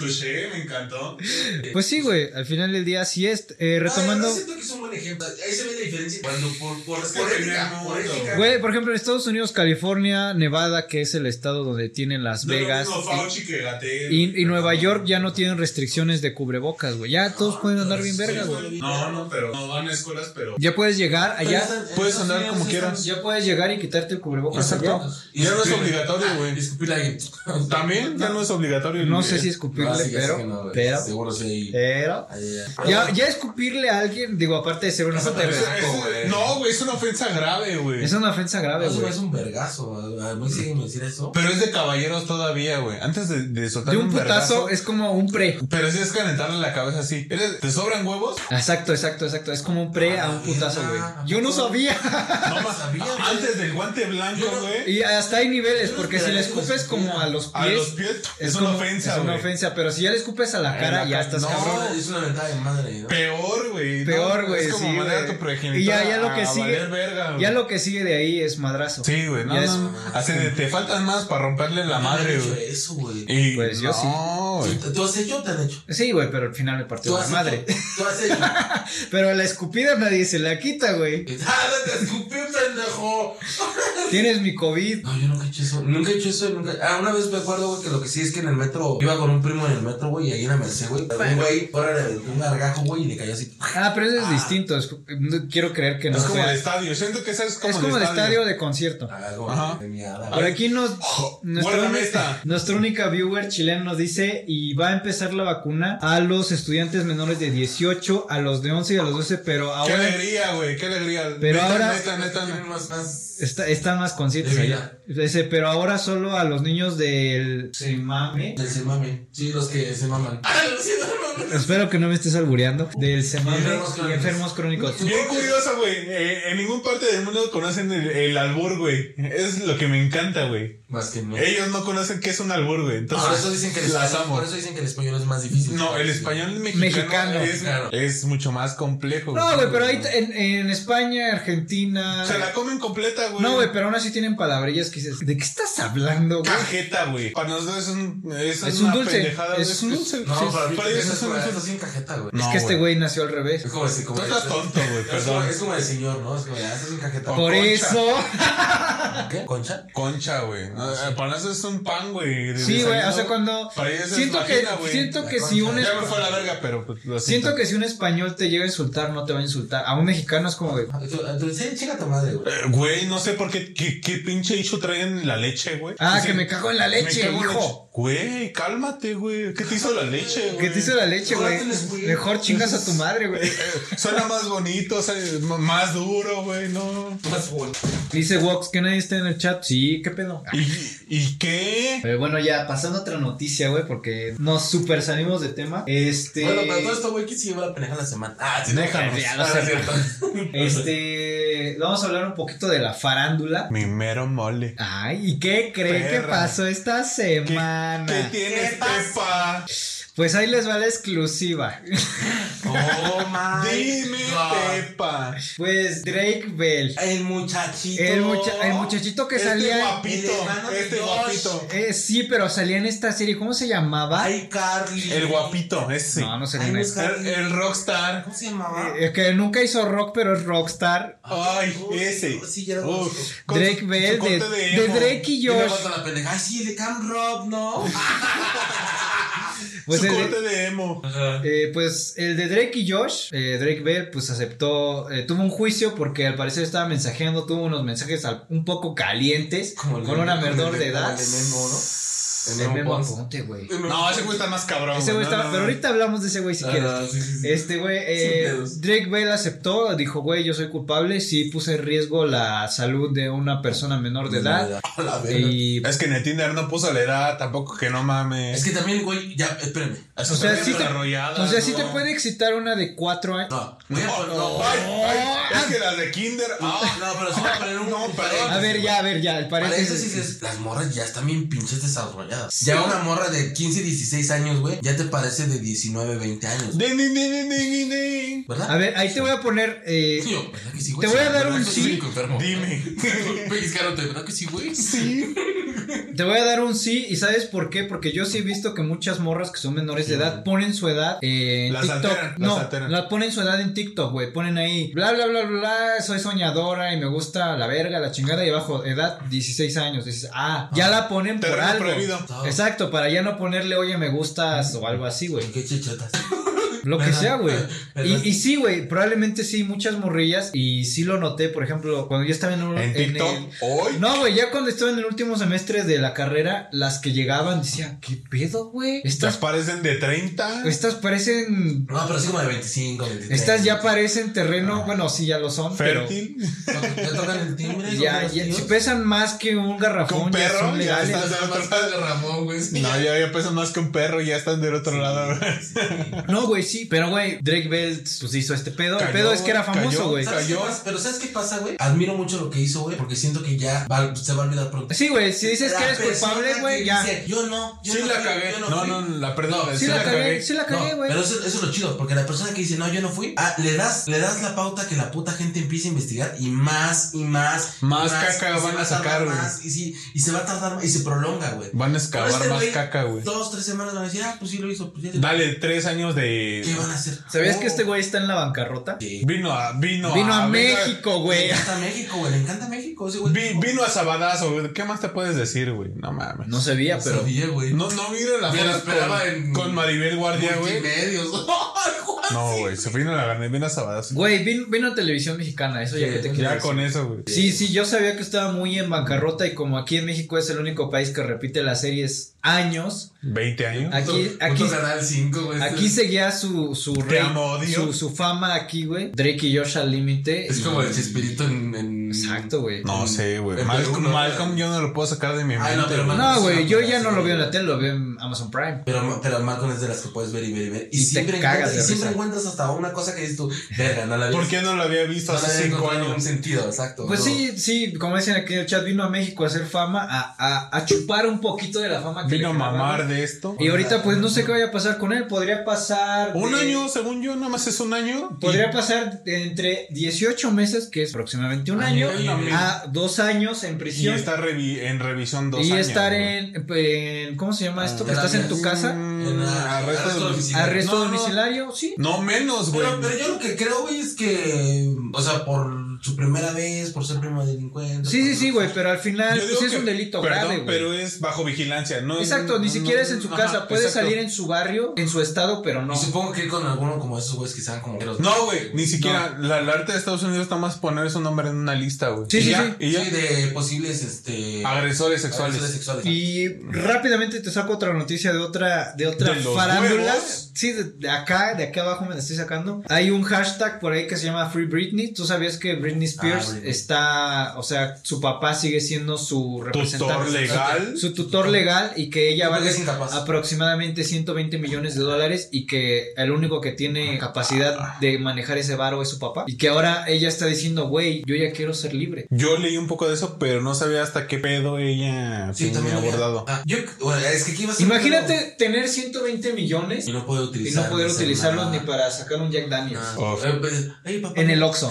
[SPEAKER 3] Touché, me encantó.
[SPEAKER 2] Pues sí, güey, al final del día sí es, eh, retomando,
[SPEAKER 1] Ay, no Ah, siento que es un buen ejemplo. Ahí se ve la diferencia. Cuando por, por,
[SPEAKER 3] Es que
[SPEAKER 1] por ética,
[SPEAKER 3] tenemos-
[SPEAKER 1] por ética.
[SPEAKER 2] güey, por ejemplo, en Estados Unidos, California, Nevada, que es el estado donde tienen Las
[SPEAKER 3] No es lo
[SPEAKER 2] Vegas.
[SPEAKER 3] mismo Fauci que Gatell.
[SPEAKER 2] Y, y Nueva York ya no tienen restricciones de cubrebocas, güey. Ya todos pueden andar bien verga, güey.
[SPEAKER 3] No, no, pero no van a escuelas, pero.
[SPEAKER 2] Ya puedes llegar
[SPEAKER 1] Pero
[SPEAKER 2] allá.
[SPEAKER 1] están- en
[SPEAKER 3] puedes
[SPEAKER 1] Estados
[SPEAKER 3] andar
[SPEAKER 1] Unidos
[SPEAKER 3] como
[SPEAKER 1] están-
[SPEAKER 3] quieras.
[SPEAKER 2] Ya puedes llegar y quitarte el cubrebocas allá.
[SPEAKER 3] Ya no es obligatorio, güey.
[SPEAKER 1] Y escupir la-
[SPEAKER 3] También ya no es obligatorio.
[SPEAKER 2] No
[SPEAKER 3] el-
[SPEAKER 2] sé si
[SPEAKER 1] No,
[SPEAKER 2] escupirle,
[SPEAKER 1] sí, ya sé
[SPEAKER 2] pero,
[SPEAKER 1] que no, güey.
[SPEAKER 2] pero,
[SPEAKER 1] Seguro sí hay-
[SPEAKER 2] pero.
[SPEAKER 1] hay-
[SPEAKER 2] Ya, ya escupirle a alguien, digo, aparte de ser una
[SPEAKER 1] Eso
[SPEAKER 2] falta de
[SPEAKER 1] parece-
[SPEAKER 2] respeto,
[SPEAKER 1] Tampoco,
[SPEAKER 3] Es-
[SPEAKER 1] güey.
[SPEAKER 3] No, güey, es una ofensa grave, güey.
[SPEAKER 2] es una ofensa
[SPEAKER 3] Ah,
[SPEAKER 2] grave,
[SPEAKER 1] Eso
[SPEAKER 2] güey.
[SPEAKER 1] es un vergazo. A mí sí me decir eso.
[SPEAKER 3] Pero es de caballeros todavía, güey. Antes de, de soltar
[SPEAKER 2] De un putazo
[SPEAKER 3] vergazo,
[SPEAKER 2] es como un pre.
[SPEAKER 3] Pero sí es calentarle la cabeza así. ¿Eres- ¿Te sobran huevos?
[SPEAKER 2] Exacto, exacto, exacto. Es como un pre a un putazo, güey. Yo no sabía.
[SPEAKER 3] No más.
[SPEAKER 1] sabía, güey.
[SPEAKER 3] Antes del guante blanco, güey.
[SPEAKER 2] Y hasta hay niveles, porque si le escupes como a los
[SPEAKER 3] A los
[SPEAKER 2] pies,
[SPEAKER 3] pies. Es, una
[SPEAKER 2] como-
[SPEAKER 3] ofensa,
[SPEAKER 2] Es
[SPEAKER 3] güey.
[SPEAKER 2] una ofensa, pero si ya le escupes a la
[SPEAKER 3] En
[SPEAKER 2] cara, ya
[SPEAKER 3] la cara,
[SPEAKER 2] estás
[SPEAKER 3] no.
[SPEAKER 2] cabrón.
[SPEAKER 1] Cabrón, es una ventaja de madre. ¿no?
[SPEAKER 3] Peor, güey. No,
[SPEAKER 2] Peor, güey,
[SPEAKER 3] Es como
[SPEAKER 2] sí,
[SPEAKER 3] mandar
[SPEAKER 2] güey.
[SPEAKER 3] a tu progenitor.
[SPEAKER 2] Y ya- ya lo que
[SPEAKER 3] a
[SPEAKER 2] sigue-
[SPEAKER 3] valer verga, güey.
[SPEAKER 2] Ya lo que sigue de ahí es madrazo.
[SPEAKER 3] Sí, güey. No,
[SPEAKER 2] Ya
[SPEAKER 3] no,
[SPEAKER 2] es-
[SPEAKER 3] no. Así de, te faltan más para romperle la
[SPEAKER 1] Yo no
[SPEAKER 3] madre,
[SPEAKER 1] hubiera hecho
[SPEAKER 3] güey.
[SPEAKER 1] eso, güey.
[SPEAKER 3] Y
[SPEAKER 2] Pues yo sí.
[SPEAKER 3] No, No, güey.
[SPEAKER 1] ¿Tú, tú has hecho o te han hecho?
[SPEAKER 2] Sí, güey, pero al final me partió
[SPEAKER 1] ¿Tú
[SPEAKER 2] la
[SPEAKER 1] has
[SPEAKER 2] madre.
[SPEAKER 1] Hecho, tú has hecho. ah,
[SPEAKER 2] Pero la escupida nadie se la quita, güey.
[SPEAKER 1] no te escupí, pendejo.
[SPEAKER 2] Tienes mi COVID.
[SPEAKER 1] No, yo nunca he hecho eso. Nunca he hecho eso. Nunca... Ah, una vez me acuerdo, güey, que lo que sí es que en el metro. Iba con un primo en el metro, güey, y ahí en la Merced, güey. Un güey, fuera le aventó un gargajo, güey, y le cayó así.
[SPEAKER 2] Ah, pero eso es distinto. es- no Quiero creer que no
[SPEAKER 3] Es como
[SPEAKER 2] sea.
[SPEAKER 3] de estadio. Siento que esa es como,
[SPEAKER 2] es como de estadio de concierto.
[SPEAKER 1] Ah, como
[SPEAKER 3] Ajá.
[SPEAKER 1] de miada,
[SPEAKER 2] Por
[SPEAKER 1] güey.
[SPEAKER 2] aquí nos, nuestra,
[SPEAKER 3] Guárdame
[SPEAKER 2] única,
[SPEAKER 3] Ah. esta.
[SPEAKER 2] nuestra única viewer chilena nos dice y va a empezar la vacuna a los estudiantes menores de 18, a los de 11 y a los 12, pero
[SPEAKER 3] Qué
[SPEAKER 2] ahora
[SPEAKER 3] alegría, güey. Qué alegría.
[SPEAKER 2] Pero
[SPEAKER 3] Neta,
[SPEAKER 2] ahora-
[SPEAKER 3] Neta, neta,
[SPEAKER 1] Tienen
[SPEAKER 3] neta.
[SPEAKER 1] más, más.
[SPEAKER 2] está- están más conscientes.
[SPEAKER 1] De
[SPEAKER 2] allá. Dice, pero ahora solo a los niños del... Se mame.
[SPEAKER 1] Del se mame. Sí, los que se maman. Ah, los que se maman.
[SPEAKER 2] Espero que no me estés albureando. Del semame
[SPEAKER 1] enfermos
[SPEAKER 2] y
[SPEAKER 1] crónicos.
[SPEAKER 2] enfermos crónicos.
[SPEAKER 3] Bien curioso, güey. Eh, en ningún parte del mundo conocen el, el albur, güey. Es lo que me encanta, güey.
[SPEAKER 1] Más que no.
[SPEAKER 3] Ellos no conocen qué es un albur, güey. Entonces,
[SPEAKER 1] Ah, Por eso, dicen que el
[SPEAKER 3] las
[SPEAKER 1] español,
[SPEAKER 3] Ah, amo.
[SPEAKER 1] por eso dicen que el español es más difícil.
[SPEAKER 3] No, el español mexicano,
[SPEAKER 2] Mexicano.
[SPEAKER 3] es,
[SPEAKER 1] Claro.
[SPEAKER 3] es mucho más complejo.
[SPEAKER 2] No, güey, pero ahí t- en, en España, Argentina...
[SPEAKER 3] Se la comen completa, güey.
[SPEAKER 2] No, güey, pero aún así tienen palabrillas que dices, ¿de qué estás hablando, güey?
[SPEAKER 3] Cajeta, güey. Para nosotros es un, es
[SPEAKER 2] Es
[SPEAKER 3] una
[SPEAKER 2] un dulce.
[SPEAKER 3] pendejada, güey.
[SPEAKER 2] Es-
[SPEAKER 3] Es un dulce.
[SPEAKER 1] No,
[SPEAKER 2] Sí,
[SPEAKER 1] para mí
[SPEAKER 3] para ellos
[SPEAKER 1] eso es
[SPEAKER 3] es un
[SPEAKER 1] una
[SPEAKER 3] insulto.
[SPEAKER 1] sin cajeta, güey.
[SPEAKER 2] es
[SPEAKER 3] No,
[SPEAKER 2] que este
[SPEAKER 3] güey.
[SPEAKER 2] güey nació al revés.
[SPEAKER 1] Es como decir, como
[SPEAKER 3] Tú estás
[SPEAKER 1] es-
[SPEAKER 3] tonto, güey,
[SPEAKER 1] es como-
[SPEAKER 3] perdón.
[SPEAKER 1] Es como el señor, ¿no? Es como, ya, estás sin cajeta.
[SPEAKER 2] Por
[SPEAKER 3] Concha.
[SPEAKER 2] eso.
[SPEAKER 1] ¿Qué? ¿Concha?
[SPEAKER 3] Concha, güey.
[SPEAKER 1] Ah,
[SPEAKER 3] No, eh, Para nosotros es un pan, güey. de
[SPEAKER 2] Sí, güey,
[SPEAKER 3] desayuno,
[SPEAKER 2] o sea, cuando
[SPEAKER 3] Para ellos es
[SPEAKER 2] siento que
[SPEAKER 3] vagina, güey.
[SPEAKER 2] siento
[SPEAKER 1] La
[SPEAKER 2] que si
[SPEAKER 1] concha.
[SPEAKER 2] un
[SPEAKER 3] Ya me
[SPEAKER 2] espa-
[SPEAKER 3] fue a la verga, pero pues, lo siento.
[SPEAKER 2] siento que si un español te llega a insultar no te va a insultar. A un mexicano es como de
[SPEAKER 1] Ah, tú- tú- Sí, chica tu madre, güey.
[SPEAKER 3] Eh, Güey, no sé por qué, qué, qué pinche hicho traen la leche, güey.
[SPEAKER 2] Ah,
[SPEAKER 3] Así,
[SPEAKER 2] que me cago en la leche,
[SPEAKER 3] cago en la
[SPEAKER 2] hijo.
[SPEAKER 3] leche. Güey, cálmate, güey. ¿Qué te hizo la leche, güey?
[SPEAKER 2] ¿Qué te hizo la leche, güey?
[SPEAKER 1] Órdenes, güey.
[SPEAKER 2] Mejor chingas a tu madre, güey.
[SPEAKER 3] Eh, Suena más bonito, o sea, m- más duro, güey, no.
[SPEAKER 1] Más bueno.
[SPEAKER 2] Dice Wox que nadie está en el chat. Sí, qué pedo.
[SPEAKER 3] ¿Y, y qué?
[SPEAKER 2] Eh, bueno, ya pasando a otra noticia, güey, porque nos super salimos de tema. Este.
[SPEAKER 1] Bueno, pero todo esto, güey, que sí lleva la pendeja la semana. Ah, sí,
[SPEAKER 3] Déjanos.
[SPEAKER 2] Ya lo
[SPEAKER 1] Ah,
[SPEAKER 2] sé.
[SPEAKER 1] es cierto.
[SPEAKER 2] Este. Vamos a hablar un poquito de la farándula.
[SPEAKER 3] Mi mero mole.
[SPEAKER 2] Ay, ¿y qué creen que
[SPEAKER 3] Perra.
[SPEAKER 2] pasó esta
[SPEAKER 3] ¿Qué,
[SPEAKER 2] semana?
[SPEAKER 3] qué tienes,
[SPEAKER 1] ¿Qué pasa?
[SPEAKER 3] Pepa?
[SPEAKER 2] Pues ahí les va la exclusiva.
[SPEAKER 1] Oh, my
[SPEAKER 3] Dime,
[SPEAKER 1] God.
[SPEAKER 3] Pepa.
[SPEAKER 2] Pues Drake Bell.
[SPEAKER 1] El muchachito.
[SPEAKER 2] El, mucha- el muchachito que
[SPEAKER 3] este
[SPEAKER 2] salía.
[SPEAKER 1] el
[SPEAKER 3] guapito,
[SPEAKER 1] hermano de
[SPEAKER 3] este
[SPEAKER 1] Josh.
[SPEAKER 3] guapito.
[SPEAKER 2] Eh, sí, pero salía en esta serie. ¿Cómo se llamaba?
[SPEAKER 1] Ay, Carly.
[SPEAKER 3] El guapito, ese.
[SPEAKER 2] No, no sé
[SPEAKER 1] Ay,
[SPEAKER 2] ni
[SPEAKER 1] no
[SPEAKER 2] es.
[SPEAKER 1] sé.
[SPEAKER 3] El, el rockstar.
[SPEAKER 1] ¿Cómo se llamaba?
[SPEAKER 2] Eh, que nunca hizo rock, pero es rockstar.
[SPEAKER 3] Ay,
[SPEAKER 1] Uy,
[SPEAKER 3] ese.
[SPEAKER 1] Sí, ya lo
[SPEAKER 3] Uf,
[SPEAKER 1] conozco.
[SPEAKER 3] con
[SPEAKER 2] Drake
[SPEAKER 3] su-
[SPEAKER 2] Bell
[SPEAKER 3] su corte
[SPEAKER 2] de-
[SPEAKER 3] de
[SPEAKER 2] de
[SPEAKER 3] emo.
[SPEAKER 2] Drake y
[SPEAKER 1] Y luego
[SPEAKER 2] Josh.
[SPEAKER 1] hasta la pendeja. Ay, sí, el de Cam Rob, ¿no?
[SPEAKER 2] Pues
[SPEAKER 3] su
[SPEAKER 2] el,
[SPEAKER 3] corte de emo.
[SPEAKER 2] eh, pues el de Drake y Josh, eh, Drake Bell, pues aceptó, eh, tuvo un juicio porque al parecer estaba mensajeando, tuvo unos mensajes al- un poco calientes
[SPEAKER 1] Como el
[SPEAKER 2] con
[SPEAKER 1] de-
[SPEAKER 2] una
[SPEAKER 1] como el
[SPEAKER 2] menor
[SPEAKER 1] de-
[SPEAKER 2] de
[SPEAKER 1] el
[SPEAKER 2] edad.
[SPEAKER 1] de Memo, ¿no?
[SPEAKER 2] El
[SPEAKER 1] El Memo
[SPEAKER 2] Memo
[SPEAKER 1] Ponce.
[SPEAKER 2] Aponte, güey.
[SPEAKER 3] No, ese güey está más cabrón.
[SPEAKER 2] Ese güey
[SPEAKER 3] no,
[SPEAKER 2] estaba-
[SPEAKER 3] no,
[SPEAKER 2] pero
[SPEAKER 3] no.
[SPEAKER 2] ahorita hablamos de ese güey si
[SPEAKER 1] Ah,
[SPEAKER 2] quieres.
[SPEAKER 1] sí, sí, sí.
[SPEAKER 2] Este güey, eh,
[SPEAKER 1] pedos.
[SPEAKER 2] Drake Bell aceptó, dijo, güey, yo soy culpable, sí puse en riesgo la salud de una persona menor de edad.
[SPEAKER 1] A la verga.
[SPEAKER 2] Y,
[SPEAKER 3] Es que en el Tinder no puso la edad, tampoco que no mames.
[SPEAKER 1] Es que también, güey, ya, espérame.
[SPEAKER 2] o sea, sí te,
[SPEAKER 3] desarrollada.
[SPEAKER 2] o sea, sí te puede excitar una de cuatro años.
[SPEAKER 1] No, voy a
[SPEAKER 3] No,
[SPEAKER 1] poner.
[SPEAKER 3] no,
[SPEAKER 1] No,
[SPEAKER 3] ay, ay, es que las de Kinder. ah,
[SPEAKER 1] no, pero sí voy a poner un.
[SPEAKER 3] No,
[SPEAKER 1] un
[SPEAKER 3] perdón.
[SPEAKER 2] A ver, ya, a ver, ya, el paréntesis.
[SPEAKER 1] Paréntesis es, las morras ya están bien pinches desarrolladas. Ya una morra de 15, 16 años, güey, ya te parece de 19, 20 años.
[SPEAKER 3] ding, ding, ding, ding, ding, ding,
[SPEAKER 1] ¿Verdad?
[SPEAKER 2] A ver, ahí te voy a poner. eh,
[SPEAKER 1] Sí, yo, ¿verdad que sí,
[SPEAKER 2] Te
[SPEAKER 1] güey?
[SPEAKER 2] voy a dar
[SPEAKER 1] ¿Verdad que
[SPEAKER 2] un
[SPEAKER 1] soy
[SPEAKER 2] sí.
[SPEAKER 1] único enfermo?
[SPEAKER 3] ding. Dime.
[SPEAKER 1] Pellizcarote, ¿verdad que sí, güey?
[SPEAKER 3] Sí.
[SPEAKER 2] te voy a dar un sí. ¿Y sabes por qué? Porque yo sí he visto que muchas morras que son menores de edad ponen su edad eh, en
[SPEAKER 3] Las
[SPEAKER 2] TikTok.
[SPEAKER 3] alteran, las
[SPEAKER 2] no,
[SPEAKER 3] alteran.
[SPEAKER 2] la ponen su edad en TikTok, güey. Ponen ahí, bla, bla, bla, bla, bla, soy soñadora y me gusta la verga, la chingada. Y abajo, edad 16 años. Dices, ah, ya la ponen por
[SPEAKER 3] Terreno
[SPEAKER 2] algo.
[SPEAKER 3] prohibido.
[SPEAKER 2] Exacto, para ya no ponerle, oye, me gustas o algo así, güey.
[SPEAKER 1] Qué chichotas.
[SPEAKER 2] Lo que
[SPEAKER 1] ¿Verdad?
[SPEAKER 2] sea, güey. Y,
[SPEAKER 1] ¿Verdad?
[SPEAKER 2] y sí, güey, probablemente sí, muchas morrillas. Y sí lo noté, por ejemplo, cuando yo estaba en, un-
[SPEAKER 3] En
[SPEAKER 2] el-
[SPEAKER 3] TikTok, hoy.
[SPEAKER 2] No, güey, ya cuando estaba en el último semestre de la carrera, las que llegaban decían, ¿qué pedo, güey?
[SPEAKER 3] Estas
[SPEAKER 2] Estas,
[SPEAKER 3] parecen de 30.
[SPEAKER 2] estas parecen.
[SPEAKER 1] No, pero así como de 25, 23.
[SPEAKER 2] Estas ya parecen terreno, bueno, sí, ya lo son, pero.
[SPEAKER 3] Fértil.
[SPEAKER 1] Ya tocan el timbre.
[SPEAKER 2] Ya,
[SPEAKER 1] son
[SPEAKER 2] ya,
[SPEAKER 1] los tíos.
[SPEAKER 2] si pesan más que un garrafón,
[SPEAKER 3] Con
[SPEAKER 2] ya
[SPEAKER 3] perro,
[SPEAKER 2] son
[SPEAKER 3] ya
[SPEAKER 2] legales.
[SPEAKER 3] estás-
[SPEAKER 1] Nada más de Ramón, güey.
[SPEAKER 3] No, ya, ya pesan más que un perro, ya están del otro lado.
[SPEAKER 2] No, güey, sí, sí. Pero, güey, Drake Bell pues hizo este pedo.
[SPEAKER 3] Cayó,
[SPEAKER 2] el pedo es que era
[SPEAKER 3] cayó.
[SPEAKER 2] famoso, güey.
[SPEAKER 1] ¿Sabes qué
[SPEAKER 3] Cayó.
[SPEAKER 1] pasa? Pero ¿sabes qué pasa, güey? Admiro mucho lo que hizo, güey, porque siento que ya va- se va a olvidar pronto.
[SPEAKER 2] Sí, güey, si dices
[SPEAKER 1] La
[SPEAKER 2] que eres
[SPEAKER 1] persona
[SPEAKER 2] culpable,
[SPEAKER 1] que
[SPEAKER 2] güey, ya.
[SPEAKER 1] dice, yo no, yo
[SPEAKER 3] Sí
[SPEAKER 1] no
[SPEAKER 3] la
[SPEAKER 1] fui,
[SPEAKER 3] cagué.
[SPEAKER 1] yo
[SPEAKER 3] No,
[SPEAKER 1] fui".
[SPEAKER 3] no, la perdón.
[SPEAKER 2] Sí la cagué, sí la cagué,
[SPEAKER 1] No,
[SPEAKER 2] güey.
[SPEAKER 1] Pero eso, eso es lo chido, porque la persona que dice, no, yo no fui, ah, le das, le das la pauta que la puta gente empiece a investigar y más y más. y
[SPEAKER 3] Más caca
[SPEAKER 1] y se
[SPEAKER 3] van
[SPEAKER 1] va
[SPEAKER 3] a
[SPEAKER 1] tardar
[SPEAKER 3] sacar, güey.
[SPEAKER 1] más, y, sí, y se va a tardar más, y se prolonga, güey.
[SPEAKER 3] Van a
[SPEAKER 1] Pero
[SPEAKER 3] excavar
[SPEAKER 1] este
[SPEAKER 3] más
[SPEAKER 1] güey,
[SPEAKER 3] caca, güey.
[SPEAKER 1] Dos, tres semanas van a decir, ah, pues sí lo hizo, pues ya le-
[SPEAKER 3] Dale tres años de.
[SPEAKER 1] ¿Qué van a hacer?
[SPEAKER 2] ¿Sabías
[SPEAKER 3] Oh.
[SPEAKER 2] que este güey está en la bancarrota?
[SPEAKER 1] Sí.
[SPEAKER 3] Vino a. Vino,
[SPEAKER 2] Vino a
[SPEAKER 3] ver,
[SPEAKER 2] México, güey.
[SPEAKER 1] Le encanta México, güey, le encanta México ese güey.
[SPEAKER 3] vi- vino a Sabadazo, güey. ¿Qué más te puedes decir, güey? No mames.
[SPEAKER 2] No se veía, pero.
[SPEAKER 1] Sabía, güey.
[SPEAKER 3] No, no vino la
[SPEAKER 1] Me lo
[SPEAKER 3] foto
[SPEAKER 1] esperaba
[SPEAKER 3] con,
[SPEAKER 1] en-
[SPEAKER 3] con Maribel Guardia, güey.
[SPEAKER 1] Multimedios.
[SPEAKER 3] No, güey, se vino la gané, vino a Sabadazo.
[SPEAKER 2] Güey, vino, vino a televisión mexicana, eso ya
[SPEAKER 1] Sí,
[SPEAKER 2] que te
[SPEAKER 1] ya
[SPEAKER 2] quiero
[SPEAKER 3] pues Ya
[SPEAKER 2] decir.
[SPEAKER 3] con eso, güey.
[SPEAKER 2] Sí, sí, yo sabía que estaba muy en bancarrota y como aquí en México es el único país que repite las series años,
[SPEAKER 3] 20 años.
[SPEAKER 2] aquí,
[SPEAKER 1] Punto-
[SPEAKER 2] aquí,
[SPEAKER 1] punto canal 5, güey. Este
[SPEAKER 2] aquí seguía su, su,
[SPEAKER 3] Te amo, odio.
[SPEAKER 2] su, su fama aquí, güey. Drake y Josh al límite.
[SPEAKER 1] Es
[SPEAKER 2] y-
[SPEAKER 1] como el Chespirito en. en-
[SPEAKER 2] Exacto, güey.
[SPEAKER 3] No sé, güey.
[SPEAKER 1] mm, En Perú,
[SPEAKER 3] Malcolm,
[SPEAKER 1] ¿no?
[SPEAKER 3] Malcolm yo no lo puedo sacar de mi
[SPEAKER 1] Ay,
[SPEAKER 3] mente.
[SPEAKER 1] no, pero
[SPEAKER 3] güey.
[SPEAKER 1] Malcolm-
[SPEAKER 2] No, güey, yo
[SPEAKER 1] Sí,
[SPEAKER 2] ya no lo veo en
[SPEAKER 1] sí.
[SPEAKER 2] la tele, lo veo en Amazon Prime.
[SPEAKER 1] Pero, pero Malcolm es de las que puedes ver y ver y ver. Y,
[SPEAKER 2] Y te
[SPEAKER 1] siempre,
[SPEAKER 2] cagas
[SPEAKER 1] encuentras,
[SPEAKER 2] de
[SPEAKER 1] y siempre
[SPEAKER 2] risa.
[SPEAKER 1] encuentras hasta una cosa que dices tú, verga, no la había
[SPEAKER 3] ¿Por qué no lo había visto
[SPEAKER 1] no la
[SPEAKER 3] hace
[SPEAKER 1] había
[SPEAKER 3] 5
[SPEAKER 1] encontrado en un
[SPEAKER 3] años?
[SPEAKER 1] sentido, exacto.
[SPEAKER 2] Pues
[SPEAKER 1] no.
[SPEAKER 2] sí, sí, como dicen aquí en el chat, vino a México a hacer fama, a, a, a chupar un poquito de la fama Ah, que
[SPEAKER 3] Vino a
[SPEAKER 2] le generaron.
[SPEAKER 3] mamar de esto.
[SPEAKER 2] Y ahorita pues no sé qué vaya a pasar con él, podría pasar...
[SPEAKER 3] Un
[SPEAKER 2] de-
[SPEAKER 3] año, según yo, nada más es un año.
[SPEAKER 2] Podría pasar de entre 18 meses, que es aproximadamente un
[SPEAKER 1] Ah,
[SPEAKER 2] año,
[SPEAKER 1] mira,
[SPEAKER 3] mira.
[SPEAKER 2] a dos años en
[SPEAKER 3] Y
[SPEAKER 2] prisión. Y,
[SPEAKER 3] está revi- en revisión dos años.
[SPEAKER 2] estar
[SPEAKER 3] güey.
[SPEAKER 2] en, en- ¿Cómo se llama esto?
[SPEAKER 1] Ah,
[SPEAKER 2] ¿Estás en tu
[SPEAKER 1] gracias.
[SPEAKER 2] casa?
[SPEAKER 3] Mm,
[SPEAKER 1] En, ah,
[SPEAKER 3] arresto
[SPEAKER 1] arresto
[SPEAKER 3] domiciliario.
[SPEAKER 1] domiciliario.
[SPEAKER 2] ¿Arresto
[SPEAKER 3] No, no.
[SPEAKER 2] domiciliario? Sí.
[SPEAKER 3] No menos, güey.
[SPEAKER 1] Pero, pero yo lo que creo, güey, es que. O sea, por su primera vez, por ser primo delincuente.
[SPEAKER 2] Sí, sí,
[SPEAKER 1] por-
[SPEAKER 2] sí, güey, pero al final
[SPEAKER 3] Yo
[SPEAKER 2] pues,
[SPEAKER 3] digo
[SPEAKER 2] es
[SPEAKER 3] que-
[SPEAKER 2] un delito
[SPEAKER 3] perdón,
[SPEAKER 2] grave, güey.
[SPEAKER 3] Pero es bajo vigilancia, ¿no?
[SPEAKER 2] Exacto, ni
[SPEAKER 3] No,
[SPEAKER 2] siquiera
[SPEAKER 3] no,
[SPEAKER 2] es en su
[SPEAKER 3] ajá,
[SPEAKER 2] casa, puede
[SPEAKER 3] exacto.
[SPEAKER 2] salir en su barrio, en su estado, pero no.
[SPEAKER 1] Y supongo que con alguno como esos güeyes que sean como.
[SPEAKER 3] No, güey, ni siquiera. La, la arte de Estados Unidos está más poner su nombre en una lista, güey.
[SPEAKER 2] Sí,
[SPEAKER 3] Y
[SPEAKER 2] sí,
[SPEAKER 3] ya,
[SPEAKER 2] sí.
[SPEAKER 3] Y ya,
[SPEAKER 1] Sí, de posibles, este.
[SPEAKER 3] agresores sexuales.
[SPEAKER 1] agresores sexuales.
[SPEAKER 2] Y rápidamente te saco otra noticia de otra, de otra
[SPEAKER 3] De los
[SPEAKER 2] farándula.
[SPEAKER 3] huevos.
[SPEAKER 2] Sí, de, de acá, de aquí abajo me la estoy sacando. Hay un hashtag por ahí que se llama Free Britney. Tú sabías que Britney Spears
[SPEAKER 1] Ah, Britney.
[SPEAKER 2] está, o sea, su papá sigue siendo su
[SPEAKER 3] Tutor
[SPEAKER 2] representante.
[SPEAKER 3] legal.
[SPEAKER 2] Su tutor legal y que ella
[SPEAKER 1] Porque
[SPEAKER 2] vale
[SPEAKER 1] es incapaz.
[SPEAKER 2] aproximadamente 120 millones de dólares y que el único que tiene capacidad de manejar ese varo es su papá. Y que ahora ella está diciendo, güey, yo ya quiero ser libre.
[SPEAKER 3] Yo leí un poco de eso, pero no sabía hasta qué pedo ella
[SPEAKER 1] Sí,
[SPEAKER 3] tenía
[SPEAKER 1] también. había-
[SPEAKER 3] abordado.
[SPEAKER 1] Ah, yo, bueno, es que aquí iba a ser-
[SPEAKER 2] Imagínate tener 120 millones
[SPEAKER 1] Y no poder
[SPEAKER 2] Y
[SPEAKER 1] utilizarlos.
[SPEAKER 2] no poder
[SPEAKER 1] hacer
[SPEAKER 2] utilizarlos
[SPEAKER 1] nada.
[SPEAKER 2] ni para sacar un Jack Daniels.
[SPEAKER 1] Nada.
[SPEAKER 3] Uf.
[SPEAKER 1] Eh, pues, "Ey, papá".
[SPEAKER 2] En el Oxxo.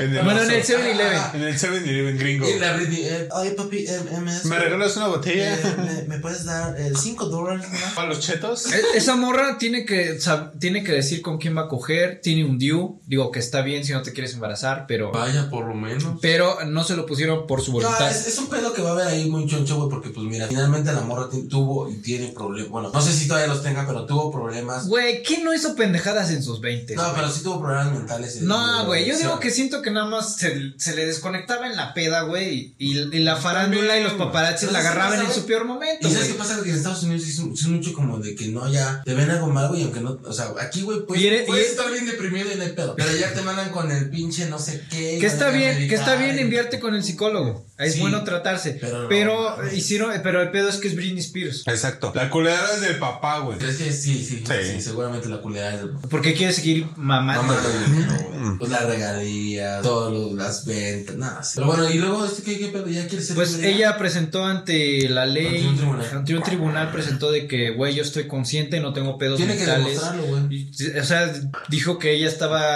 [SPEAKER 3] En el
[SPEAKER 2] bueno, en
[SPEAKER 3] Oxxo.
[SPEAKER 2] el 7-Eleven.
[SPEAKER 3] En el 7-Eleven gringo.
[SPEAKER 1] Y la Britney, eh, Ay, papi, eh, eh, me, das-
[SPEAKER 3] ¿Me regalas una botella?
[SPEAKER 1] eh, me- me puedes dar 5 dólares? no?
[SPEAKER 3] ¿Para los chetos?
[SPEAKER 2] E- Esa morra tiene que, sab- tiene que decir con quién va a coger, tiene un due, digo que está bien si no te quieres embarazar, pero,
[SPEAKER 1] Vaya, por lo menos.
[SPEAKER 2] pero no se lo pusieron por su
[SPEAKER 1] No,
[SPEAKER 2] voluntad.
[SPEAKER 1] es, es un pedo que va a haber ahí muy choncho, güey, porque pues mira, finalmente la morra ti- tuvo y tiene problemas. Bueno, no sé si todavía los tenga, pero tuvo problemas.
[SPEAKER 2] Güey, ¿quién no hizo pendejadas en sus 20?
[SPEAKER 1] No, pero sí tuvo problemas mentales. eh,
[SPEAKER 2] No,
[SPEAKER 1] de-
[SPEAKER 2] güey, yo digo
[SPEAKER 1] sí.
[SPEAKER 2] que siento que nada más se, se le desconectaba en la peda, güey, y, y la farándula y los paparazzis
[SPEAKER 1] Pero
[SPEAKER 2] la
[SPEAKER 1] ¿sabes qué
[SPEAKER 2] agarraban
[SPEAKER 1] pasa,
[SPEAKER 2] en
[SPEAKER 1] güey?
[SPEAKER 2] su peor momento,
[SPEAKER 1] ¿Y sabes
[SPEAKER 2] güey.
[SPEAKER 1] qué pasa? Que en Estados Unidos es, un- es mucho como de que no, ya te ven algo mal, güey, aunque no. O sea, aquí, güey, puedes,
[SPEAKER 2] Y eres-
[SPEAKER 1] puedes
[SPEAKER 2] y eres-
[SPEAKER 1] estar bien deprimido y no hay pedo. Pero ya te mandan con el pinche no sé qué.
[SPEAKER 2] Que está
[SPEAKER 1] con el
[SPEAKER 2] bien, que está bien
[SPEAKER 1] americano.
[SPEAKER 2] enviarte con el psicólogo. Es
[SPEAKER 1] Sí.
[SPEAKER 2] bueno tratarse.
[SPEAKER 1] Pero
[SPEAKER 2] Pero,
[SPEAKER 1] no.
[SPEAKER 2] hicieron, pero el pedo es que es Britney Spears.
[SPEAKER 3] Exacto. La culera es del papá, güey.
[SPEAKER 1] ¿Crees que sí, sí, sí,
[SPEAKER 3] Sí.
[SPEAKER 1] seguramente la culera es el.
[SPEAKER 2] Porque quiere seguir mamando.
[SPEAKER 1] Mamá,
[SPEAKER 3] Mm.
[SPEAKER 1] pues la regalía, todas las ventas, nada. sí. Pero bueno, y luego, este, ¿qué, qué pedo? ¿Ya quieres ser
[SPEAKER 2] Pues
[SPEAKER 1] libre?
[SPEAKER 2] ella presentó ante la ley,
[SPEAKER 1] Ante un tribunal.
[SPEAKER 2] ante un tribunal presentó de que, güey, yo estoy consciente, no tengo pedos
[SPEAKER 1] Tiene que
[SPEAKER 2] mentales.
[SPEAKER 1] demostrarlo, güey.
[SPEAKER 2] Y- O sea, dijo que ella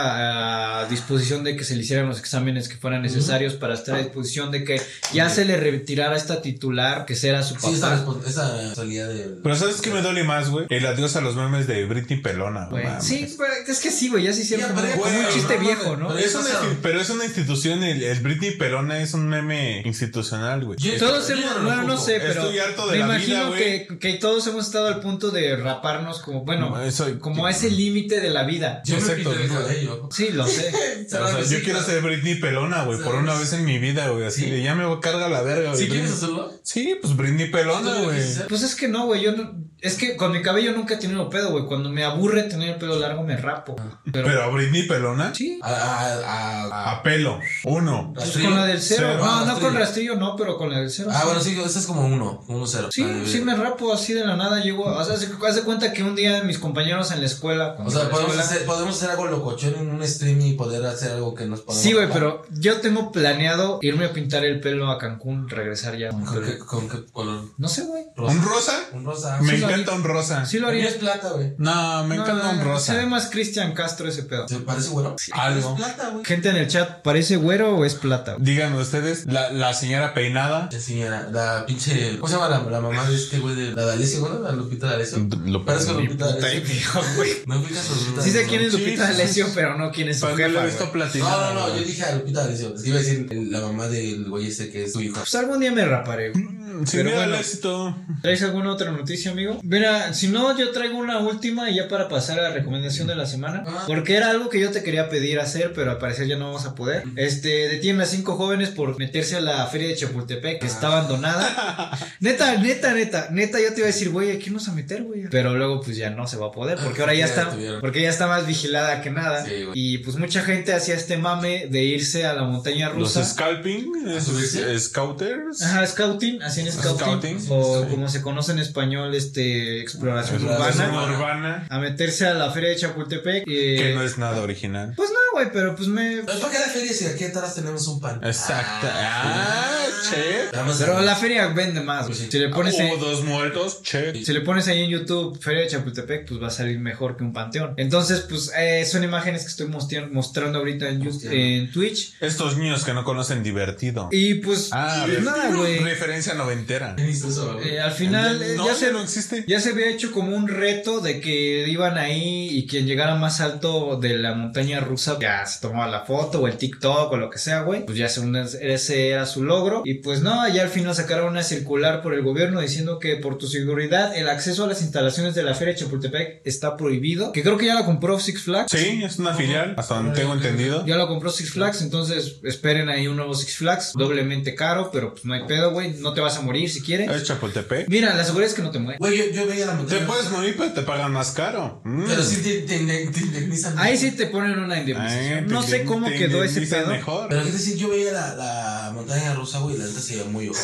[SPEAKER 2] estaba a disposición de que se le hicieran los exámenes que fueran necesarios para estar a disposición de que ya se le retirara esta titular, que será su papá.
[SPEAKER 1] Sí, esa, respons- esa responsabilidad del.
[SPEAKER 3] Pero ¿sabes qué me duele más, güey? El adiós a los memes de Britney Pelona.
[SPEAKER 2] Güey,
[SPEAKER 3] mames.
[SPEAKER 2] Sí, pero es que sí, güey, ya se hicieron
[SPEAKER 1] Ya,
[SPEAKER 2] como,
[SPEAKER 1] pero-
[SPEAKER 2] como un
[SPEAKER 3] güey,
[SPEAKER 2] chiste
[SPEAKER 1] no mames,
[SPEAKER 2] viejo, ¿no?
[SPEAKER 1] pero-
[SPEAKER 3] Es una
[SPEAKER 1] Pasado.
[SPEAKER 3] insti- pero es una institución, el, el Britney Pelona es un meme institucional, güey.
[SPEAKER 1] Yo-
[SPEAKER 2] Todos
[SPEAKER 1] Yo no
[SPEAKER 2] hemos,
[SPEAKER 1] lo
[SPEAKER 2] bueno, no
[SPEAKER 1] juzgo.
[SPEAKER 2] sé, pero
[SPEAKER 3] Estoy harto de
[SPEAKER 2] me
[SPEAKER 3] la vida,
[SPEAKER 2] imagino
[SPEAKER 3] güey.
[SPEAKER 2] que, que todos hemos estado al punto de raparnos como, bueno,
[SPEAKER 3] No, soy-
[SPEAKER 2] como a ese límite de la vida.
[SPEAKER 1] Yo me
[SPEAKER 3] Exacto,
[SPEAKER 1] pinté el
[SPEAKER 3] ¿no?
[SPEAKER 1] cabello.
[SPEAKER 2] Sí, lo sé.
[SPEAKER 1] O
[SPEAKER 3] O sea, yo quiero ser Britney Pelona, güey, por
[SPEAKER 1] ¿Sabes?
[SPEAKER 3] una vez en mi vida, güey. Así
[SPEAKER 1] Sí.
[SPEAKER 3] de ya me voy a cargar la verga, güey.
[SPEAKER 1] ¿Sí quieres
[SPEAKER 3] Britney.
[SPEAKER 1] hacerlo?
[SPEAKER 3] Sí, pues Britney Pelona,
[SPEAKER 1] ¿Tú lo
[SPEAKER 3] güey.
[SPEAKER 1] quieres hacer?
[SPEAKER 2] Pues es que no, güey, yo no, es que con mi mi cabello nunca he tenido pedo, güey. Cuando me aburre tener el pelo largo, me rapo. Pero,
[SPEAKER 3] Pero a Britney pelona.
[SPEAKER 2] sí.
[SPEAKER 1] A, a- a- a-
[SPEAKER 3] A pelo. Uno.
[SPEAKER 2] Pues
[SPEAKER 1] Rastrillo.
[SPEAKER 2] con la del cero.
[SPEAKER 3] Cero.
[SPEAKER 2] no,
[SPEAKER 1] Ah,
[SPEAKER 2] no con
[SPEAKER 1] rastrillo.
[SPEAKER 2] rastrillo, no, pero con la del cero.
[SPEAKER 1] Ah, bueno, ah, sí, este es como uno, uno cero.
[SPEAKER 2] Sí,
[SPEAKER 1] Vale,
[SPEAKER 2] sí me rapo así de la nada. Llego, o sea, se- haz de cuenta que un día mis compañeros en la escuela.
[SPEAKER 1] O
[SPEAKER 2] cuando
[SPEAKER 1] sea,
[SPEAKER 2] iba a la
[SPEAKER 1] podemos
[SPEAKER 2] escuela-
[SPEAKER 1] hacer, podemos hacer algo locochón en un stream y poder hacer algo que nos podamos.
[SPEAKER 2] Sí, güey,
[SPEAKER 1] rapar.
[SPEAKER 2] pero yo tengo planeado irme a pintar el pelo a Cancún, regresar ya.
[SPEAKER 1] ¿Con qué, con qué color?
[SPEAKER 2] No sé, güey.
[SPEAKER 1] Rosa.
[SPEAKER 3] ¿Un rosa?
[SPEAKER 1] Un rosa.
[SPEAKER 3] Me
[SPEAKER 2] Sí, lo
[SPEAKER 3] encanta un rosa.
[SPEAKER 2] Sí lo
[SPEAKER 1] lo
[SPEAKER 2] haría.
[SPEAKER 1] es plata, güey.
[SPEAKER 3] No, me encanta
[SPEAKER 2] No,
[SPEAKER 3] un
[SPEAKER 2] Se ve
[SPEAKER 3] rosa.
[SPEAKER 2] más Cristian Castro ese pedo.
[SPEAKER 1] ¿Te parece Ah, bueno? Sí.
[SPEAKER 3] Algo.
[SPEAKER 1] Es plata, güey.
[SPEAKER 2] Gente en el chat, ¿parece güero o es plata?
[SPEAKER 3] Díganme ustedes, la, la señora peinada.
[SPEAKER 1] La señora, la pinche. ¿Cómo se llama la, la mamá de este güey? De, la D'Alessio, ¿no? La Lupita D'Alessio.
[SPEAKER 3] Lo
[SPEAKER 1] Parezco Lupita D'Alessio.
[SPEAKER 2] Sí
[SPEAKER 1] ¿No ubicas a Lupita
[SPEAKER 2] sé
[SPEAKER 1] D'Alessio?
[SPEAKER 2] quién es
[SPEAKER 3] Sí,
[SPEAKER 2] Lupita
[SPEAKER 3] sí, sí,
[SPEAKER 2] Alessio,
[SPEAKER 3] sí.
[SPEAKER 2] pero no quién es su
[SPEAKER 3] Pero no Pues lo
[SPEAKER 2] jefa,
[SPEAKER 3] he
[SPEAKER 2] güey.
[SPEAKER 3] visto platinado.
[SPEAKER 1] No, no, no, yo dije a Lupita D'Alessio. Es que iba a decir la mamá del güey este que es su hija.
[SPEAKER 2] Pues algún día me raparé. güey.
[SPEAKER 3] Sí,
[SPEAKER 2] Pero
[SPEAKER 3] mira
[SPEAKER 2] bueno.
[SPEAKER 3] el éxito.
[SPEAKER 2] ¿Traes alguna otra noticia, amigo? Mira, si no, yo traigo una última y ya para pasar a la recomendación de la semana.
[SPEAKER 1] Ah.
[SPEAKER 2] Porque era algo que yo te quería pedir hacer, pero al parecer ya no vamos a poder. Este, detienen a cinco jóvenes por meterse a la feria de Chapultepec,
[SPEAKER 1] Ah.
[SPEAKER 2] que está abandonada. neta, neta, neta, neta, yo te iba a decir, güey, aquí nos a meter, güey. Pero luego, pues ya no se va a poder, porque ahora ya
[SPEAKER 1] Ya
[SPEAKER 2] está,
[SPEAKER 1] estuvieron.
[SPEAKER 2] porque ya está más vigilada que nada.
[SPEAKER 1] Sí, güey.
[SPEAKER 2] y pues mucha gente hacía este mame de irse a la montaña
[SPEAKER 3] Los
[SPEAKER 2] rusa.
[SPEAKER 3] scalping, esos
[SPEAKER 1] ¿Sí?
[SPEAKER 3] scouters.
[SPEAKER 2] Ajá, scouting, hacían scouting,
[SPEAKER 3] Scouting,
[SPEAKER 2] o
[SPEAKER 1] sí.
[SPEAKER 2] como se conoce en español, este, exploración
[SPEAKER 1] Exploración
[SPEAKER 2] urbana,
[SPEAKER 1] urbana.
[SPEAKER 2] a meterse a la feria de Chapultepec. eh,
[SPEAKER 3] Que no es nada original.
[SPEAKER 2] Pues no, güey, pero pues me...
[SPEAKER 1] ¿Para qué la feria si aquí atrás tenemos un pan?
[SPEAKER 3] Exacto. Ah, che.
[SPEAKER 1] Vamos
[SPEAKER 2] Pero la feria vende más, güey.
[SPEAKER 1] Pues sí.
[SPEAKER 2] Si le pones...
[SPEAKER 3] Ah, Hubo
[SPEAKER 2] ahí-
[SPEAKER 3] dos muertos, che.
[SPEAKER 2] Si le pones ahí en YouTube Feria de Chapultepec, pues va a salir mejor que un panteón. Entonces, pues eh, son imágenes que estoy mostri- mostrando ahorita en, Youtube-
[SPEAKER 1] Mostrando.
[SPEAKER 2] en Twitch.
[SPEAKER 3] Estos niños que no conocen divertido.
[SPEAKER 2] Y pues,
[SPEAKER 3] Ah,
[SPEAKER 2] pues,
[SPEAKER 3] re-
[SPEAKER 2] nada, güey.
[SPEAKER 3] referencia noventera.
[SPEAKER 1] ¿Qué viste eso, güey?
[SPEAKER 2] Eh, al final, eh,
[SPEAKER 3] no,
[SPEAKER 2] ya se
[SPEAKER 3] no existe.
[SPEAKER 2] Ya se había hecho como un reto de que iban ahí y quien llegara más alto de la montaña rusa ya se tomaba la foto o el TikTok o lo que sea, güey. Pues ya según es- ese era su logro. Y pues no, ya al final sacaron una circular por el gobierno diciendo que por tu seguridad el acceso a las instalaciones de la Feria de Chapultepec está prohibido. Que creo que ya la compró Six Flags.
[SPEAKER 3] Sí, es una filial, hasta donde tengo entendido.
[SPEAKER 2] Ya lo compró Six Flags, entonces esperen ahí un nuevo Six Flags, doblemente caro, pero pues no hay pedo, güey, no te vas a morir si quieres.
[SPEAKER 3] Es Chapultepec.
[SPEAKER 2] Mira, la seguridad es que no te mueres.
[SPEAKER 1] Güey, yo, yo veía la
[SPEAKER 3] Te
[SPEAKER 1] montaña.
[SPEAKER 3] puedes morir, pero te pagan más caro. Mm.
[SPEAKER 1] Pero sí te, te, te, te indemnizan.
[SPEAKER 2] Ahí sí te ponen una
[SPEAKER 3] Ay,
[SPEAKER 2] indemnización.
[SPEAKER 3] Ah, te
[SPEAKER 2] No sé
[SPEAKER 3] indem-
[SPEAKER 2] cómo
[SPEAKER 3] te
[SPEAKER 2] quedó ese
[SPEAKER 3] indemnizan
[SPEAKER 2] pedo.
[SPEAKER 3] mejor.
[SPEAKER 1] Pero es decir, yo veía la, la montaña rusa, güey, y la neta se veía muy ojo.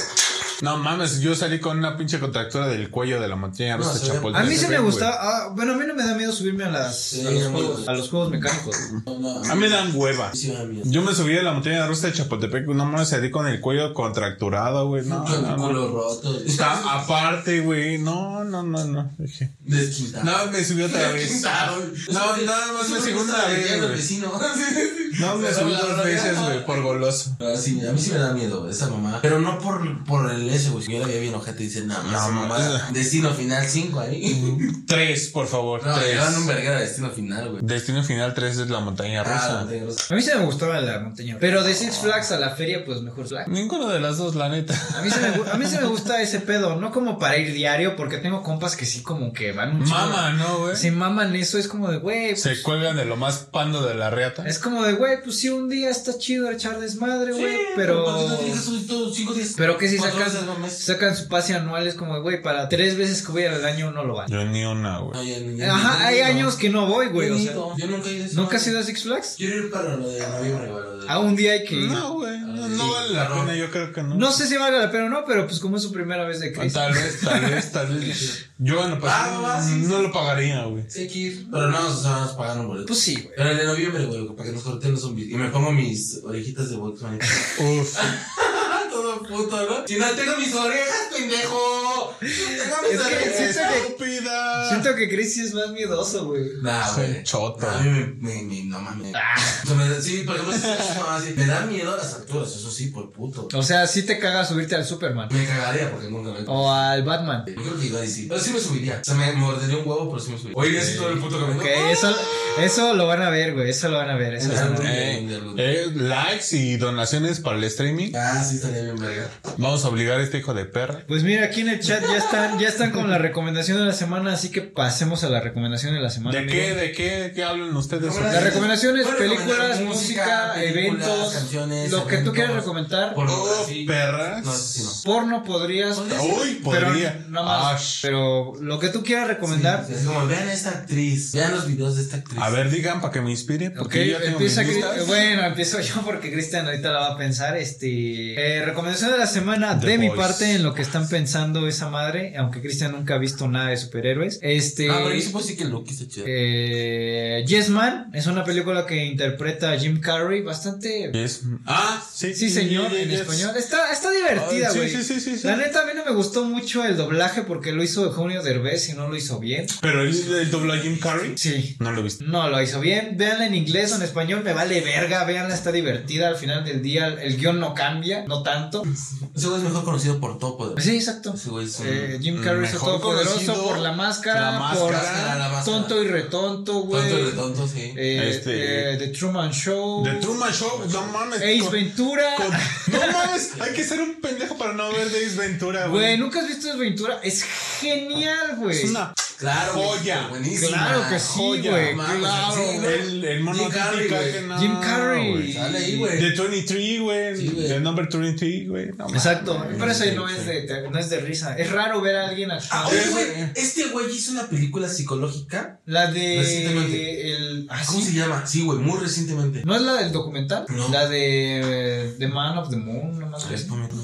[SPEAKER 3] No mames, yo salí con una pinche contractura del cuello de la montaña
[SPEAKER 1] No,
[SPEAKER 3] rusa
[SPEAKER 1] se ve-
[SPEAKER 2] A
[SPEAKER 3] Chapultepec.
[SPEAKER 2] mí se me
[SPEAKER 3] güey.
[SPEAKER 2] gustaba. ah, bueno, a mí no me da miedo subirme a, las,
[SPEAKER 1] Sí,
[SPEAKER 2] a, los,
[SPEAKER 1] no,
[SPEAKER 2] juegos,
[SPEAKER 1] güey.
[SPEAKER 2] a los juegos mecánicos.
[SPEAKER 1] No, no,
[SPEAKER 3] A mí me dan hueva.
[SPEAKER 1] sí me da miedo.
[SPEAKER 3] Yo me subí a la montaña rusa de Chapultepec, no mames, salí con el cuello contracturado, güey. No,
[SPEAKER 1] Con
[SPEAKER 3] no,
[SPEAKER 1] el
[SPEAKER 3] no.
[SPEAKER 1] culo roto.
[SPEAKER 3] Está aparte, güey. No, no, no, no. Dije.
[SPEAKER 1] Desquintado.
[SPEAKER 3] No, me subí otra vez. No, nada más me subí una vez,
[SPEAKER 1] El
[SPEAKER 3] güey.
[SPEAKER 1] vecino.
[SPEAKER 3] No, me subí dos veces, güey, por goloso.
[SPEAKER 1] Ah, sí, a mí sí me da miedo güey, esa mamá. Pero no por, por el ese, güey. Yo la veía bien ojete y dice, nada más,
[SPEAKER 3] No,
[SPEAKER 1] mamá.
[SPEAKER 3] mames.
[SPEAKER 1] Destino final 5 ahí.
[SPEAKER 3] Tres, por favor,
[SPEAKER 1] No, le
[SPEAKER 3] tres.
[SPEAKER 1] dan un verguero a destino final, güey.
[SPEAKER 3] Destino final tres es la montaña
[SPEAKER 1] Ah, la
[SPEAKER 3] rusa.
[SPEAKER 1] montaña rusa.
[SPEAKER 2] A mí se me gustaba la montaña. Pero de Six Flags a la feria, pues mejor Flags.
[SPEAKER 3] Ninguno de las dos, la neta.
[SPEAKER 2] A mí, se me, gu- a mí se me gusta ese pedo, no como para ir diario, porque tengo compas que sí como que van un chingo.
[SPEAKER 3] Mama, ¿no, güey?
[SPEAKER 2] Se maman eso, es como de, güey, pues,
[SPEAKER 3] Se cuelgan de lo más pando de la reata.
[SPEAKER 2] es como de, güey, pues sí, un día está chido echar desmadre, güey, pero...
[SPEAKER 1] ¿Por qué no tienes que subir todos 5 días?
[SPEAKER 2] Pero que si
[SPEAKER 1] Cuatro
[SPEAKER 2] sacan,
[SPEAKER 1] veces al mes.
[SPEAKER 2] sacan su pase anual es como, güey, para tres veces que voy al año no lo van.
[SPEAKER 3] Yo ni una, güey.
[SPEAKER 1] No, ya- ya-
[SPEAKER 2] Ajá,
[SPEAKER 1] ya-
[SPEAKER 2] hay
[SPEAKER 1] ya-
[SPEAKER 2] años que no voy,
[SPEAKER 1] ya-
[SPEAKER 2] güey.
[SPEAKER 1] ya-
[SPEAKER 2] O
[SPEAKER 1] ya-
[SPEAKER 2] sea,
[SPEAKER 1] Yo nunca he ido a ese
[SPEAKER 2] ¿Nunca has
[SPEAKER 1] lugar.
[SPEAKER 2] ido a Six Flags?
[SPEAKER 1] Quiero ir para lo de noviembre, güey. lo de-
[SPEAKER 2] A un día hay que ir.
[SPEAKER 3] No, güey. No, no vale la pena, yo creo que no. Ah,
[SPEAKER 2] No sé si valga la pena o no, pero pues como es su primera vez de Chris.
[SPEAKER 3] Tal vez, tal vez, tal vez. Yo en lo pasado
[SPEAKER 1] Ah, va, sí, sí.
[SPEAKER 3] no lo pagaría, güey.
[SPEAKER 1] Sí, hay que ir. Pero no, o sea, nos pagaron boleto.
[SPEAKER 2] Pues sí, güey.
[SPEAKER 1] Pero el de noviembre, güey, para que nos corten los zombies. Y me pongo mis orejitas de Volkswagen.
[SPEAKER 3] Uf.
[SPEAKER 1] Todo puto, ¿no? Si no tengo mis orejas, pendejo. Si no tengo mis
[SPEAKER 2] Es que
[SPEAKER 1] orejas.
[SPEAKER 2] siento que-
[SPEAKER 3] Estúpida.
[SPEAKER 2] Siento que Chris sí es más miedoso, güey.
[SPEAKER 1] Nah, güey.
[SPEAKER 3] Choto.
[SPEAKER 1] A mí me, me, me- no mames.
[SPEAKER 2] Ah.
[SPEAKER 1] O sea, me- sí, por ejemplo, sí, no, sí, me da miedo las alturas, eso sí, por puto.
[SPEAKER 2] O sea, sí te caga subirte al Superman.
[SPEAKER 1] Me cagaría porque nunca me.
[SPEAKER 2] O al Batman.
[SPEAKER 1] Yo creo que iba a decir. Pero sí me subiría. O sea, me mordería un huevo, pero sí me subiría. Oye, así todo el puto camino.
[SPEAKER 2] Ok, eso, eso lo van a ver, güey. Eso lo van a ver. Eso lo van a ver.
[SPEAKER 3] Eh, eh, likes y donaciones para el streaming.
[SPEAKER 1] Ah, sí, estaría bien, verga.
[SPEAKER 3] Vamos a obligar a este hijo de perra.
[SPEAKER 2] Pues mira, aquí en el chat ya están, ya están con la recomendación de la semana, así que pasemos a la recomendación de la semana.
[SPEAKER 3] ¿De
[SPEAKER 2] amigo.
[SPEAKER 3] qué, de qué, de qué hablan ustedes?
[SPEAKER 1] Ahora
[SPEAKER 2] Las recomendaciones,
[SPEAKER 1] Puedes
[SPEAKER 2] películas,
[SPEAKER 1] recomendar
[SPEAKER 2] música,
[SPEAKER 1] música, películas,
[SPEAKER 2] eventos,
[SPEAKER 1] canciones,
[SPEAKER 2] lo que tú
[SPEAKER 1] eventos.
[SPEAKER 2] quieras recomendar.
[SPEAKER 1] Por-
[SPEAKER 3] Oh,
[SPEAKER 1] Sí.
[SPEAKER 3] perras.
[SPEAKER 1] No, sí, no.
[SPEAKER 2] Porno podrías.
[SPEAKER 3] Uy,
[SPEAKER 2] Pero
[SPEAKER 3] podría. Ah,
[SPEAKER 2] nada más.
[SPEAKER 3] Ash.
[SPEAKER 2] Pero lo que tú quieras recomendar.
[SPEAKER 1] Sí, es como, vean a esta actriz, vean los videos de esta actriz.
[SPEAKER 3] A ver, digan para que me inspire.
[SPEAKER 2] Ok,
[SPEAKER 3] Porque yo ya tengo mis
[SPEAKER 2] empieza Cri-
[SPEAKER 3] listas.
[SPEAKER 2] Bueno, empiezo yo porque Cristian ahorita la va a pensar. Este eh, recomendación de la semana
[SPEAKER 3] The
[SPEAKER 2] de mi
[SPEAKER 3] Boys.
[SPEAKER 2] parte en lo que están pensando esa madre, aunque Cristian nunca ha visto nada de superhéroes. Este
[SPEAKER 1] Ah, pero yo supongo sí que Loki está chido.
[SPEAKER 2] eh, Yes Man es una película que interpreta a Jim Carrey bastante
[SPEAKER 3] Yes. Ah, sí.
[SPEAKER 2] Sí, señor,
[SPEAKER 3] Yes,
[SPEAKER 2] en
[SPEAKER 3] yes.
[SPEAKER 2] español. Está, está divertida,
[SPEAKER 3] Ay, sí,
[SPEAKER 2] güey.
[SPEAKER 3] sí, sí, sí, sí.
[SPEAKER 2] La neta, a mí no me gustó mucho el doblaje porque lo hizo Eugenio Derbez y no lo hizo bien.
[SPEAKER 3] Pero el, el doble Jim Carrey.
[SPEAKER 2] Sí.
[SPEAKER 3] No lo he visto.
[SPEAKER 2] No lo hizo bien. Véanla en inglés o en español, me vale verga. Véanla, está divertida. Al final del día, el, el guión no cambia, no tanto.
[SPEAKER 1] Ese güey es mejor conocido por Topo. de-
[SPEAKER 2] Sí, exacto.
[SPEAKER 1] Ese güey es un-
[SPEAKER 2] Eh, Jim Carrey es
[SPEAKER 3] Mejor
[SPEAKER 2] todopoderoso
[SPEAKER 3] conocido,
[SPEAKER 2] por la máscara,
[SPEAKER 3] La
[SPEAKER 2] por
[SPEAKER 1] Máscara, la máscara.
[SPEAKER 2] tonto y retonto, güey.
[SPEAKER 1] Tonto de tonto, sí.
[SPEAKER 2] Eh,
[SPEAKER 3] Este-
[SPEAKER 2] eh, The Truman Show.
[SPEAKER 3] The Truman Show, no mames.
[SPEAKER 2] Ace
[SPEAKER 3] con-
[SPEAKER 2] Ventura.
[SPEAKER 3] con- no mames, hay que ser un pendejo para no ver de Ace Ventura,
[SPEAKER 2] Güey,
[SPEAKER 3] güey.
[SPEAKER 2] ¿nunca has visto Ace Ventura? Es genial, güey.
[SPEAKER 3] Es una
[SPEAKER 1] Claro, güey,
[SPEAKER 3] Joya.
[SPEAKER 1] buenísima.
[SPEAKER 2] Claro que sí,
[SPEAKER 3] joya,
[SPEAKER 2] güey.
[SPEAKER 1] mames,
[SPEAKER 2] Claro.
[SPEAKER 1] sí, güey.
[SPEAKER 3] El, el mono
[SPEAKER 1] Jim Carrey,
[SPEAKER 3] típica
[SPEAKER 1] güey.
[SPEAKER 3] que no,
[SPEAKER 2] Jim Carrey.
[SPEAKER 3] güey.
[SPEAKER 1] Sale ahí, güey.
[SPEAKER 3] De 23, güey.
[SPEAKER 1] Sí, güey.
[SPEAKER 3] de number 23, güey. No mames.
[SPEAKER 2] Exacto. Pero eso no
[SPEAKER 1] Ah, sí,
[SPEAKER 2] es
[SPEAKER 1] sí.
[SPEAKER 2] de te- no es de risa. Es raro ver a alguien
[SPEAKER 1] Ah,
[SPEAKER 2] actuando.
[SPEAKER 1] oye,
[SPEAKER 3] Sí,
[SPEAKER 1] güey,
[SPEAKER 3] güey.
[SPEAKER 1] este güey hizo una película psicológica.
[SPEAKER 2] La
[SPEAKER 1] Recientemente.
[SPEAKER 2] de el ah,
[SPEAKER 1] ¿Cómo
[SPEAKER 2] sí.
[SPEAKER 1] se llama? Sí, güey, muy recientemente.
[SPEAKER 2] ¿No es la del documental?
[SPEAKER 1] No.
[SPEAKER 2] La de eh, The Man of the Moon, no más.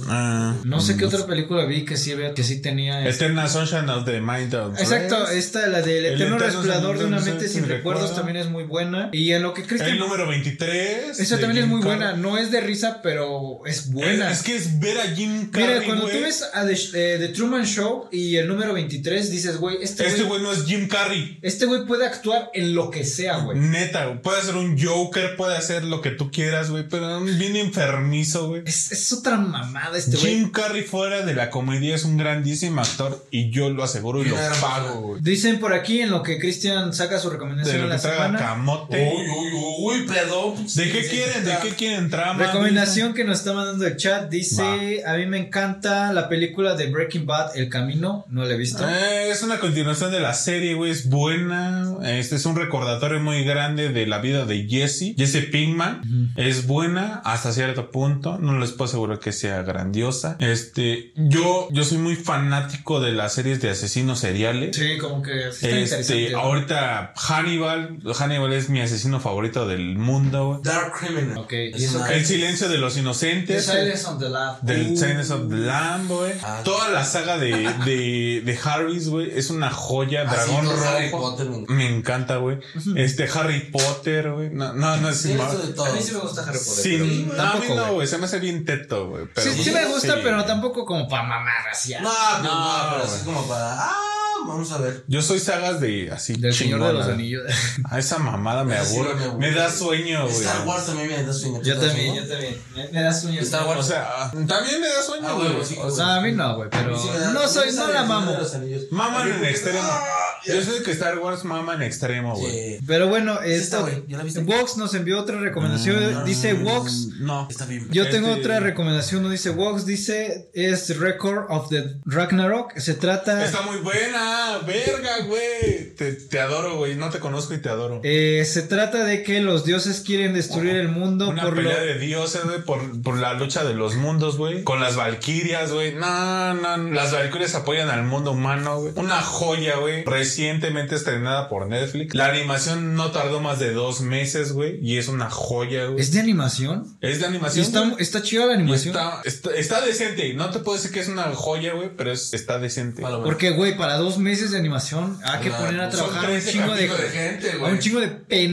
[SPEAKER 3] Ah.
[SPEAKER 2] No sé qué otra película vi que sí había- que sí tenía
[SPEAKER 3] Eterna Sunshine of the Mind of
[SPEAKER 2] Exacto,
[SPEAKER 3] Rest.
[SPEAKER 2] esta, la del
[SPEAKER 3] Este, El
[SPEAKER 2] eterno
[SPEAKER 3] eterno
[SPEAKER 2] resplandor de una
[SPEAKER 3] resplandor
[SPEAKER 2] mente
[SPEAKER 3] sin
[SPEAKER 2] sin recuerdos
[SPEAKER 3] recuerdo.
[SPEAKER 2] también es muy buena. Y en lo que
[SPEAKER 3] El
[SPEAKER 2] Cristian.
[SPEAKER 3] número 23.
[SPEAKER 2] Esa
[SPEAKER 3] de
[SPEAKER 2] también es
[SPEAKER 3] Jim
[SPEAKER 2] muy
[SPEAKER 3] Carrey.
[SPEAKER 2] buena. No es de risa, pero es buena.
[SPEAKER 3] Es, es que es ver a Jim Carrey.
[SPEAKER 2] Mira, cuando
[SPEAKER 3] güey.
[SPEAKER 2] tú ves a The, Sh- eh, The Truman Show y el número 23, dices, güey, este
[SPEAKER 3] Este
[SPEAKER 2] güey
[SPEAKER 3] güey no es Jim Carrey.
[SPEAKER 2] este güey puede actuar en lo que sea, güey.
[SPEAKER 3] Neta, güey. puede ser un Joker, puede hacer lo que tú quieras, güey, pero bien enfermizo, güey.
[SPEAKER 2] Es, es otra mamada este güey.
[SPEAKER 3] Jim Carrey fuera de la comedia es un grandísimo actor y yo lo aseguro y lo
[SPEAKER 1] Claro.
[SPEAKER 3] pago, güey.
[SPEAKER 2] Dicen por aquí en lo que Cristian saca su recomendación
[SPEAKER 3] De
[SPEAKER 2] de
[SPEAKER 3] lo
[SPEAKER 2] la
[SPEAKER 3] que traiga
[SPEAKER 2] semana.
[SPEAKER 3] camote.
[SPEAKER 1] Uy, uy, Oh, uy, perdón. pues,
[SPEAKER 3] ¿De qué quieren? ¿De qué quieren trama?
[SPEAKER 2] Recomendación que nos está mandando el chat dice, a mí me encanta la película de Breaking Bad, El Camino, no la he visto.
[SPEAKER 3] Eh, es una continuación de la serie, güey, es buena. Este es un recordatorio muy grande de la vida de Jesse. Jesse Pinkman es buena hasta cierto punto. No les puedo asegurar que sea grandiosa. Este, yo, yo soy muy fanático de las series de asesinos seriales.
[SPEAKER 2] Sí, como que sí está interesante.
[SPEAKER 3] Este,
[SPEAKER 2] ¿no?
[SPEAKER 3] ahorita Hannibal, Hannibal es mi asesino favorito del mundo. güey.
[SPEAKER 1] Dark Criminal.
[SPEAKER 2] Ok, ¿y eso
[SPEAKER 1] una-
[SPEAKER 2] qué?
[SPEAKER 3] El silencio de los
[SPEAKER 2] The
[SPEAKER 3] inocentes.
[SPEAKER 2] Silence on the Laugh.
[SPEAKER 3] Del
[SPEAKER 2] Uh.
[SPEAKER 3] Silence of the Lamb, güey.
[SPEAKER 1] Ah.
[SPEAKER 3] Toda la saga de, de, de Harris, güey. Es una joya.
[SPEAKER 1] Así
[SPEAKER 3] Dragón
[SPEAKER 1] todo Ah, Harry
[SPEAKER 3] Rojo.
[SPEAKER 1] Potter, güey.
[SPEAKER 3] Me encanta, güey. Este Harry Potter, güey. No, no, no es
[SPEAKER 1] Sí,
[SPEAKER 3] ma-
[SPEAKER 1] esto de todo.
[SPEAKER 2] A mí sí me gusta Harry Potter.
[SPEAKER 3] Sí,
[SPEAKER 2] pero
[SPEAKER 3] no, a mí
[SPEAKER 2] tampoco,
[SPEAKER 3] no,
[SPEAKER 2] güey.
[SPEAKER 3] güey. Se me hace bien teto, güey. pero-
[SPEAKER 2] sí, sí me gusta,
[SPEAKER 3] sí.
[SPEAKER 2] pero tampoco como para mamar así.
[SPEAKER 1] No, pues no,
[SPEAKER 3] No,
[SPEAKER 1] pero
[SPEAKER 3] güey.
[SPEAKER 1] así como para. Ah, vamos a ver.
[SPEAKER 3] Yo soy sagas de así.
[SPEAKER 2] Del Señor de los
[SPEAKER 3] chingona.
[SPEAKER 2] Anillos.
[SPEAKER 3] A esa mamada me
[SPEAKER 1] Esa sí
[SPEAKER 3] aburre.
[SPEAKER 1] me aburre.
[SPEAKER 3] Me da sueño, güey.
[SPEAKER 1] Star Wars también me da sueño. ¿te
[SPEAKER 2] Yo
[SPEAKER 1] da
[SPEAKER 2] también,
[SPEAKER 1] sueño?
[SPEAKER 2] yo también. Me, me da sueño.
[SPEAKER 1] Star
[SPEAKER 3] O
[SPEAKER 1] Wars.
[SPEAKER 3] sea, también me da
[SPEAKER 1] Ah,
[SPEAKER 3] sueño,
[SPEAKER 1] güey,
[SPEAKER 3] güey.
[SPEAKER 1] sí,
[SPEAKER 2] O sea, a mí no, güey, pero
[SPEAKER 1] A mí sí me da-
[SPEAKER 2] no soy,
[SPEAKER 1] me
[SPEAKER 2] no
[SPEAKER 1] sale
[SPEAKER 2] la
[SPEAKER 1] el Señor
[SPEAKER 2] mamo.
[SPEAKER 1] de los Anillos.
[SPEAKER 3] Maman en
[SPEAKER 1] Ah,
[SPEAKER 3] extremo.
[SPEAKER 1] ya.
[SPEAKER 3] Yo sé que Star Wars mama en extremo, güey.
[SPEAKER 1] Sí.
[SPEAKER 2] Pero bueno,
[SPEAKER 1] Esta,
[SPEAKER 2] esto,
[SPEAKER 1] güey, ¿ya la viste?
[SPEAKER 2] Vox nos envió otra recomendación, dice Vox.
[SPEAKER 3] No.
[SPEAKER 1] Está bien.
[SPEAKER 2] Yo tengo
[SPEAKER 3] Este-
[SPEAKER 2] otra recomendación, no dice Vox, dice es Record of the Ragnarok, se trata
[SPEAKER 3] Está muy buena, verga, güey. Te, te adoro, güey. No te conozco y te adoro.
[SPEAKER 2] eh, se trata de que los dioses quieren destruir el mundo
[SPEAKER 3] Una
[SPEAKER 2] por lo
[SPEAKER 3] pelea de dioses, güey, por, por la lucha de los mundos, güey. Con las valquirias, güey. No, no, no. Las valquirias apoyan al mundo humano, güey. Una joya, güey. Recientemente estrenada por Netflix. La animación no tardó más de dos meses, güey. Y es una joya, güey.
[SPEAKER 2] ¿Es de animación?
[SPEAKER 3] Es de
[SPEAKER 2] Sí,
[SPEAKER 3] animación.
[SPEAKER 2] está,
[SPEAKER 3] güey.
[SPEAKER 2] está chida la
[SPEAKER 3] Y
[SPEAKER 2] animación.
[SPEAKER 3] Está, está, está decente. No te puedo decir que es una joya, güey, pero es- está decente.
[SPEAKER 1] Paloma.
[SPEAKER 2] Porque, güey, para dos meses de animación hay que
[SPEAKER 1] Ah,
[SPEAKER 2] poner a
[SPEAKER 3] pues,
[SPEAKER 1] son
[SPEAKER 2] trabajar un
[SPEAKER 3] 13
[SPEAKER 2] chingo de,
[SPEAKER 1] capítulos de gente,
[SPEAKER 2] a
[SPEAKER 1] güey.
[SPEAKER 2] un chingo de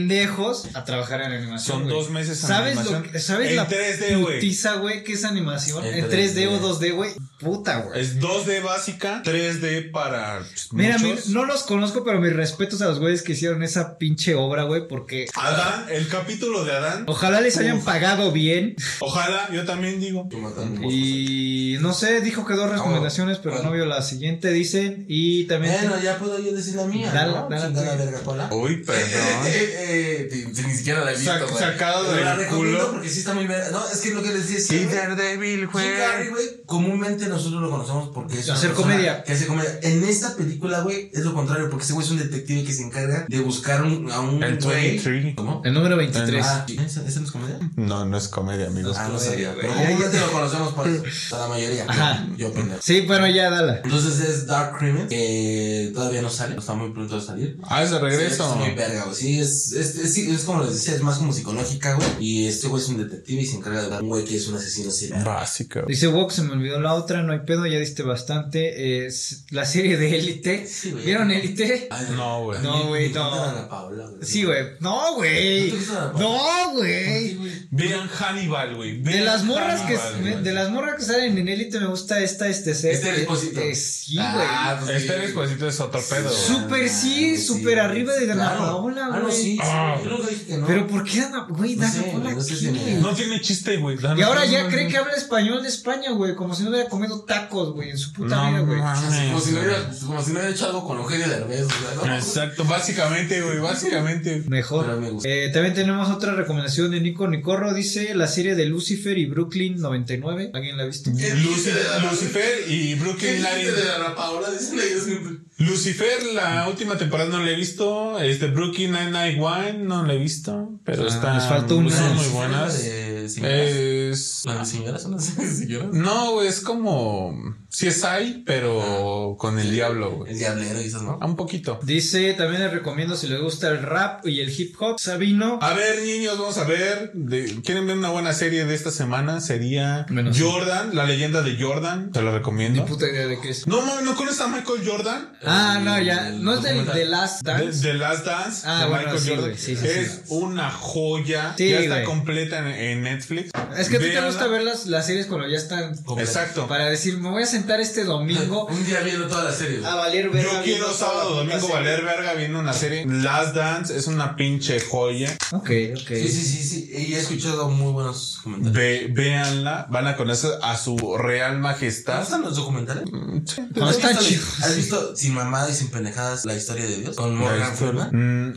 [SPEAKER 2] pendejos a trabajar en animación.
[SPEAKER 3] Son
[SPEAKER 2] güey.
[SPEAKER 3] dos meses en
[SPEAKER 2] ¿Sabes
[SPEAKER 3] animación?
[SPEAKER 2] Lo que, ¿Sabes
[SPEAKER 3] En
[SPEAKER 2] la
[SPEAKER 3] 3D, güey.
[SPEAKER 2] putiza, güey, que es animación?
[SPEAKER 1] En
[SPEAKER 2] En 3D,
[SPEAKER 1] 3D.
[SPEAKER 2] o 2D, güey. Puta, güey.
[SPEAKER 3] Es 2D básica, 3D para pues,
[SPEAKER 2] Mira,
[SPEAKER 3] muchos.
[SPEAKER 2] mi- no los los conozco, pero mis respetos a los güeyes que hicieron esa pinche obra, güey, porque
[SPEAKER 3] Adán, el capítulo de Adán.
[SPEAKER 2] ojalá les hayan
[SPEAKER 3] Uf.
[SPEAKER 2] pagado bien.
[SPEAKER 3] Ojalá, yo también digo.
[SPEAKER 1] Yo matando moscas.
[SPEAKER 2] Y no sé, dijo que dos recomendaciones, pero
[SPEAKER 1] bueno.
[SPEAKER 2] no vio la siguiente, dice. Y también.
[SPEAKER 1] Bueno, ya puedo yo decir la mía.
[SPEAKER 2] Dale,
[SPEAKER 1] ¿no?
[SPEAKER 2] dale,
[SPEAKER 1] Chingada
[SPEAKER 2] dale.
[SPEAKER 1] verga cola.
[SPEAKER 3] Uy, Oh, perdón.
[SPEAKER 1] Eh, eh, eh, ni- ni siquiera la he visto,
[SPEAKER 3] Sac-
[SPEAKER 1] güey.
[SPEAKER 3] sacado
[SPEAKER 1] Pero la
[SPEAKER 3] del
[SPEAKER 1] recomiendo
[SPEAKER 3] culo.
[SPEAKER 1] porque sí está muy verga. No, es que lo que les decía.
[SPEAKER 3] Sí,
[SPEAKER 1] güey.
[SPEAKER 3] Daredevil,
[SPEAKER 1] Jim Carrey, güey, comúnmente nosotros lo conocemos porque es una
[SPEAKER 2] Hacer
[SPEAKER 1] persona
[SPEAKER 2] comedia.
[SPEAKER 1] Que hace comedia. En esta película, güey, es lo contrario, porque ese güey es un detective que se encarga de buscar un- a un
[SPEAKER 3] El
[SPEAKER 1] güey.
[SPEAKER 3] 23.
[SPEAKER 1] ¿Cómo?
[SPEAKER 2] El número 23.
[SPEAKER 1] Ah, ¿esa, esa no es comedia?
[SPEAKER 3] No, no es comedia, amigos.
[SPEAKER 1] Ah, no
[SPEAKER 2] comedia,
[SPEAKER 1] sabía.
[SPEAKER 2] güey.
[SPEAKER 1] Pero comúnmente lo conocemos por eso. O sea, la mayoría.
[SPEAKER 2] Ajá.
[SPEAKER 1] Yo, yo pendejo.
[SPEAKER 2] Sí, bueno, ya dala.
[SPEAKER 1] Entonces es Dark Crimes, que todavía no sale, está muy pronto de salir.
[SPEAKER 3] Ah, es de regreso.
[SPEAKER 1] Sí, es muy verga, güey. Sí, es, es, es, sí, es como les decía, es más como psicológica, güey. Y este güey es un detective y se encarga de dar un güey que es un asesino serial.
[SPEAKER 3] Básico.
[SPEAKER 2] Dice Vox, se me olvidó la otra, no hay pedo, ya diste bastante. Es la serie de Élite.
[SPEAKER 1] Sí, güey.
[SPEAKER 2] ¿Vieron Élite?
[SPEAKER 1] Ay,
[SPEAKER 3] No, güey.
[SPEAKER 2] No, güey,
[SPEAKER 1] Ni- ni
[SPEAKER 2] no.
[SPEAKER 1] cuentan a Ana Paola, güey.
[SPEAKER 2] Sí, güey. No, güey.
[SPEAKER 1] ¿No te gusta la
[SPEAKER 2] No, güey.
[SPEAKER 3] Vean Hannibal, güey.
[SPEAKER 2] De
[SPEAKER 3] Vean
[SPEAKER 2] las morras que
[SPEAKER 3] Hannibal, güey.
[SPEAKER 2] de las morras que salen en Élite me gusta esta este ser.
[SPEAKER 1] Esther Esposito.
[SPEAKER 2] Eh, Sí, güey.
[SPEAKER 1] Ah, pues sí.
[SPEAKER 3] Este despuésito es otro pedo. güey.
[SPEAKER 2] Su- Súper sí, súper arriba de Ana Paola,
[SPEAKER 1] Ah, no,
[SPEAKER 2] güey.
[SPEAKER 1] sí, sí,
[SPEAKER 3] Ah.
[SPEAKER 1] Yo nunca dije que no.
[SPEAKER 2] Pero ¿por qué Dana, güey,
[SPEAKER 1] No
[SPEAKER 2] Dana
[SPEAKER 1] sé,
[SPEAKER 2] Paola
[SPEAKER 1] no sé si
[SPEAKER 2] qué?
[SPEAKER 1] me-
[SPEAKER 3] No tiene chiste, güey.
[SPEAKER 2] Y ahora ya cree que habla español de España, güey, como si no hubiera comido tacos, güey, en su puta vida,
[SPEAKER 3] No
[SPEAKER 2] güey.
[SPEAKER 1] Así como, si no
[SPEAKER 3] mames.
[SPEAKER 1] hubiera, como si no hubiera hecho algo con Eugenio Derbez, o sea, ¿no?
[SPEAKER 3] Exacto, básicamente, güey, básicamente.
[SPEAKER 1] Pero me
[SPEAKER 2] Mejor.
[SPEAKER 1] gusta.
[SPEAKER 2] Eh, también tenemos otra recomendación de Nico Nicorro, dice la serie de Lucifer y Brooklyn 99. ¿Alguien la ha visto?
[SPEAKER 1] ¿Qué dijiste de
[SPEAKER 3] Lucifer,
[SPEAKER 1] la-
[SPEAKER 3] Lucifer y
[SPEAKER 1] ¿Qué
[SPEAKER 3] Brooklyn
[SPEAKER 1] dijiste
[SPEAKER 3] Nine-Nine.
[SPEAKER 1] de Ana Paola? Dicen ellos siempre.
[SPEAKER 3] Lucifer, la última temporada no la he visto. Este Brooklyn Nine-Nine no la he visto. Pero
[SPEAKER 2] Ah,
[SPEAKER 3] están
[SPEAKER 2] les falta una.
[SPEAKER 3] son Pues muy
[SPEAKER 1] Sí,
[SPEAKER 3] buenas. Eh,
[SPEAKER 1] de Ah, señoras.
[SPEAKER 3] Es.
[SPEAKER 1] ¿La de señoras o no sé, señoras?
[SPEAKER 3] No, güey, es como. Sí es ahí,
[SPEAKER 2] Ah.
[SPEAKER 3] pero con el diablo, güey.
[SPEAKER 1] El diablero y esas, ¿no?
[SPEAKER 3] pues. Ah, Un poquito.
[SPEAKER 2] Dice, también les recomiendo si les gusta el rap y el hip hop. Sabino.
[SPEAKER 3] A ver, niños, vamos a ver. de- ¿Quieren ver una buena serie de esta semana? Sería
[SPEAKER 2] Menos.
[SPEAKER 3] Jordan, la leyenda de Jordan. Te la
[SPEAKER 2] Ni
[SPEAKER 3] recomiendo.
[SPEAKER 2] puta idea de qué es.
[SPEAKER 3] No, mames, ¿no conoces a Michael Jordan?
[SPEAKER 2] Ah,
[SPEAKER 1] El-
[SPEAKER 2] no, ya.
[SPEAKER 1] el
[SPEAKER 2] No es del
[SPEAKER 1] documental.
[SPEAKER 2] de Last
[SPEAKER 3] De,
[SPEAKER 2] Dance.
[SPEAKER 3] The Last Dance
[SPEAKER 2] Ah,
[SPEAKER 3] de
[SPEAKER 2] bueno,
[SPEAKER 3] Michael
[SPEAKER 2] sí,
[SPEAKER 3] Jordan.
[SPEAKER 2] güey, sí, sí,
[SPEAKER 3] es
[SPEAKER 2] sí.
[SPEAKER 3] una joya.
[SPEAKER 2] Sí,
[SPEAKER 3] ya está
[SPEAKER 2] güey.
[SPEAKER 3] completa en, en Netflix.
[SPEAKER 2] Es que a ti te
[SPEAKER 3] Véanla.
[SPEAKER 2] gusta ver las, las series cuando ya están.
[SPEAKER 3] Exacto.
[SPEAKER 2] Para decir, me voy a sentar este domingo
[SPEAKER 1] Un día viendo toda la serie. güey.
[SPEAKER 3] Ah,
[SPEAKER 2] a valer verga.
[SPEAKER 3] Yo
[SPEAKER 2] viendo
[SPEAKER 3] quiero sábado,
[SPEAKER 2] toda la puta
[SPEAKER 3] domingo
[SPEAKER 2] serie.
[SPEAKER 3] valer verga viendo una serie. Last Dance es una pinche joya.
[SPEAKER 2] Ok, ok.
[SPEAKER 1] Sí, sí, sí, sí. Y he escuchado muy buenos comentarios.
[SPEAKER 3] Ve, véanla. Van a conocer a su real
[SPEAKER 1] ¿Te
[SPEAKER 3] majestad.
[SPEAKER 1] gustan los documentales?
[SPEAKER 2] No,
[SPEAKER 1] ¿Has
[SPEAKER 2] están
[SPEAKER 1] visto-
[SPEAKER 2] chidos.
[SPEAKER 1] ¿Has visto sin mamada y sin pendejadas la historia de Dios? Con Morgan Freeman.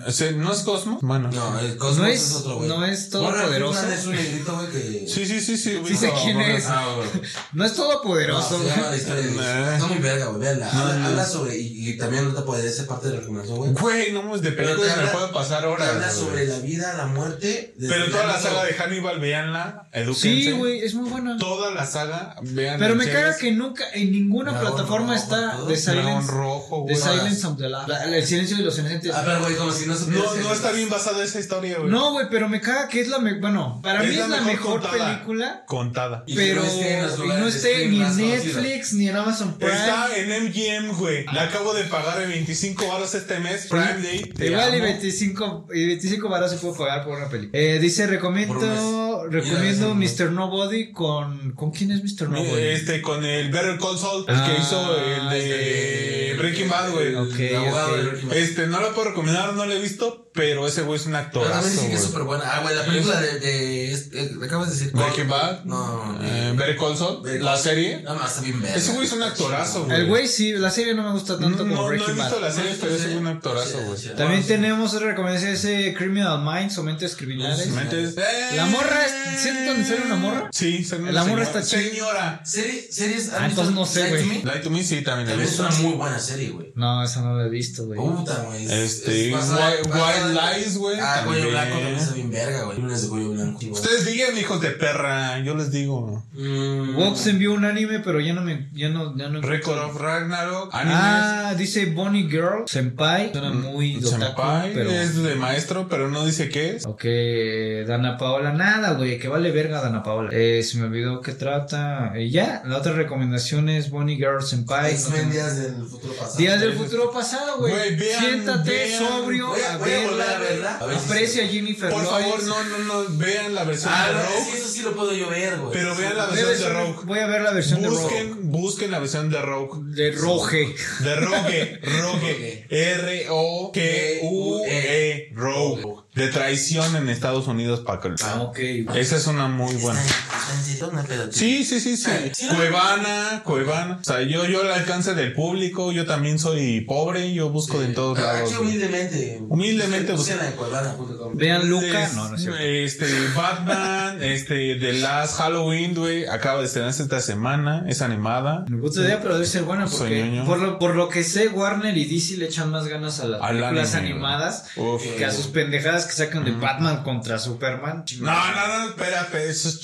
[SPEAKER 3] Mm, ¿se- ¿No es Cosmo? Bueno.
[SPEAKER 1] No, el Cosmos
[SPEAKER 2] No
[SPEAKER 1] es,
[SPEAKER 2] es-
[SPEAKER 1] otro güey.
[SPEAKER 2] no es todo
[SPEAKER 1] Morgan
[SPEAKER 2] poderoso.
[SPEAKER 1] Freeman es un negrito güey que.
[SPEAKER 3] Sí, sí, sí, sí.
[SPEAKER 2] Sí sé quién es.
[SPEAKER 1] Ah, güey.
[SPEAKER 2] No es
[SPEAKER 1] No,
[SPEAKER 2] todopoderoso.
[SPEAKER 1] se llama la historia de Dios.
[SPEAKER 3] Eh.
[SPEAKER 1] Está muy verga, güey. Véanla.
[SPEAKER 3] No,
[SPEAKER 1] Habla,
[SPEAKER 3] no.
[SPEAKER 1] habla sobre. Y, y también no te puede ser parte de la recomendación, güey.
[SPEAKER 3] Güey, no mames, de
[SPEAKER 1] Pero te
[SPEAKER 3] películas me
[SPEAKER 1] habla-
[SPEAKER 3] puede pasar
[SPEAKER 1] Te habla
[SPEAKER 3] horas.
[SPEAKER 1] sobre
[SPEAKER 3] güey.
[SPEAKER 1] la vida, la muerte. desde
[SPEAKER 3] Pero
[SPEAKER 1] el
[SPEAKER 3] toda la
[SPEAKER 1] ámbito-
[SPEAKER 3] saga de Hannibal, véanla. Edúquense.
[SPEAKER 2] sí, güey, es muy buena.
[SPEAKER 3] Toda la saga, vean.
[SPEAKER 2] Pero
[SPEAKER 3] en
[SPEAKER 2] me caga
[SPEAKER 3] series.
[SPEAKER 2] que nunca, en ninguna
[SPEAKER 1] Dragón
[SPEAKER 2] plataforma
[SPEAKER 1] rojo,
[SPEAKER 2] está
[SPEAKER 1] todo.
[SPEAKER 2] The
[SPEAKER 3] Dragón
[SPEAKER 2] Silence.
[SPEAKER 3] rojo,
[SPEAKER 2] The
[SPEAKER 3] güey.
[SPEAKER 2] Silence of the La- la- El silencio de los inocentes.
[SPEAKER 1] A ver, güey, como si no supieras.
[SPEAKER 3] No, no está bien basada esa historia, güey.
[SPEAKER 2] No, güey, pero me caga que es la me- bueno, para
[SPEAKER 3] Es
[SPEAKER 2] mí
[SPEAKER 3] la
[SPEAKER 2] es la mejor,
[SPEAKER 3] mejor contada.
[SPEAKER 2] película,
[SPEAKER 3] Contada.
[SPEAKER 1] Y que
[SPEAKER 2] pero
[SPEAKER 1] no esté en los
[SPEAKER 2] y
[SPEAKER 1] lugares
[SPEAKER 2] no
[SPEAKER 1] de
[SPEAKER 2] esté
[SPEAKER 1] stream
[SPEAKER 2] ni
[SPEAKER 1] más
[SPEAKER 2] en
[SPEAKER 1] conocidos.
[SPEAKER 2] Netflix ni en Amazon Prime.
[SPEAKER 3] Está en MGM, güey. La acabo de pagar en 25 horas este mes. Prime Day. te
[SPEAKER 2] Igual y
[SPEAKER 3] amo.
[SPEAKER 2] 25, y 25 varos se puede pagar por una película. Eh, dice, recomiendo,
[SPEAKER 1] Por un mes.
[SPEAKER 2] recomiendo
[SPEAKER 1] Mira, es
[SPEAKER 2] Mr. Nobody con... ¿Con quién es Mr. Nobody?
[SPEAKER 3] Este, con el Better Call Saul, el
[SPEAKER 2] Ah,
[SPEAKER 3] que hizo el este, de
[SPEAKER 1] Eh,
[SPEAKER 3] Breaking Bad, güey.
[SPEAKER 2] Ok,
[SPEAKER 1] El abogado
[SPEAKER 2] ok.
[SPEAKER 1] de Breaking Bad.
[SPEAKER 3] Este, no lo puedo recomendar, no lo he visto, pero ese güey es un
[SPEAKER 1] Pero también
[SPEAKER 3] actorazo,
[SPEAKER 1] dicen que es
[SPEAKER 3] güey.
[SPEAKER 1] súper buena. Ah, güey, la película de. de este, eh, acabas de decir.
[SPEAKER 3] Breaking Bad,
[SPEAKER 1] No.
[SPEAKER 3] eh, Better Call Saul,
[SPEAKER 1] Better
[SPEAKER 3] la
[SPEAKER 1] Call Saul.
[SPEAKER 3] serie.
[SPEAKER 1] Nada más, está bien verga.
[SPEAKER 3] Ese güey es un actorazo, güey.
[SPEAKER 2] El güey sí, la serie no me gusta
[SPEAKER 3] No,
[SPEAKER 2] tanto como
[SPEAKER 3] no, no he
[SPEAKER 2] Breaking Bad.
[SPEAKER 3] visto la serie, pero ese
[SPEAKER 1] Sí,
[SPEAKER 3] güey es un actorazo,
[SPEAKER 1] sí,
[SPEAKER 3] güey.
[SPEAKER 1] sí.
[SPEAKER 2] También tenemos otra recomendación, ese Criminal Minds o Mentes Criminales.
[SPEAKER 1] Mentes.
[SPEAKER 2] La morra es- ¿sí es donde sale una morra?
[SPEAKER 3] Sí, sale una
[SPEAKER 2] La morra
[SPEAKER 3] señora.
[SPEAKER 2] está chida.
[SPEAKER 3] Señora.
[SPEAKER 1] Serie- Series.
[SPEAKER 2] Ah,
[SPEAKER 1] ¿han visto
[SPEAKER 2] entonces no sé,
[SPEAKER 1] Light to
[SPEAKER 2] güey.
[SPEAKER 1] Me?
[SPEAKER 3] Light to Me sí, también la he
[SPEAKER 1] También es
[SPEAKER 3] visto.
[SPEAKER 1] una muy buena serie, güey.
[SPEAKER 2] No, esa no la he visto, güey.
[SPEAKER 1] Puta, güey. es-
[SPEAKER 3] Este,
[SPEAKER 1] es basada-
[SPEAKER 3] White-
[SPEAKER 1] basada-
[SPEAKER 3] White Lies, güey,
[SPEAKER 1] Ah, cuello
[SPEAKER 3] también.
[SPEAKER 1] blanco también está bien verga, güey. Lunes de cuello blanco.
[SPEAKER 3] Ustedes digan, hijos de perra, yo les digo.
[SPEAKER 1] Mm.
[SPEAKER 2] Vox envió un anime, pero ya no me, ya no, ya no.
[SPEAKER 3] Record of Ragnarok, animes, Mm,
[SPEAKER 2] Ah, dice Bonnie Girl, Senpai. Suena Ah, muy otaku,
[SPEAKER 3] Senpai,
[SPEAKER 2] pero.
[SPEAKER 3] es de maestro, pero no dice qué es.
[SPEAKER 2] Ok, Dana Paola, nada, güey, que vale verga Dana Paola. Eh, se me olvidó qué trata. Eh, ya, la otra recomendación es Bonnie Girl Senpai.
[SPEAKER 1] X-Men Días del Futuro Pasado.
[SPEAKER 2] Días del futuro pasado, güey.
[SPEAKER 3] Güey, vean,
[SPEAKER 2] Siéntate
[SPEAKER 3] vean.
[SPEAKER 2] sobrio
[SPEAKER 1] Voy a-
[SPEAKER 2] a
[SPEAKER 1] voy a volver
[SPEAKER 2] verla.
[SPEAKER 1] a verla. A ver si
[SPEAKER 2] Aprecia a
[SPEAKER 1] sí.
[SPEAKER 2] Jennifer
[SPEAKER 3] Por
[SPEAKER 2] Lawrence.
[SPEAKER 3] favor, no, no, no, vean la versión
[SPEAKER 1] Ah,
[SPEAKER 3] de
[SPEAKER 1] no, es
[SPEAKER 3] Rogue.
[SPEAKER 1] que eso sí lo puedo yo ver, güey.
[SPEAKER 3] Pero vean la
[SPEAKER 2] Debe
[SPEAKER 3] versión de
[SPEAKER 2] ser-
[SPEAKER 3] Rogue.
[SPEAKER 2] Voy a ver la versión
[SPEAKER 3] Busquen, busquen la versión de Rogue.
[SPEAKER 2] de Rogue. De Rogue.
[SPEAKER 3] De Rogue, Rogue,
[SPEAKER 2] E,
[SPEAKER 3] R-O-G-U-E, Rogue. E, De traición en Estados Unidos, Paco.
[SPEAKER 2] Ah, ok.
[SPEAKER 3] Esa es una muy
[SPEAKER 1] Está
[SPEAKER 3] buena.
[SPEAKER 1] en- está en serio, no hay pedo, tío.
[SPEAKER 3] Sí, sí, sí, sí. Cuevana, Cuevana. O sea, yo, yo al alcance del público, yo también soy pobre, yo busco de en todos
[SPEAKER 1] Ah,
[SPEAKER 3] lados.
[SPEAKER 1] sí,
[SPEAKER 3] güey.
[SPEAKER 1] humildemente.
[SPEAKER 3] Humildemente, pues.
[SPEAKER 1] Busquen
[SPEAKER 3] busquen.
[SPEAKER 1] en cuevana.com.
[SPEAKER 2] Vean Luca.
[SPEAKER 3] Es-
[SPEAKER 2] No, no es cierto.
[SPEAKER 3] Este, Batman, este, The Last Halloween, güey, acaba de estrenarse esta semana, es animada.
[SPEAKER 2] Me gusta la idea, pero debe ser buena
[SPEAKER 3] Soy
[SPEAKER 2] porque
[SPEAKER 3] ñoño.
[SPEAKER 2] por lo, por lo que sé, Warner y DC le echan más ganas a las
[SPEAKER 3] Al
[SPEAKER 2] películas
[SPEAKER 3] anime,
[SPEAKER 2] animadas
[SPEAKER 3] Uf.
[SPEAKER 2] que a sus pendejadas que sacan de Batman contra Superman.
[SPEAKER 3] No, no, no, espérate, eso es...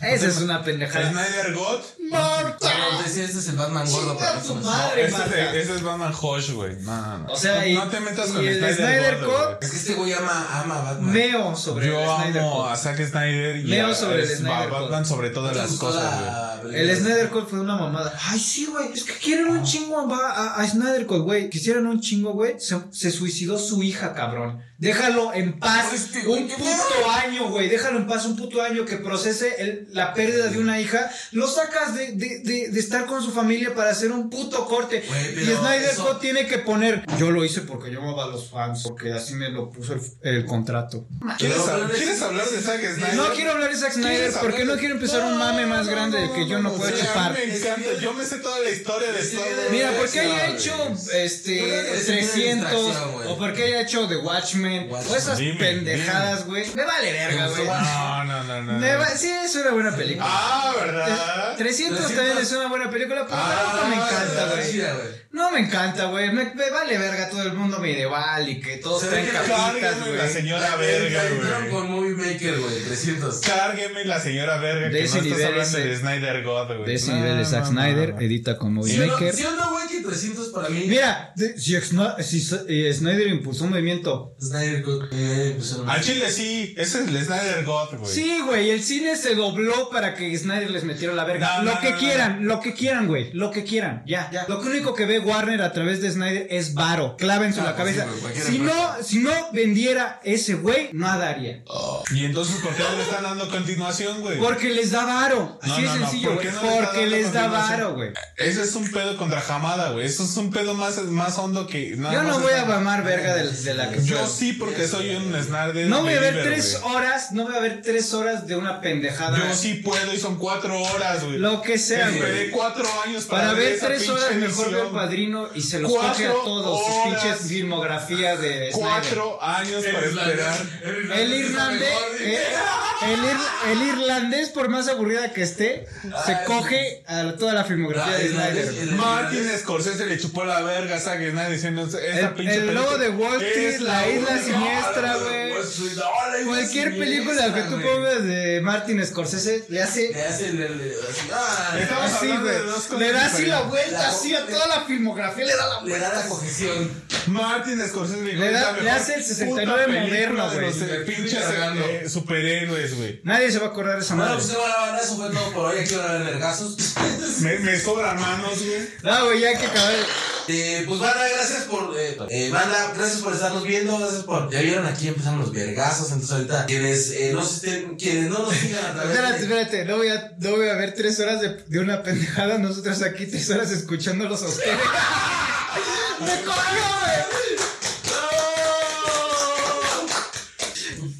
[SPEAKER 2] Esa es una pendejada.
[SPEAKER 3] Snyder God.
[SPEAKER 1] Pero decía, este es el Batman gordo para
[SPEAKER 2] Chinga tu
[SPEAKER 1] personas.
[SPEAKER 2] madre.
[SPEAKER 3] Este es,
[SPEAKER 2] Marta.
[SPEAKER 3] de- este es Batman Hosh, güey. No, no, no.
[SPEAKER 2] O sea, y-
[SPEAKER 3] no te metas
[SPEAKER 2] y
[SPEAKER 3] con
[SPEAKER 2] el
[SPEAKER 3] Snyder,
[SPEAKER 2] Snyder
[SPEAKER 3] God,
[SPEAKER 2] Cut,
[SPEAKER 3] güey.
[SPEAKER 1] Es que este güey ama, ama a Batman.
[SPEAKER 2] Neo sobre
[SPEAKER 3] Yo
[SPEAKER 2] el Snyder
[SPEAKER 3] amo
[SPEAKER 2] Cut.
[SPEAKER 3] a Zack Snyder y
[SPEAKER 2] Leo
[SPEAKER 3] a-
[SPEAKER 2] sobre el
[SPEAKER 3] es-
[SPEAKER 2] Snyder ah,
[SPEAKER 3] a
[SPEAKER 2] Code.
[SPEAKER 3] Batman sobre
[SPEAKER 1] ¿No
[SPEAKER 3] todas
[SPEAKER 1] te
[SPEAKER 3] las
[SPEAKER 1] gustó
[SPEAKER 3] cosas, güey.
[SPEAKER 1] la película?
[SPEAKER 2] El Snyder Code fue una mamada. Ay, sí, güey. Es que quieren un chingo a, Ba- a, a Snyder Code, güey. Quisieran un chingo, güey. Se, se suicidó su hija, cabrón. Déjalo en paz.
[SPEAKER 1] Este, güey,
[SPEAKER 2] un
[SPEAKER 1] qué
[SPEAKER 2] puto
[SPEAKER 1] pedo.
[SPEAKER 2] año, güey. Déjalo en paz un puto año que procese el- la pérdida de una hija. Lo sacas de, de, de, de estar con su familia para hacer un puto corte.
[SPEAKER 1] Güey,
[SPEAKER 2] y
[SPEAKER 1] pero
[SPEAKER 2] Snyder
[SPEAKER 1] eso-
[SPEAKER 2] Code tiene que poner. Yo lo hice porque yo amaba a los fans. Porque así me lo puso el, el contrato.
[SPEAKER 3] ¿Quieres,
[SPEAKER 1] Pero-
[SPEAKER 3] hab- quieres hablar de Zack Snyder?
[SPEAKER 2] No quiero hablar de Zack Snyder
[SPEAKER 3] ¿Quieres
[SPEAKER 2] porque
[SPEAKER 3] hablar
[SPEAKER 2] no
[SPEAKER 3] de-
[SPEAKER 2] quiero empezar un mame más grande de que yo no puedo
[SPEAKER 3] o sea,
[SPEAKER 2] chupar.
[SPEAKER 3] a mí Me encanta, yo me sé toda la historia de
[SPEAKER 1] Sí,
[SPEAKER 3] Star Wars.
[SPEAKER 2] Mira, ¿por qué
[SPEAKER 3] No,
[SPEAKER 2] haya
[SPEAKER 3] güey.
[SPEAKER 2] hecho
[SPEAKER 1] Yo creo
[SPEAKER 2] este
[SPEAKER 1] que es una
[SPEAKER 2] 300
[SPEAKER 1] distracción, güey.
[SPEAKER 2] o por qué haya hecho The Watchmen,
[SPEAKER 1] Watchmen.
[SPEAKER 2] o esas
[SPEAKER 3] Dime,
[SPEAKER 2] pendejadas, güey? Me vale verga, güey.
[SPEAKER 3] No, no, no, no.
[SPEAKER 2] Me
[SPEAKER 3] no.
[SPEAKER 2] va- sí, es una buena película.
[SPEAKER 3] Ah, ¿verdad?
[SPEAKER 2] 300 también es una buena película, pero
[SPEAKER 3] Ah,
[SPEAKER 2] tampoco me
[SPEAKER 1] Está
[SPEAKER 2] encanta, güey.
[SPEAKER 1] chida, güey.
[SPEAKER 2] No me encanta, güey. Me, me vale verga todo el mundo medieval y que todos
[SPEAKER 1] Se
[SPEAKER 2] traen
[SPEAKER 1] ve que
[SPEAKER 2] capitas,
[SPEAKER 3] Cárgueme la
[SPEAKER 2] güey.
[SPEAKER 3] señora verga,
[SPEAKER 1] Ahí entraron
[SPEAKER 3] güey.
[SPEAKER 1] con Movie Maker, güey. 300.
[SPEAKER 3] Cárgueme la señora verga
[SPEAKER 2] De
[SPEAKER 3] que
[SPEAKER 2] ese
[SPEAKER 3] no estás
[SPEAKER 2] nivel
[SPEAKER 3] hablando
[SPEAKER 2] ese-
[SPEAKER 3] de Snyder God, güey.
[SPEAKER 2] De ese
[SPEAKER 3] No,
[SPEAKER 2] nivel es Zack
[SPEAKER 3] no, no,
[SPEAKER 2] Snyder,
[SPEAKER 3] no.
[SPEAKER 2] edita con
[SPEAKER 1] ¿Sí
[SPEAKER 2] Movie
[SPEAKER 1] o no-
[SPEAKER 2] Maker.
[SPEAKER 1] sí o no, güey, que 300 para mí?
[SPEAKER 2] Mira, de- si, Sna- si Sa- eh, Snyder impulsó un movimiento
[SPEAKER 1] Snyder Cut. eh, pues, no.
[SPEAKER 3] Al chile sí, ese es el Snyder God, güey.
[SPEAKER 2] Sí, güey, el cine se dobló para que Snyder les metiera la verga.
[SPEAKER 3] No,
[SPEAKER 2] lo
[SPEAKER 3] no,
[SPEAKER 2] que
[SPEAKER 3] no, no,
[SPEAKER 2] quieran, lo que quieran, güey, lo que quieran, ya, ya. Lo que único que ve Warner a través de Snyder es varo, clávense
[SPEAKER 1] Ah,
[SPEAKER 2] la
[SPEAKER 1] pues sí,
[SPEAKER 2] cabeza.
[SPEAKER 1] güey, cualquier
[SPEAKER 2] si
[SPEAKER 1] empresa.
[SPEAKER 2] no, si no vendiera ese güey, nada haría.
[SPEAKER 3] Y entonces, ¿por qué no le están dando continuación, güey?
[SPEAKER 2] Porque les da varo,
[SPEAKER 3] No,
[SPEAKER 2] así
[SPEAKER 3] no,
[SPEAKER 2] es
[SPEAKER 3] no,
[SPEAKER 2] sencillo,
[SPEAKER 3] ¿por
[SPEAKER 2] güey.
[SPEAKER 3] qué no le está
[SPEAKER 2] porque
[SPEAKER 3] dando
[SPEAKER 2] les da
[SPEAKER 3] continuación?
[SPEAKER 2] varo, güey.
[SPEAKER 3] Ese es un pedo contra Jamada, güey. Eso es un pedo más, más hondo que. nada
[SPEAKER 2] Yo no
[SPEAKER 3] más
[SPEAKER 2] voy a
[SPEAKER 3] está-
[SPEAKER 2] mamar verga de, de la que
[SPEAKER 3] Ah, Yo
[SPEAKER 2] fue.
[SPEAKER 3] sí, porque soy un Snyder.
[SPEAKER 2] No voy a ver
[SPEAKER 3] believer,
[SPEAKER 2] tres
[SPEAKER 3] güey.
[SPEAKER 2] horas, no voy a ver tres horas de una pendejada.
[SPEAKER 3] Yo sí puedo y son cuatro horas, güey.
[SPEAKER 2] Lo que sea, güey.
[SPEAKER 3] Esperé cuatro años para,
[SPEAKER 2] Para ver
[SPEAKER 3] esa
[SPEAKER 2] tres
[SPEAKER 3] pinche
[SPEAKER 2] horas mejor
[SPEAKER 3] edición.
[SPEAKER 2] veo Padrino y se los
[SPEAKER 3] Cuatro
[SPEAKER 2] coge a todos sus
[SPEAKER 3] horas.
[SPEAKER 2] pinches filmografías de Snyder.
[SPEAKER 3] Cuatro años para esperar.
[SPEAKER 2] El irlandés, eh, el, ir- el irlandés, por más aburrida que esté, se
[SPEAKER 1] Ay.
[SPEAKER 2] coge a toda la filmografía
[SPEAKER 1] Ah,
[SPEAKER 2] de
[SPEAKER 1] el irlandés,
[SPEAKER 2] Snyder.
[SPEAKER 1] el-
[SPEAKER 3] Martin Scorsese le chupó la verga a Zack Snyder diciendo esa
[SPEAKER 2] El-
[SPEAKER 3] pinche
[SPEAKER 2] el lobo
[SPEAKER 3] película
[SPEAKER 2] de Wall Street,
[SPEAKER 3] es
[SPEAKER 2] la isla
[SPEAKER 3] única-
[SPEAKER 2] siniestra,
[SPEAKER 3] Ah,
[SPEAKER 2] güey.
[SPEAKER 3] pues, la isla
[SPEAKER 2] Cualquier
[SPEAKER 3] siniestra,
[SPEAKER 2] película que tú
[SPEAKER 3] güey.
[SPEAKER 2] pongas de Martin Scorsese le hace
[SPEAKER 1] Le hace el- el- el- así, ah,
[SPEAKER 3] Estamos
[SPEAKER 2] así,
[SPEAKER 3] hablando de
[SPEAKER 2] güey.
[SPEAKER 3] dos cosas
[SPEAKER 2] Le da así la
[SPEAKER 3] diferentes.
[SPEAKER 2] vuelta, así a toda la filmografía, le da la
[SPEAKER 1] Le da la
[SPEAKER 2] vuelta.
[SPEAKER 1] cojeción.
[SPEAKER 3] Martin Scorsese dijo,
[SPEAKER 2] Le da-
[SPEAKER 3] "Es la
[SPEAKER 2] le
[SPEAKER 3] mejor
[SPEAKER 2] hace el 69
[SPEAKER 3] puta
[SPEAKER 2] moderno,
[SPEAKER 3] película de
[SPEAKER 2] güey.
[SPEAKER 3] los, eh, Pinches
[SPEAKER 1] Cagando.
[SPEAKER 3] eh, superhéroes, güey.
[SPEAKER 2] Nadie se va a acordar de esa
[SPEAKER 1] Bueno,
[SPEAKER 2] madre.
[SPEAKER 1] pues no, la verdad, eso fue todo por hoy. Aquí van a haber vergazos.
[SPEAKER 3] Me, me sobran manos, güey.
[SPEAKER 2] No, güey, ya hay que acabar.
[SPEAKER 1] Eh, pues banda, gracias por eh, eh, banda, gracias por estarnos viendo, gracias por. Ya vieron aquí empezaron los vergazos, entonces ahorita quienes eh, no se estén, quienes no nos sigan a través
[SPEAKER 2] Espérate,
[SPEAKER 1] de.
[SPEAKER 2] espérate, no voy a, no voy a ver tres horas de, de una pendejada, nosotros aquí tres horas escuchándolos a ustedes. ¡Me corrió, güey!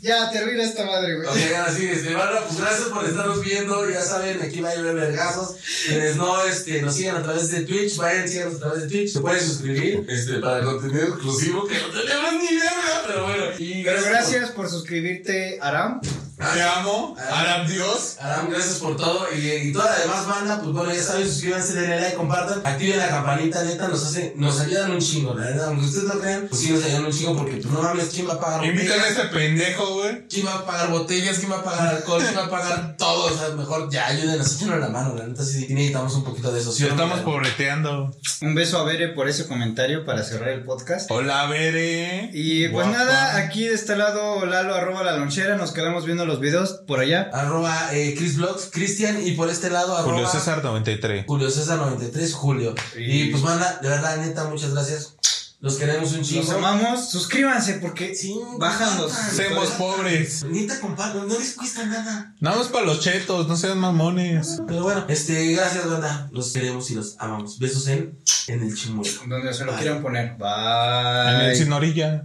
[SPEAKER 2] Ya, termina esta madre, güey.
[SPEAKER 1] Ok, ahora sí, este, banda, pues gracias por estarnos viendo, ya saben, aquí va a haber vergazos. Quienes no este, nos sigan a través de Twitch, vayan, síganos a través de Twitch, se pueden suscribir este, para contenido exclusivo que no tenemos ni verga, pero bueno. Y
[SPEAKER 2] Pero
[SPEAKER 1] por-
[SPEAKER 2] gracias por suscribirte, Aram.
[SPEAKER 1] Ah,
[SPEAKER 3] Te amo. Aram Dios.
[SPEAKER 1] Adam, gracias por todo. Y, y toda la demás banda, pues bueno, ya saben, suscríbanse, denle like, compartan, activen la campanita, neta, nos hace, nos ayudan un chingo, la verdad, aunque ustedes no crean, pues sí nos ayudan un chingo porque pues no mames, ¿quién va a pagar
[SPEAKER 3] Invítame a
[SPEAKER 1] botellas?
[SPEAKER 3] este pendejo, güey.
[SPEAKER 1] ¿Quién va a pagar botellas? ¿Quién va a pagar alcohol? ¿Quién va a pagar todo? O sea, mejor ya ayúdenos, échenos la mano, la neta, sí necesitamos un poquito de eso. ¿sí o no,
[SPEAKER 3] Estamos
[SPEAKER 1] mira?
[SPEAKER 3] pobreteando.
[SPEAKER 2] Un beso a Bere por ese comentario para cerrar el podcast.
[SPEAKER 3] Hola, Bere.
[SPEAKER 2] Y pues
[SPEAKER 3] Guapa.
[SPEAKER 2] nada, aquí de este lado, Lalo, arroba la lonchera, nos quedamos viendo los videos por allá.
[SPEAKER 1] Arroba eh, Chris Vlogs, Cristian, y por este lado, arroba
[SPEAKER 3] Julio César 93.
[SPEAKER 1] Julio César 93, Julio.
[SPEAKER 2] Sí.
[SPEAKER 1] Y pues, banda, de verdad, neta, muchas gracias. Los queremos un
[SPEAKER 2] Los
[SPEAKER 1] chingo.
[SPEAKER 2] amamos. Suscríbanse porque
[SPEAKER 1] Sí,
[SPEAKER 2] bajan los.
[SPEAKER 1] compartan.
[SPEAKER 3] Semos pobres.
[SPEAKER 1] Neta, compadre, no les cuesta nada.
[SPEAKER 3] Nada más para los chetos, no sean mamones.
[SPEAKER 1] Pero bueno, este, gracias, banda. Los queremos y los amamos. Besos en, en el chimuelo.
[SPEAKER 2] Donde se lo
[SPEAKER 1] Bye.
[SPEAKER 2] quieran poner.
[SPEAKER 3] En el
[SPEAKER 2] Bye.
[SPEAKER 3] sin orilla.